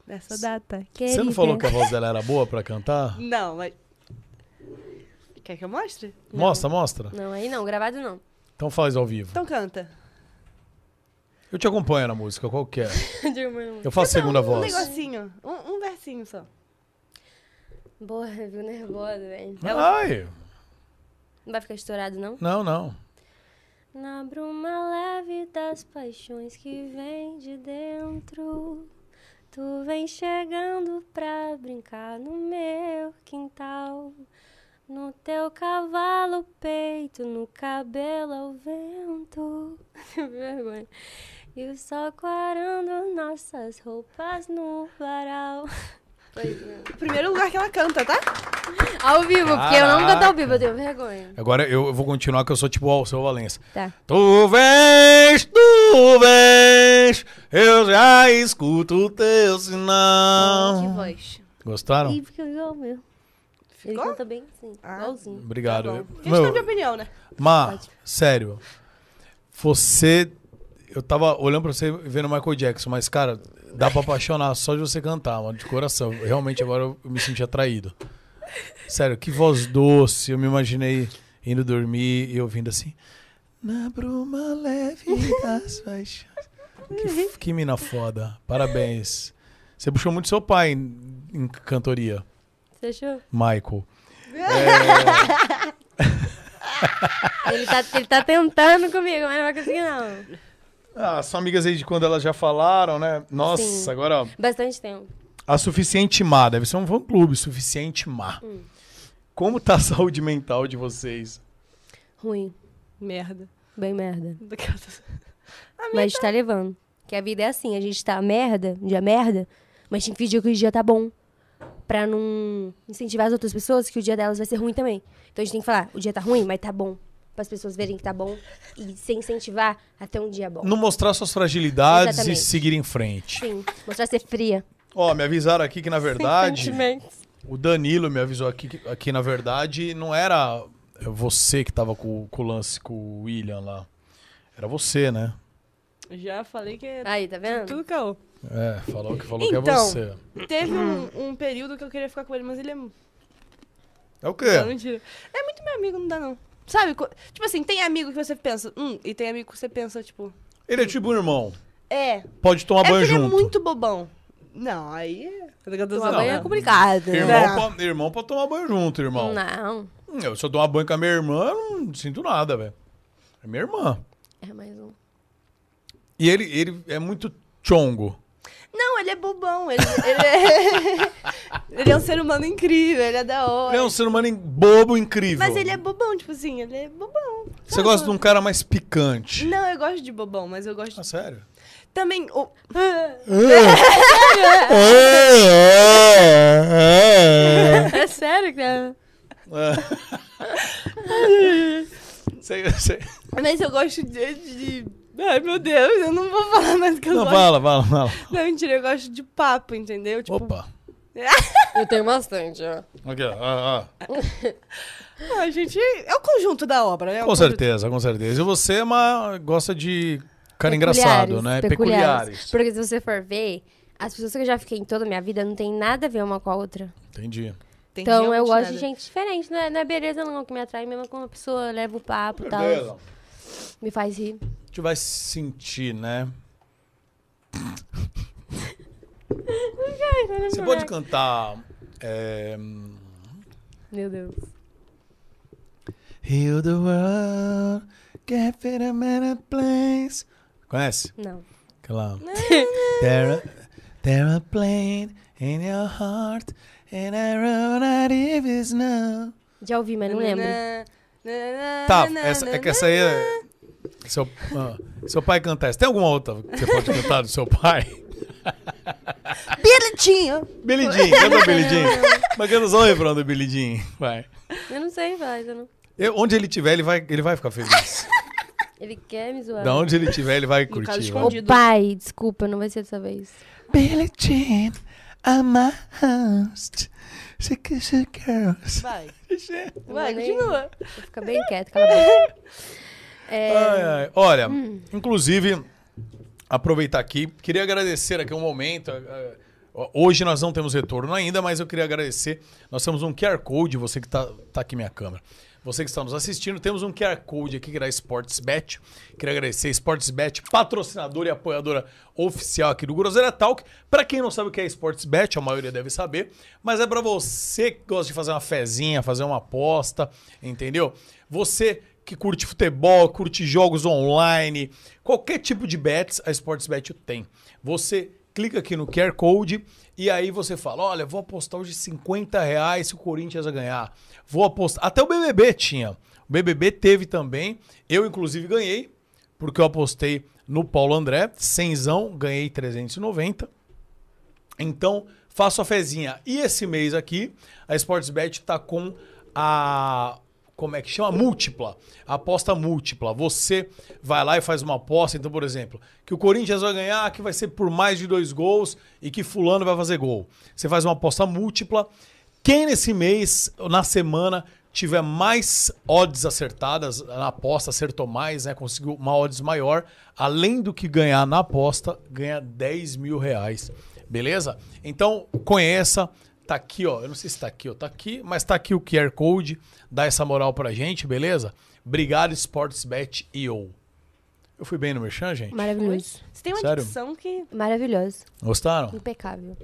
Nessa data. querida. Você não falou que a voz dela era boa pra cantar? Não, mas. Quer que eu mostre? Mostra, mostra. Não, aí não, gravado não. Então faz ao vivo. Então canta. Eu te acompanho na música, qualquer. De uma- Eu faço segunda Um voz. negocinho. Um, um versinho só. Boa, viu? Nervosa, velho. Ai, Não vai ficar estourado, não? não, não. Na bruma leve das paixões que vem de dentro, tu vem chegando pra brincar no meu quintal. No teu cavalo, peito, no cabelo ao vento. Que vergonha. E o sol quarando nossas roupas no varal. Pois não. Primeiro lugar que ela canta, tá? Ao vivo, porque eu não canto Caraca. ao vivo, eu tenho vergonha. Agora eu eu vou continuar que eu sou tipo o seu Valença. Tá. Tu vens, tu vens, eu já escuto o teu Que sinal. voz. Gostaram? Ih, porque igual o meu. Ele Ficou? canta bem assim, Ah. igualzinho. Obrigado. Questão de Meu, opinião, né? Ma, sério. Você. Eu tava olhando pra você e vendo Michael Jackson, mas, cara, dá pra apaixonar só de você cantar, mano, de coração. Realmente agora eu me senti atraído. Sério, que voz doce. Eu me imaginei indo dormir e ouvindo assim. Na bruma leve das paixões. Que, que mina foda. Parabéns. Você puxou muito seu pai em, em cantoria, Você achou? Michael. Ele tá, ele tá tentando comigo, mas não vai conseguir, não. Ah, são amigas aí de quando elas já falaram, né? Nossa, Sim. agora. ó, Bastante tempo. A Suficiente Má, deve ser um fã clube, Suficiente Má. Hum. Como tá a saúde mental de vocês? Ruim. Merda. Bem merda. Daquelas- Mas tá levando. Que a vida é assim, a gente tá merda, um dia merda, mas tem que fingir que o dia tá bom. Pra não incentivar as outras pessoas que o dia delas vai ser ruim também. Então a gente tem que falar, o dia tá ruim, mas tá bom. Para as pessoas verem que tá bom e se incentivar até um dia bom. Não mostrar suas fragilidades Exatamente. e seguir em frente. Sim, mostrar ser fria. Ó, me avisaram aqui que, na verdade, Sentimentos. o Danilo me avisou aqui que, aqui, na verdade, não era você que tava com, com o lance com o William lá. Era você, né? Já falei que é Aí, tá vendo? tudo caô. É, falou que falou que é Então. você. Teve um, um período que eu queria ficar com ele, mas ele é. É o Não, quê? mentira. É muito meu amigo, não dá não. Sabe? co- Tipo assim, tem amigo que você pensa, hum, e tem amigo que você pensa, tipo, Ele é tipo um irmão. é. Pode tomar é banho porque ele é junto. muito bobão. Não, aí é. Tomar Não, banho é complicado. né? Irmão, pra- irmão pode tomar banho junto, irmão. Não, Hum, Eu, se eu tomar banho com a minha irmã, eu não sinto nada, velho. É minha irmã. é mais um. E ele, ele é muito chongo. Não, ele é bobão. Ele, ele é... ele é um ser humano incrível, ele é da hora. Ele é um ser humano in- bobo incrível. Mas ele é bobão, tipo assim, ele é bobão. Você gosta de um cara mais picante. Não, eu gosto de bobão, mas eu gosto Ah, sério? também. o- É sério, cara? Sei, sei. Mas eu gosto de, de- Ai, meu Deus, eu não vou falar mais que eu Não, gosto. fala, fala, fala. Não, mentira, eu gosto de papo, entendeu? Tipo, Opa. Eu tenho bastante, ó. Aqui, ó, ó, ó. a gente. É o conjunto da obra, né? O Com conjunto- certeza, com certeza. E você é uma- gosta de cara engraçado, né? Peculiares. Porque se você for ver, As pessoas que eu já fiquei em toda a minha vida não tem nada a ver uma com a outra. Entendi. Tem Então eu realmente gosto nada. de gente diferente, não é, não é beleza não que me atrai, mesmo quando a pessoa leva o papo e tal, Beleza. me faz rir. A gente vai sentir, né? Você pode cantar. é, é. Meu Deus. Heal the world, get fit a better place. Conhece? Não. Aquela. there, are- there are plane in your heart, and I run out if it's now. Já ouvi, mas não lembro. é. Na, na, na, Tá, na, essa, é na, que essa aí é. Seu, ah, seu pai cantar essa. Tem alguma outra que você pode cantar do seu pai? Billy Jean. Billy Jean, canta Billy Jean. Mas canta só o refrão do Billy Jean. Vai. Eu não sei falar isso, não. Eu- onde ele tiver, ele vai, ele vai ficar feliz. Ele quer me zoar. da onde ele tiver, ele vai caso, curtir. vai. escondido. Ô pai, desculpa, não vai ser dessa vez. Billie Jean, I'm a host. Sick girls. Vai, Não vai, vou nem- continua. Vou ficar bem quieto, cala a boca. É, Ai, ai. Olha, inclusive, aproveitar aqui, queria agradecer aqui um momento. eh, eh, Hoje nós não temos retorno ainda, mas eu queria agradecer. Nós temos um QR Code, você que está tá aqui minha câmera. Você que está nos assistindo, temos um QR Code aqui que é da Sportsbet. Queria agradecer a Sportsbet, patrocinadora e apoiadora oficial aqui do Groselha Talk. Para quem não sabe o que é Sportsbet, a maioria deve saber, mas é para você que gosta de fazer uma fezinha, fazer uma aposta, entendeu? Você que curte futebol, curte jogos online, qualquer tipo de bets, a Sportsbet tem. Você clica aqui no QR Code e aí você fala, olha, vou apostar hoje 50 reais se o Corinthians vai ganhar. Vou apostar... Até o BBB tinha. O BBB teve também. Eu, inclusive, ganhei, porque eu apostei no Paulo André, cenzão, ganhei 390. Então, faço a fezinha. E esse mês aqui, a Sportsbet tá com a. Como é que chama? Múltipla. A aposta múltipla. Você vai lá e faz uma aposta. Então, por exemplo, que o Corinthians vai ganhar, que vai ser por mais de dois gols e que Fulano vai fazer gol. Você faz uma aposta múltipla. Quem nesse mês, ou na semana, tiver mais odds acertadas, na aposta acertou mais, né? Conseguiu uma odds maior, além do que ganhar na aposta, ganha 10 mil reais. Beleza? Então, conheça. Tá aqui, ó. Eu não sei se tá aqui, ó. Tá aqui, mas tá aqui o QR Code. Dá essa moral pra gente, beleza? Obrigado, Sportsbet EO. Eu fui bem no merchan, gente? maravilhoso. Você tem uma Sério? dicção que... Maravilhoso. Gostaram? Impecável.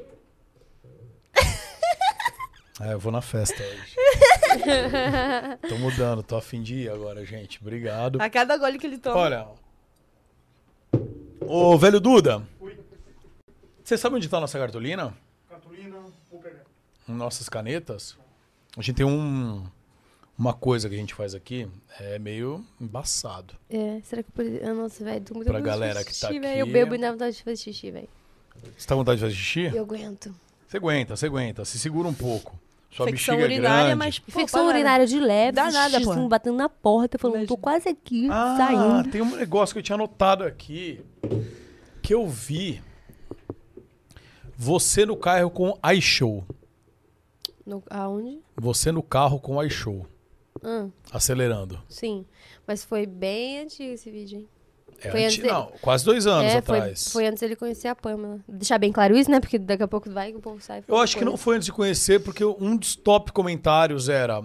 Ah, eu vou na festa hoje. tô mudando, tô afim de ir agora, gente. Obrigado. A cada gole que ele toma. Olha. Ô, velho Duda. Você sabe onde tá a nossa cartolina? Cartolina, Nossas canetas? A gente tem um. Uma coisa que a gente faz aqui é meio embaçado. É, será que eu poderia... Ah, Nossa, velho, tô muito Pra com vontade de galera fazer que tá xixi, velho. aqui. Eu bebo e dá vontade de fazer xixi, velho. Você tá com vontade de fazer xixi? Eu aguento. Você aguenta, você aguenta. Se segura um pouco. Sua Infecção bexiga é urinária, grande. mas... pô, Infecção para. urinária de leve, Dá nada, xixi, pô. assim, batendo na porta, falando, tô quase aqui, Ah, saindo. tem um negócio que eu tinha anotado aqui. Que eu vi. Você no carro com iShow. No- aonde? Você no carro com o iShow. Ah, Acelerando. sim. Mas foi bem antigo esse vídeo, hein? É Foi anti- antes- Não, quase dois anos é, foi, atrás. foi antes ele conhecer a Pamela. Deixar bem claro isso, né? Porque daqui a pouco vai que o povo sai. Eu acho que não foi antes de conhecer, porque um dos top comentários era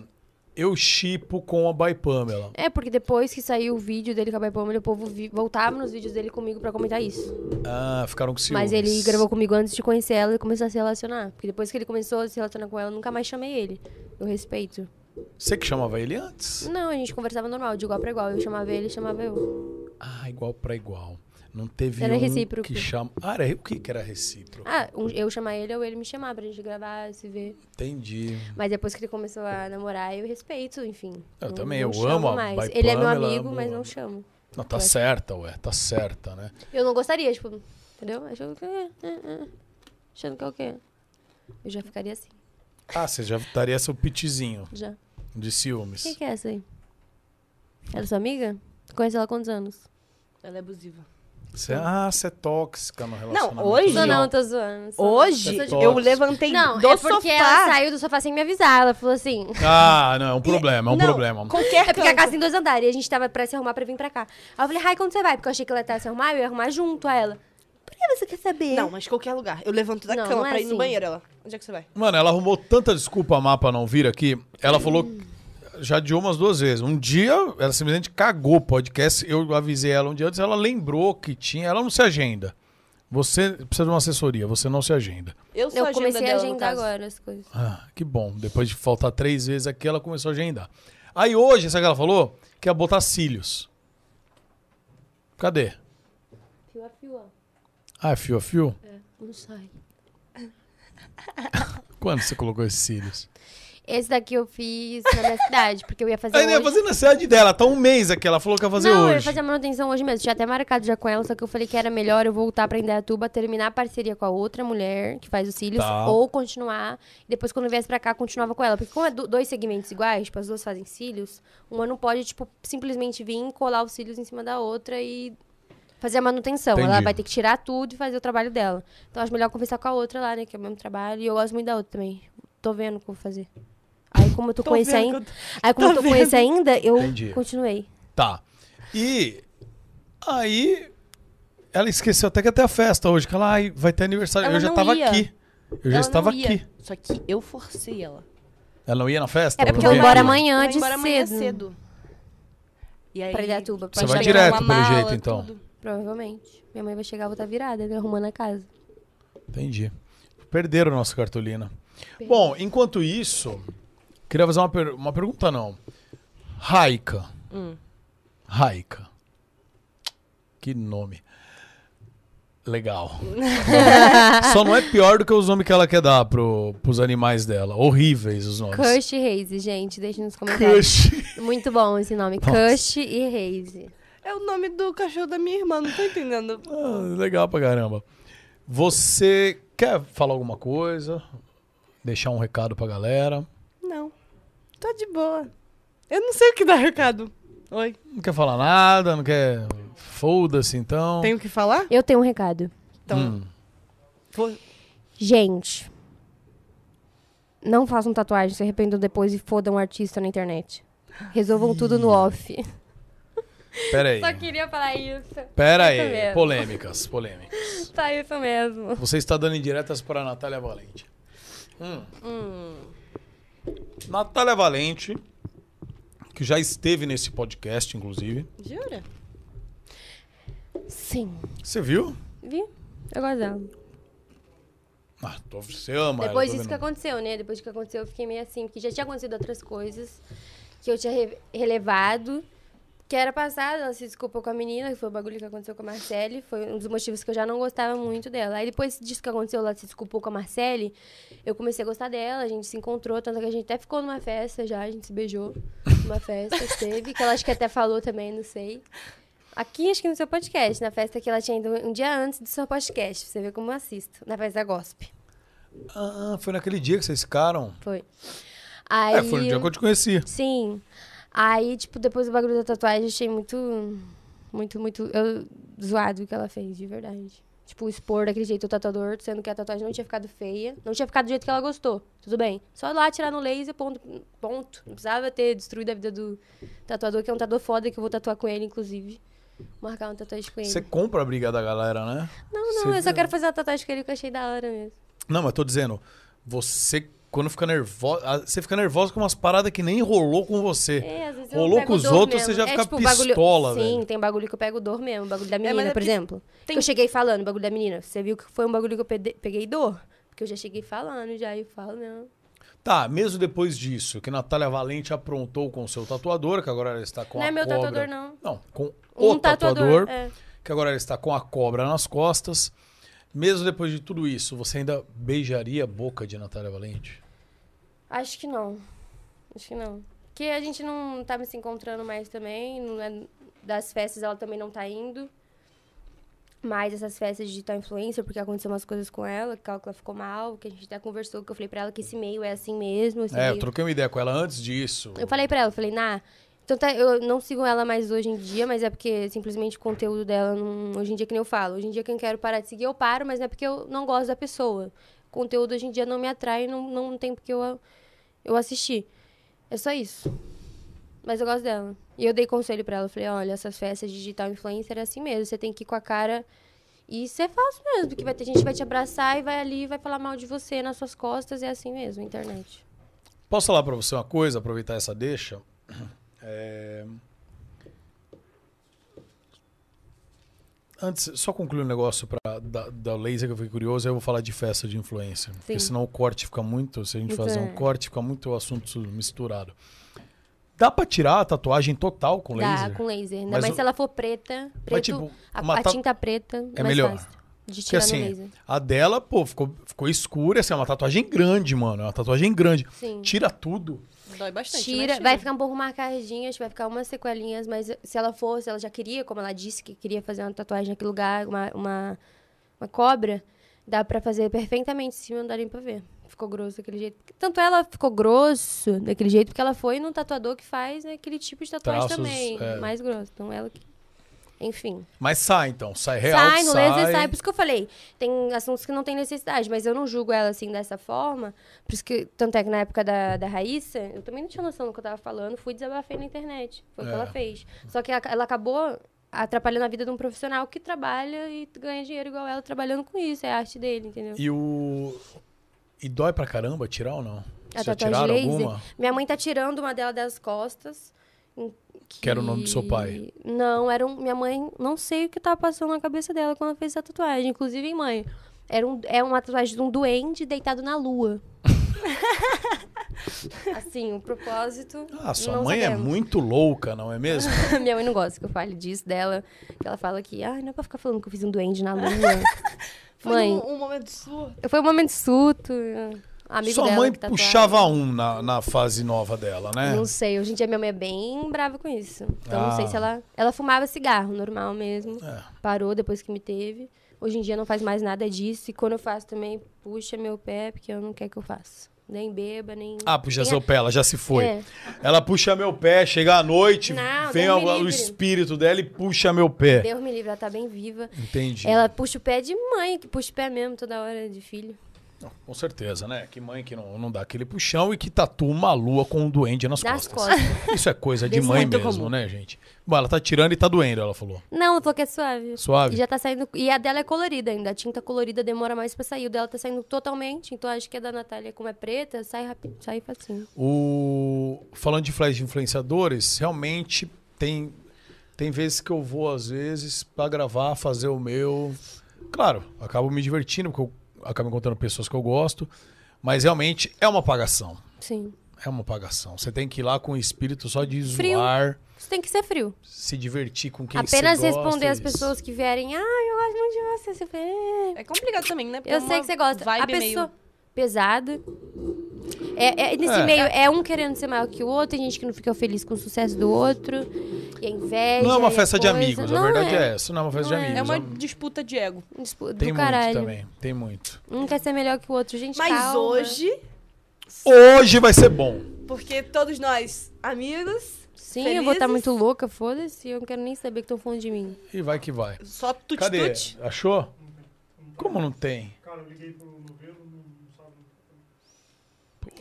eu chipo com a By Pamela. É, porque depois que saiu o vídeo dele com a Bai Pamela, o povo vi- voltava nos vídeos dele comigo pra comentar isso. Ah, ficaram com ciúmes. Mas ele gravou comigo antes de conhecer ela e começar a se relacionar. Porque depois que ele começou a se relacionar com ela, eu nunca mais chamei ele. Eu respeito. Você que chamava ele antes? Não, a gente conversava normal, de igual pra igual. Eu chamava ele, ele chamava eu. Ah, igual pra igual. Não teve Era um recíproco. que chama... Ah, era... o que que era recíproco? Ah, um- eu chamar ele ou ele me chamar pra gente gravar, se ver. Entendi. Mas depois que ele começou a namorar, eu respeito, enfim. Eu Não- também, não eu chamo amo a mais. Bai Ele é meu Pamela, amigo, amo- mas não chamo. Não, tá certa, ué. Tá certa, né? Eu não gostaria, tipo, entendeu? Achando que é, é, é. Achando que é o quê? Eu já ficaria assim, Ah, você já daria seu pitizinho já. de ciúmes. Quem que é essa aí? Ela é sua amiga? Conhece ela há quantos anos? Ela é abusiva. Cê- ah, você é tóxica no relacionamento. hoje- Não, Não. não, tô zoando. sou- Hoje, sou de- Tóxico. eu levantei Não, do é porque ela sofá. saiu do sofá sem me avisar. Ela falou assim. Ah, não, é um problema, é um Não, problema. Qualquer É porque a canto. casa tem dois andares e a gente tava pra se arrumar pra vir pra cá. Aí eu falei, Rai, quando você vai? Porque eu achei que ela ia se arrumar, eu ia arrumar junto a ela. Por que nada você quer saber. Não, mas qualquer lugar. Eu levanto da é Não, cama não é pra ir no assim. banheiro, ela. Onde é que você vai? Mano, ela arrumou tanta desculpa a mapa não vir aqui. Ela falou. Já adiou umas duas vezes. Um dia, ela simplesmente cagou o podcast. Eu avisei ela um dia antes. Ela lembrou que tinha. Ela não se agenda. Você precisa de uma assessoria. Você não se agenda. Eu sou Eu a agenda comecei a dela, no agendar caso. agora as coisas. Ah, que bom. Depois de faltar três vezes aqui, ela começou a agendar. Aí hoje, sabe o que ela falou? Que ia botar cílios. Cadê? Fio a fio, ó. Ah, é fio a fio? Não sai. Quando você colocou esses cílios? Esse daqui eu fiz na minha cidade, porque eu ia fazer Ainda ia hoje. fazer na né, cidade dela. Tá um mês aqui. Ela falou que ia fazer não, eu ia hoje. fazer a manutenção hoje mesmo. Tinha até marcado já com ela, só que eu falei que era melhor eu voltar pra Indaiatuba, terminar a parceria com a outra mulher que faz os cílios, Tá. ou continuar. E depois, quando eu viesse pra cá, continuava com ela. Porque como é do- dois segmentos iguais, tipo, as duas fazem cílios, uma não pode, tipo, simplesmente vir, colar os cílios em cima da outra e fazer a manutenção. Ela Entendi. vai ter que tirar tudo e fazer o trabalho dela. Então, acho melhor conversar com a outra lá, né, que é o mesmo trabalho. E eu gosto muito da outra também. Tô vendo o que eu vou fazer. Aí, como eu tô, Tô com esse vendo ainda... Aí, como eu tô com esse ainda, eu Entendi. continuei. Tá. E aí ela esqueceu até que até a festa hoje, que ela ai, vai ter aniversário. Ela eu já não tava ia. aqui. Eu já Ela estava não ia. aqui. Só que eu forcei ela. Ela não ia na festa? É porque Não eu ia? vou embora amanhã Vai de embora amanhã cedo. E aí, Pra Indaiatuba. Você vai Pode direto, uma pelo mala, jeito, então. tudo. Provavelmente. Minha mãe vai chegar, eu vou estar virada, né, arrumando a casa. Entendi. Perderam a nossa cartolina. Bom, enquanto isso, queria fazer uma, per- uma pergunta, não. Raika. Raika. Que nome. Legal. Só não é pior do que os nomes que ela quer dar pro, pros animais dela. Horríveis os nomes. Cush e Reise, gente, deixa nos comentários. Cush. Muito bom esse nome, Nossa. Cush e Reise. É o nome do cachorro da minha irmã, não tô entendendo. Ah, legal pra caramba. Você quer falar alguma coisa? Deixar um recado pra galera? Não. Tá de boa. Eu não sei o que dá recado. Oi. Não quer falar nada? Não quer. Foda-se então. Tenho que falar? Eu tenho um recado. Então. Hum. Vou- Gente, não façam tatuagem, se arrependam depois e fodam um artista na internet. Resolvam tudo no off. Pera aí. Só queria falar isso. Pera Isso aí. mesmo. Polêmicas, polêmicas. Tá isso mesmo. Você está dando indiretas para a Natália Valente. Hum. Natália Valente, que já esteve nesse podcast, inclusive. Jura? Sim. Você viu? Vi? Eu gosto dela. Ah, tô- você ama. ela, Depois tô disso que vendo. aconteceu, né? Depois que aconteceu, eu fiquei meio assim, porque já tinha acontecido outras coisas que eu tinha re- relevado, que era passado, ela se desculpou com a menina, que foi o bagulho que aconteceu com a Marcele, foi um dos motivos que eu já não gostava muito dela. Aí depois disso que aconteceu, ela se desculpou com a Marcele, eu comecei a gostar dela, a gente se encontrou, tanto que a gente até ficou numa festa já, a gente se beijou numa festa que teve, que ela acho que até falou também, não sei. Aqui, acho que no seu podcast, na festa que ela tinha ido um dia antes do seu podcast, pra você vê como eu assisto, na festa da Gossip. Ah, foi naquele dia que vocês ficaram. Foi. Aí, É, foi no dia que eu te conheci. Sim. Aí, tipo, depois do bagulho da tatuagem, eu achei muito, muito, muito eu, zoado o que ela fez, de verdade. Tipo, expor daquele jeito o tatuador, sendo que a tatuagem não tinha ficado feia. Não tinha ficado do jeito que ela gostou. Tudo bem. Só lá tirar no laser, ponto. ponto. Não precisava ter destruído a vida do tatuador, que é um tatuador foda, que eu vou tatuar com ele, inclusive. Marcar uma tatuagem com ele. Você compra a briga da galera, né? Não, não, Cê- eu só quero fazer uma tatuagem com ele que eu achei da hora mesmo. Não, mas tô dizendo, você quando fica nervosa, ah, você fica nervosa com umas paradas que nem rolou com você. É, às vezes eu rolou pego com os dor outros, mesmo. você já É, fica tipo, bagulho- pistola, Sim, velho. tem um bagulho que eu pego dor mesmo. Bagulho da menina, mas é por porque exemplo. tem- Que eu cheguei falando, bagulho da menina. Você viu que foi um bagulho que eu pede- peguei dor? Porque eu já cheguei falando, já eu falo mesmo. Tá, mesmo depois disso, que Natália Valente aprontou com o seu tatuador, que agora ela está com Não a é meu cobra. tatuador, não. Não, com Um o tatuador, tatuador, é. que agora ela está com a cobra nas costas. Mesmo depois de tudo isso, você ainda beijaria a boca de Natália Valente? Acho que não. Acho que não. Porque a gente não tá se encontrando mais também. Não é... Das festas ela também não tá indo. Mas essas festas de tal influencer, porque aconteceu umas coisas com ela, que ela que ela ficou mal, que a gente até conversou, que eu falei pra ela que esse meio é assim mesmo. esse É, eu meio- troquei uma ideia com ela antes disso. Eu falei pra ela, eu falei, Nah, então tá, eu não sigo ela mais hoje em dia, mas é porque simplesmente o conteúdo dela, não- hoje em dia, que nem eu falo, hoje em dia quem quero parar de seguir, eu paro, mas não é porque eu não gosto da pessoa. O conteúdo hoje em dia não me atrai, não, não tem porque eu, eu assistir. É só isso. Mas eu gosto dela. E eu dei conselho pra ela, eu falei, olha, essas festas de digital influencer é assim mesmo, você tem que ir com a cara E isso é falso mesmo, porque vai ter gente que vai te abraçar e vai ali e vai falar mal de você nas suas costas. É assim mesmo, internet. Posso falar pra você uma coisa, aproveitar essa deixa? É... Antes, só concluir um negócio pra, da, da laser que eu fiquei curioso, aí eu vou falar de festa de influência. Porque senão o corte fica muito. Se a gente Muito, fazer é. um corte, fica muito assunto misturado. Dá pra tirar a tatuagem total com laser? Dá, com laser. Ainda Mas mais o- se ela for preta. Preto, tipo, a, uma a ta- tinta preta É mais melhor. fácil de Porque tirar no assim, laser. a dela, pô, ficou, ficou escura, assim, é uma tatuagem grande, mano. É uma tatuagem grande. Sim. Tira tudo. Dói bastante. né, mas Tira, vai ficar um pouco marcadinha, acho que vai ficar umas sequelinhas, mas se ela for, se ela já queria, como ela disse que queria fazer uma tatuagem naquele lugar, uma, uma, uma cobra, dá pra fazer perfeitamente em cima, não dá nem pra ver. Ficou grosso daquele jeito. Tanto ela ficou grosso daquele jeito, porque ela foi num tatuador que faz né, aquele tipo de tatuagem Traços, também, é. mais grosso. Então ela que... Enfim. Mas sai, então. Sai real, sai, sai. no laser sai. Por isso que eu falei, tem assuntos que não tem necessidade, mas eu não julgo ela assim dessa forma. Por isso que, tanto é que na época da, da Raíssa, eu também não tinha noção do que eu tava falando, fui e desabafei na internet. Foi o É. que ela fez. Só que ela, ela acabou atrapalhando a vida de um profissional que trabalha e ganha dinheiro igual ela trabalhando com isso. É a arte dele, entendeu? E o... E dói pra caramba tirar ou não? a Já É tatuagem tiraram laser. alguma? Minha mãe tá tirando uma dela das costas. em- Que era o nome do seu pai? Não, era um, minha mãe, não sei o que tava passando na cabeça dela quando ela fez essa tatuagem. Inclusive, mãe, era um, é uma tatuagem de um duende deitado na lua. assim, o propósito. Ah, sua não mãe é sabemos. muito louca, não é mesmo? Minha mãe não gosta que eu fale disso dela. Que ela fala que, ai, não é pra ficar falando que eu fiz um duende na lua. Foi mãe, um, um momento surdo. foi um momento de surto. Amigo sua dela mãe que tatuava. puxava um na, na fase nova dela, né? Não sei, hoje em dia minha mãe é bem brava com isso. Então Ah. não sei se ela. Ela fumava cigarro normal mesmo. É. Parou depois que me teve. Hoje em dia não faz mais nada disso. E quando eu faço também, puxa meu pé, porque eu não quero que eu faça. Nem beba, nem. Ah, puxa nem seu pé, ela já se foi. É. Ela puxa meu pé, chega à noite, Não, um vem Deus me o- o livre. espírito dela e puxa meu pé. Deus me livre, ela tá bem viva. Entendi. Ela puxa o pé de mãe, que puxa o pé mesmo toda hora de filho. Com certeza, né? Que mãe que não, não dá aquele puxão e que tatua uma lua com um duende nas Das costas. Isso é coisa de mãe Desmonta mesmo, comum. né, gente? Bom, ela tá tirando e tá doendo, ela falou. Não, eu tô que é suave. Suave? E já tá saindo. E a dela é colorida ainda. A tinta colorida demora mais pra sair. O dela tá saindo totalmente. Então acho que a da Natália, como é preta, sai rápido, sai facinho. O... Falando de flash de influenciadores, realmente tem, tem vezes que eu vou, às vezes, pra gravar, fazer o meu. Claro, acabo me divertindo, porque eu acabo encontrando pessoas que eu gosto, mas realmente é uma pagação. Sim. É uma pagação. Você tem que ir lá com o espírito só de Frio. zoar, Isso tem que ser frio. se divertir com quem Apenas você gosta, responder é às isso. pessoas que vierem, ah, eu gosto muito de você. Você fala, "É". É complicado também, né? Porque Eu é sei uma que você gosta. Vibe a pessoa meio... pesada. É, é- nesse É. meio, é um querendo ser maior que o outro, tem gente que não fica feliz com o sucesso do outro, e a inveja. Não é uma e a festa de coisa. amigos, a Não verdade é. essa. Não é uma festa Não de é. amigos. É uma Tem disputa de ego. Dispu- Do muito caralho. também, tem muito. Um quer ser melhor que o outro, gente. Mas calma. hoje, Hoje vai ser bom. porque todos nós amigos, Sim, eu vou estar felizes. muito louca, foda-se, eu não quero nem saber que estão falando de mim. E vai que vai. só Cadê? tutitude. Achou? Como não tem?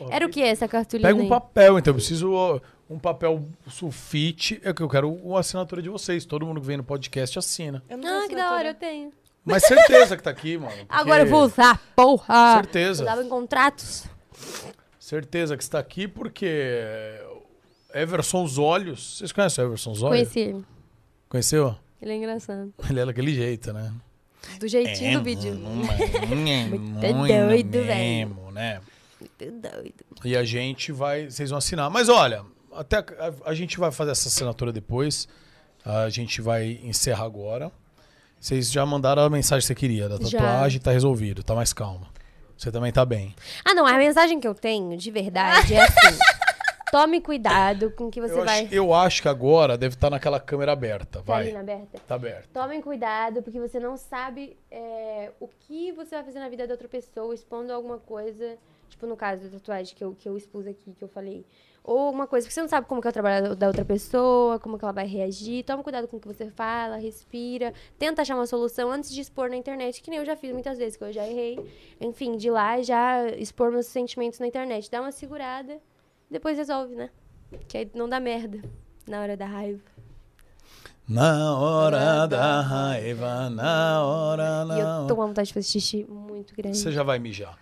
Era o que essa cartolina? Pega um aí? papel, então. Eu preciso ó, um papel sulfite. É que eu quero uma assinatura de vocês. Todo mundo que vem no podcast assina. Eu não Ah, sei que se da tô- hora, eu tenho. Mas certeza que tá aqui, mano. porque- Agora eu vou usar, porra! Certeza. Usava em contratos. Certeza que está aqui porque. Everson Olhos. Vocês conhecem o Everson Zólios? Conheci ele. Conheceu? Ele é engraçado. Ele é daquele jeito, né? Do jeitinho É, do vídeo. Muito doido, velho. né? mesmo, né? Muito doido. E a gente vai. Vocês vão assinar. Mas olha, até a, a gente vai fazer essa assinatura depois. A gente vai encerrar agora. Vocês já mandaram a mensagem que você queria da Já. tatuagem, tá resolvido, tá mais calmo. Você também tá bem. Ah, não. A mensagem que eu tenho, de verdade, é assim. Tome cuidado com o que você Eu vai... acho, eu acho que agora deve estar naquela câmera aberta. Tá ali Vai. na aberta. Tá aberta. Tomem cuidado, porque você não sabe é, o que você vai fazer na vida da outra pessoa, expondo alguma coisa. Tipo, no caso da tatuagem que eu, que eu expus aqui, que eu falei. Ou alguma coisa, porque você não sabe como que é o trabalho da outra pessoa, como que ela vai reagir. Toma cuidado com o que você fala, respira. Tenta achar uma solução antes de expor na internet, que nem eu já fiz muitas vezes, que eu já errei. Enfim, de lá já expor meus sentimentos na internet. Dá uma segurada, depois resolve, né? Que aí não dá merda na hora da raiva. Na hora da raiva, na hora, E eu na tô hora. com uma vontade de fazer xixi muito grande. Você já vai mijar.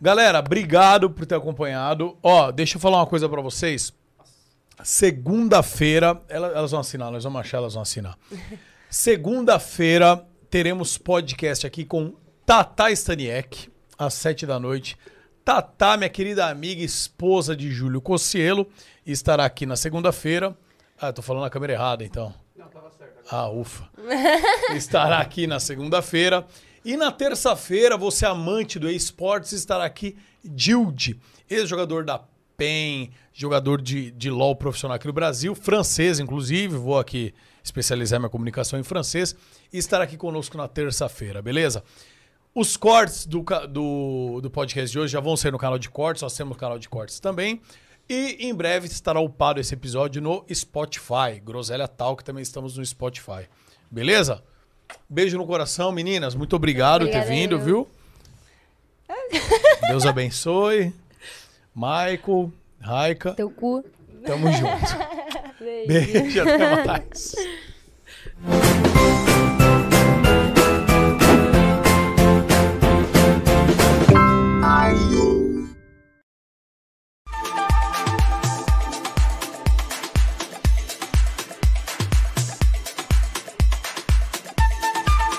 Galera, obrigado por ter acompanhado. Ó, deixa eu falar uma coisa pra vocês. Segunda-feira, ela- elas vão assinar, nós vamos achar, elas vão assinar. Segunda-feira teremos podcast aqui com Tata Staniek, às sete da noite. Tata, minha querida amiga, e esposa de Júlio Cocielo, estará aqui na segunda-feira. Ah, tô falando a câmera errada, então. Não, tava certo. Ah, ufa estará aqui na segunda-feira. E na terça-feira, você amante do esportes, estará aqui Dilde, ex-jogador da PEN, jogador de, de LOL profissional aqui no Brasil, francês, inclusive, vou aqui especializar minha comunicação em francês, e estará aqui conosco na terça-feira, beleza? Os cortes do, ca- do, do podcast de hoje já vão ser no canal de cortes, nós temos canal de cortes também. E em breve estará upado esse episódio no Spotify. Groselha Tal, que também estamos no Spotify. Beleza? Beijo no coração, meninas. Muito obrigado por ter Obrigada, vindo, eu. viu? Deus abençoe. Michael, Raika, Teu cu. tamo junto. Beijo. Beijo, até mais.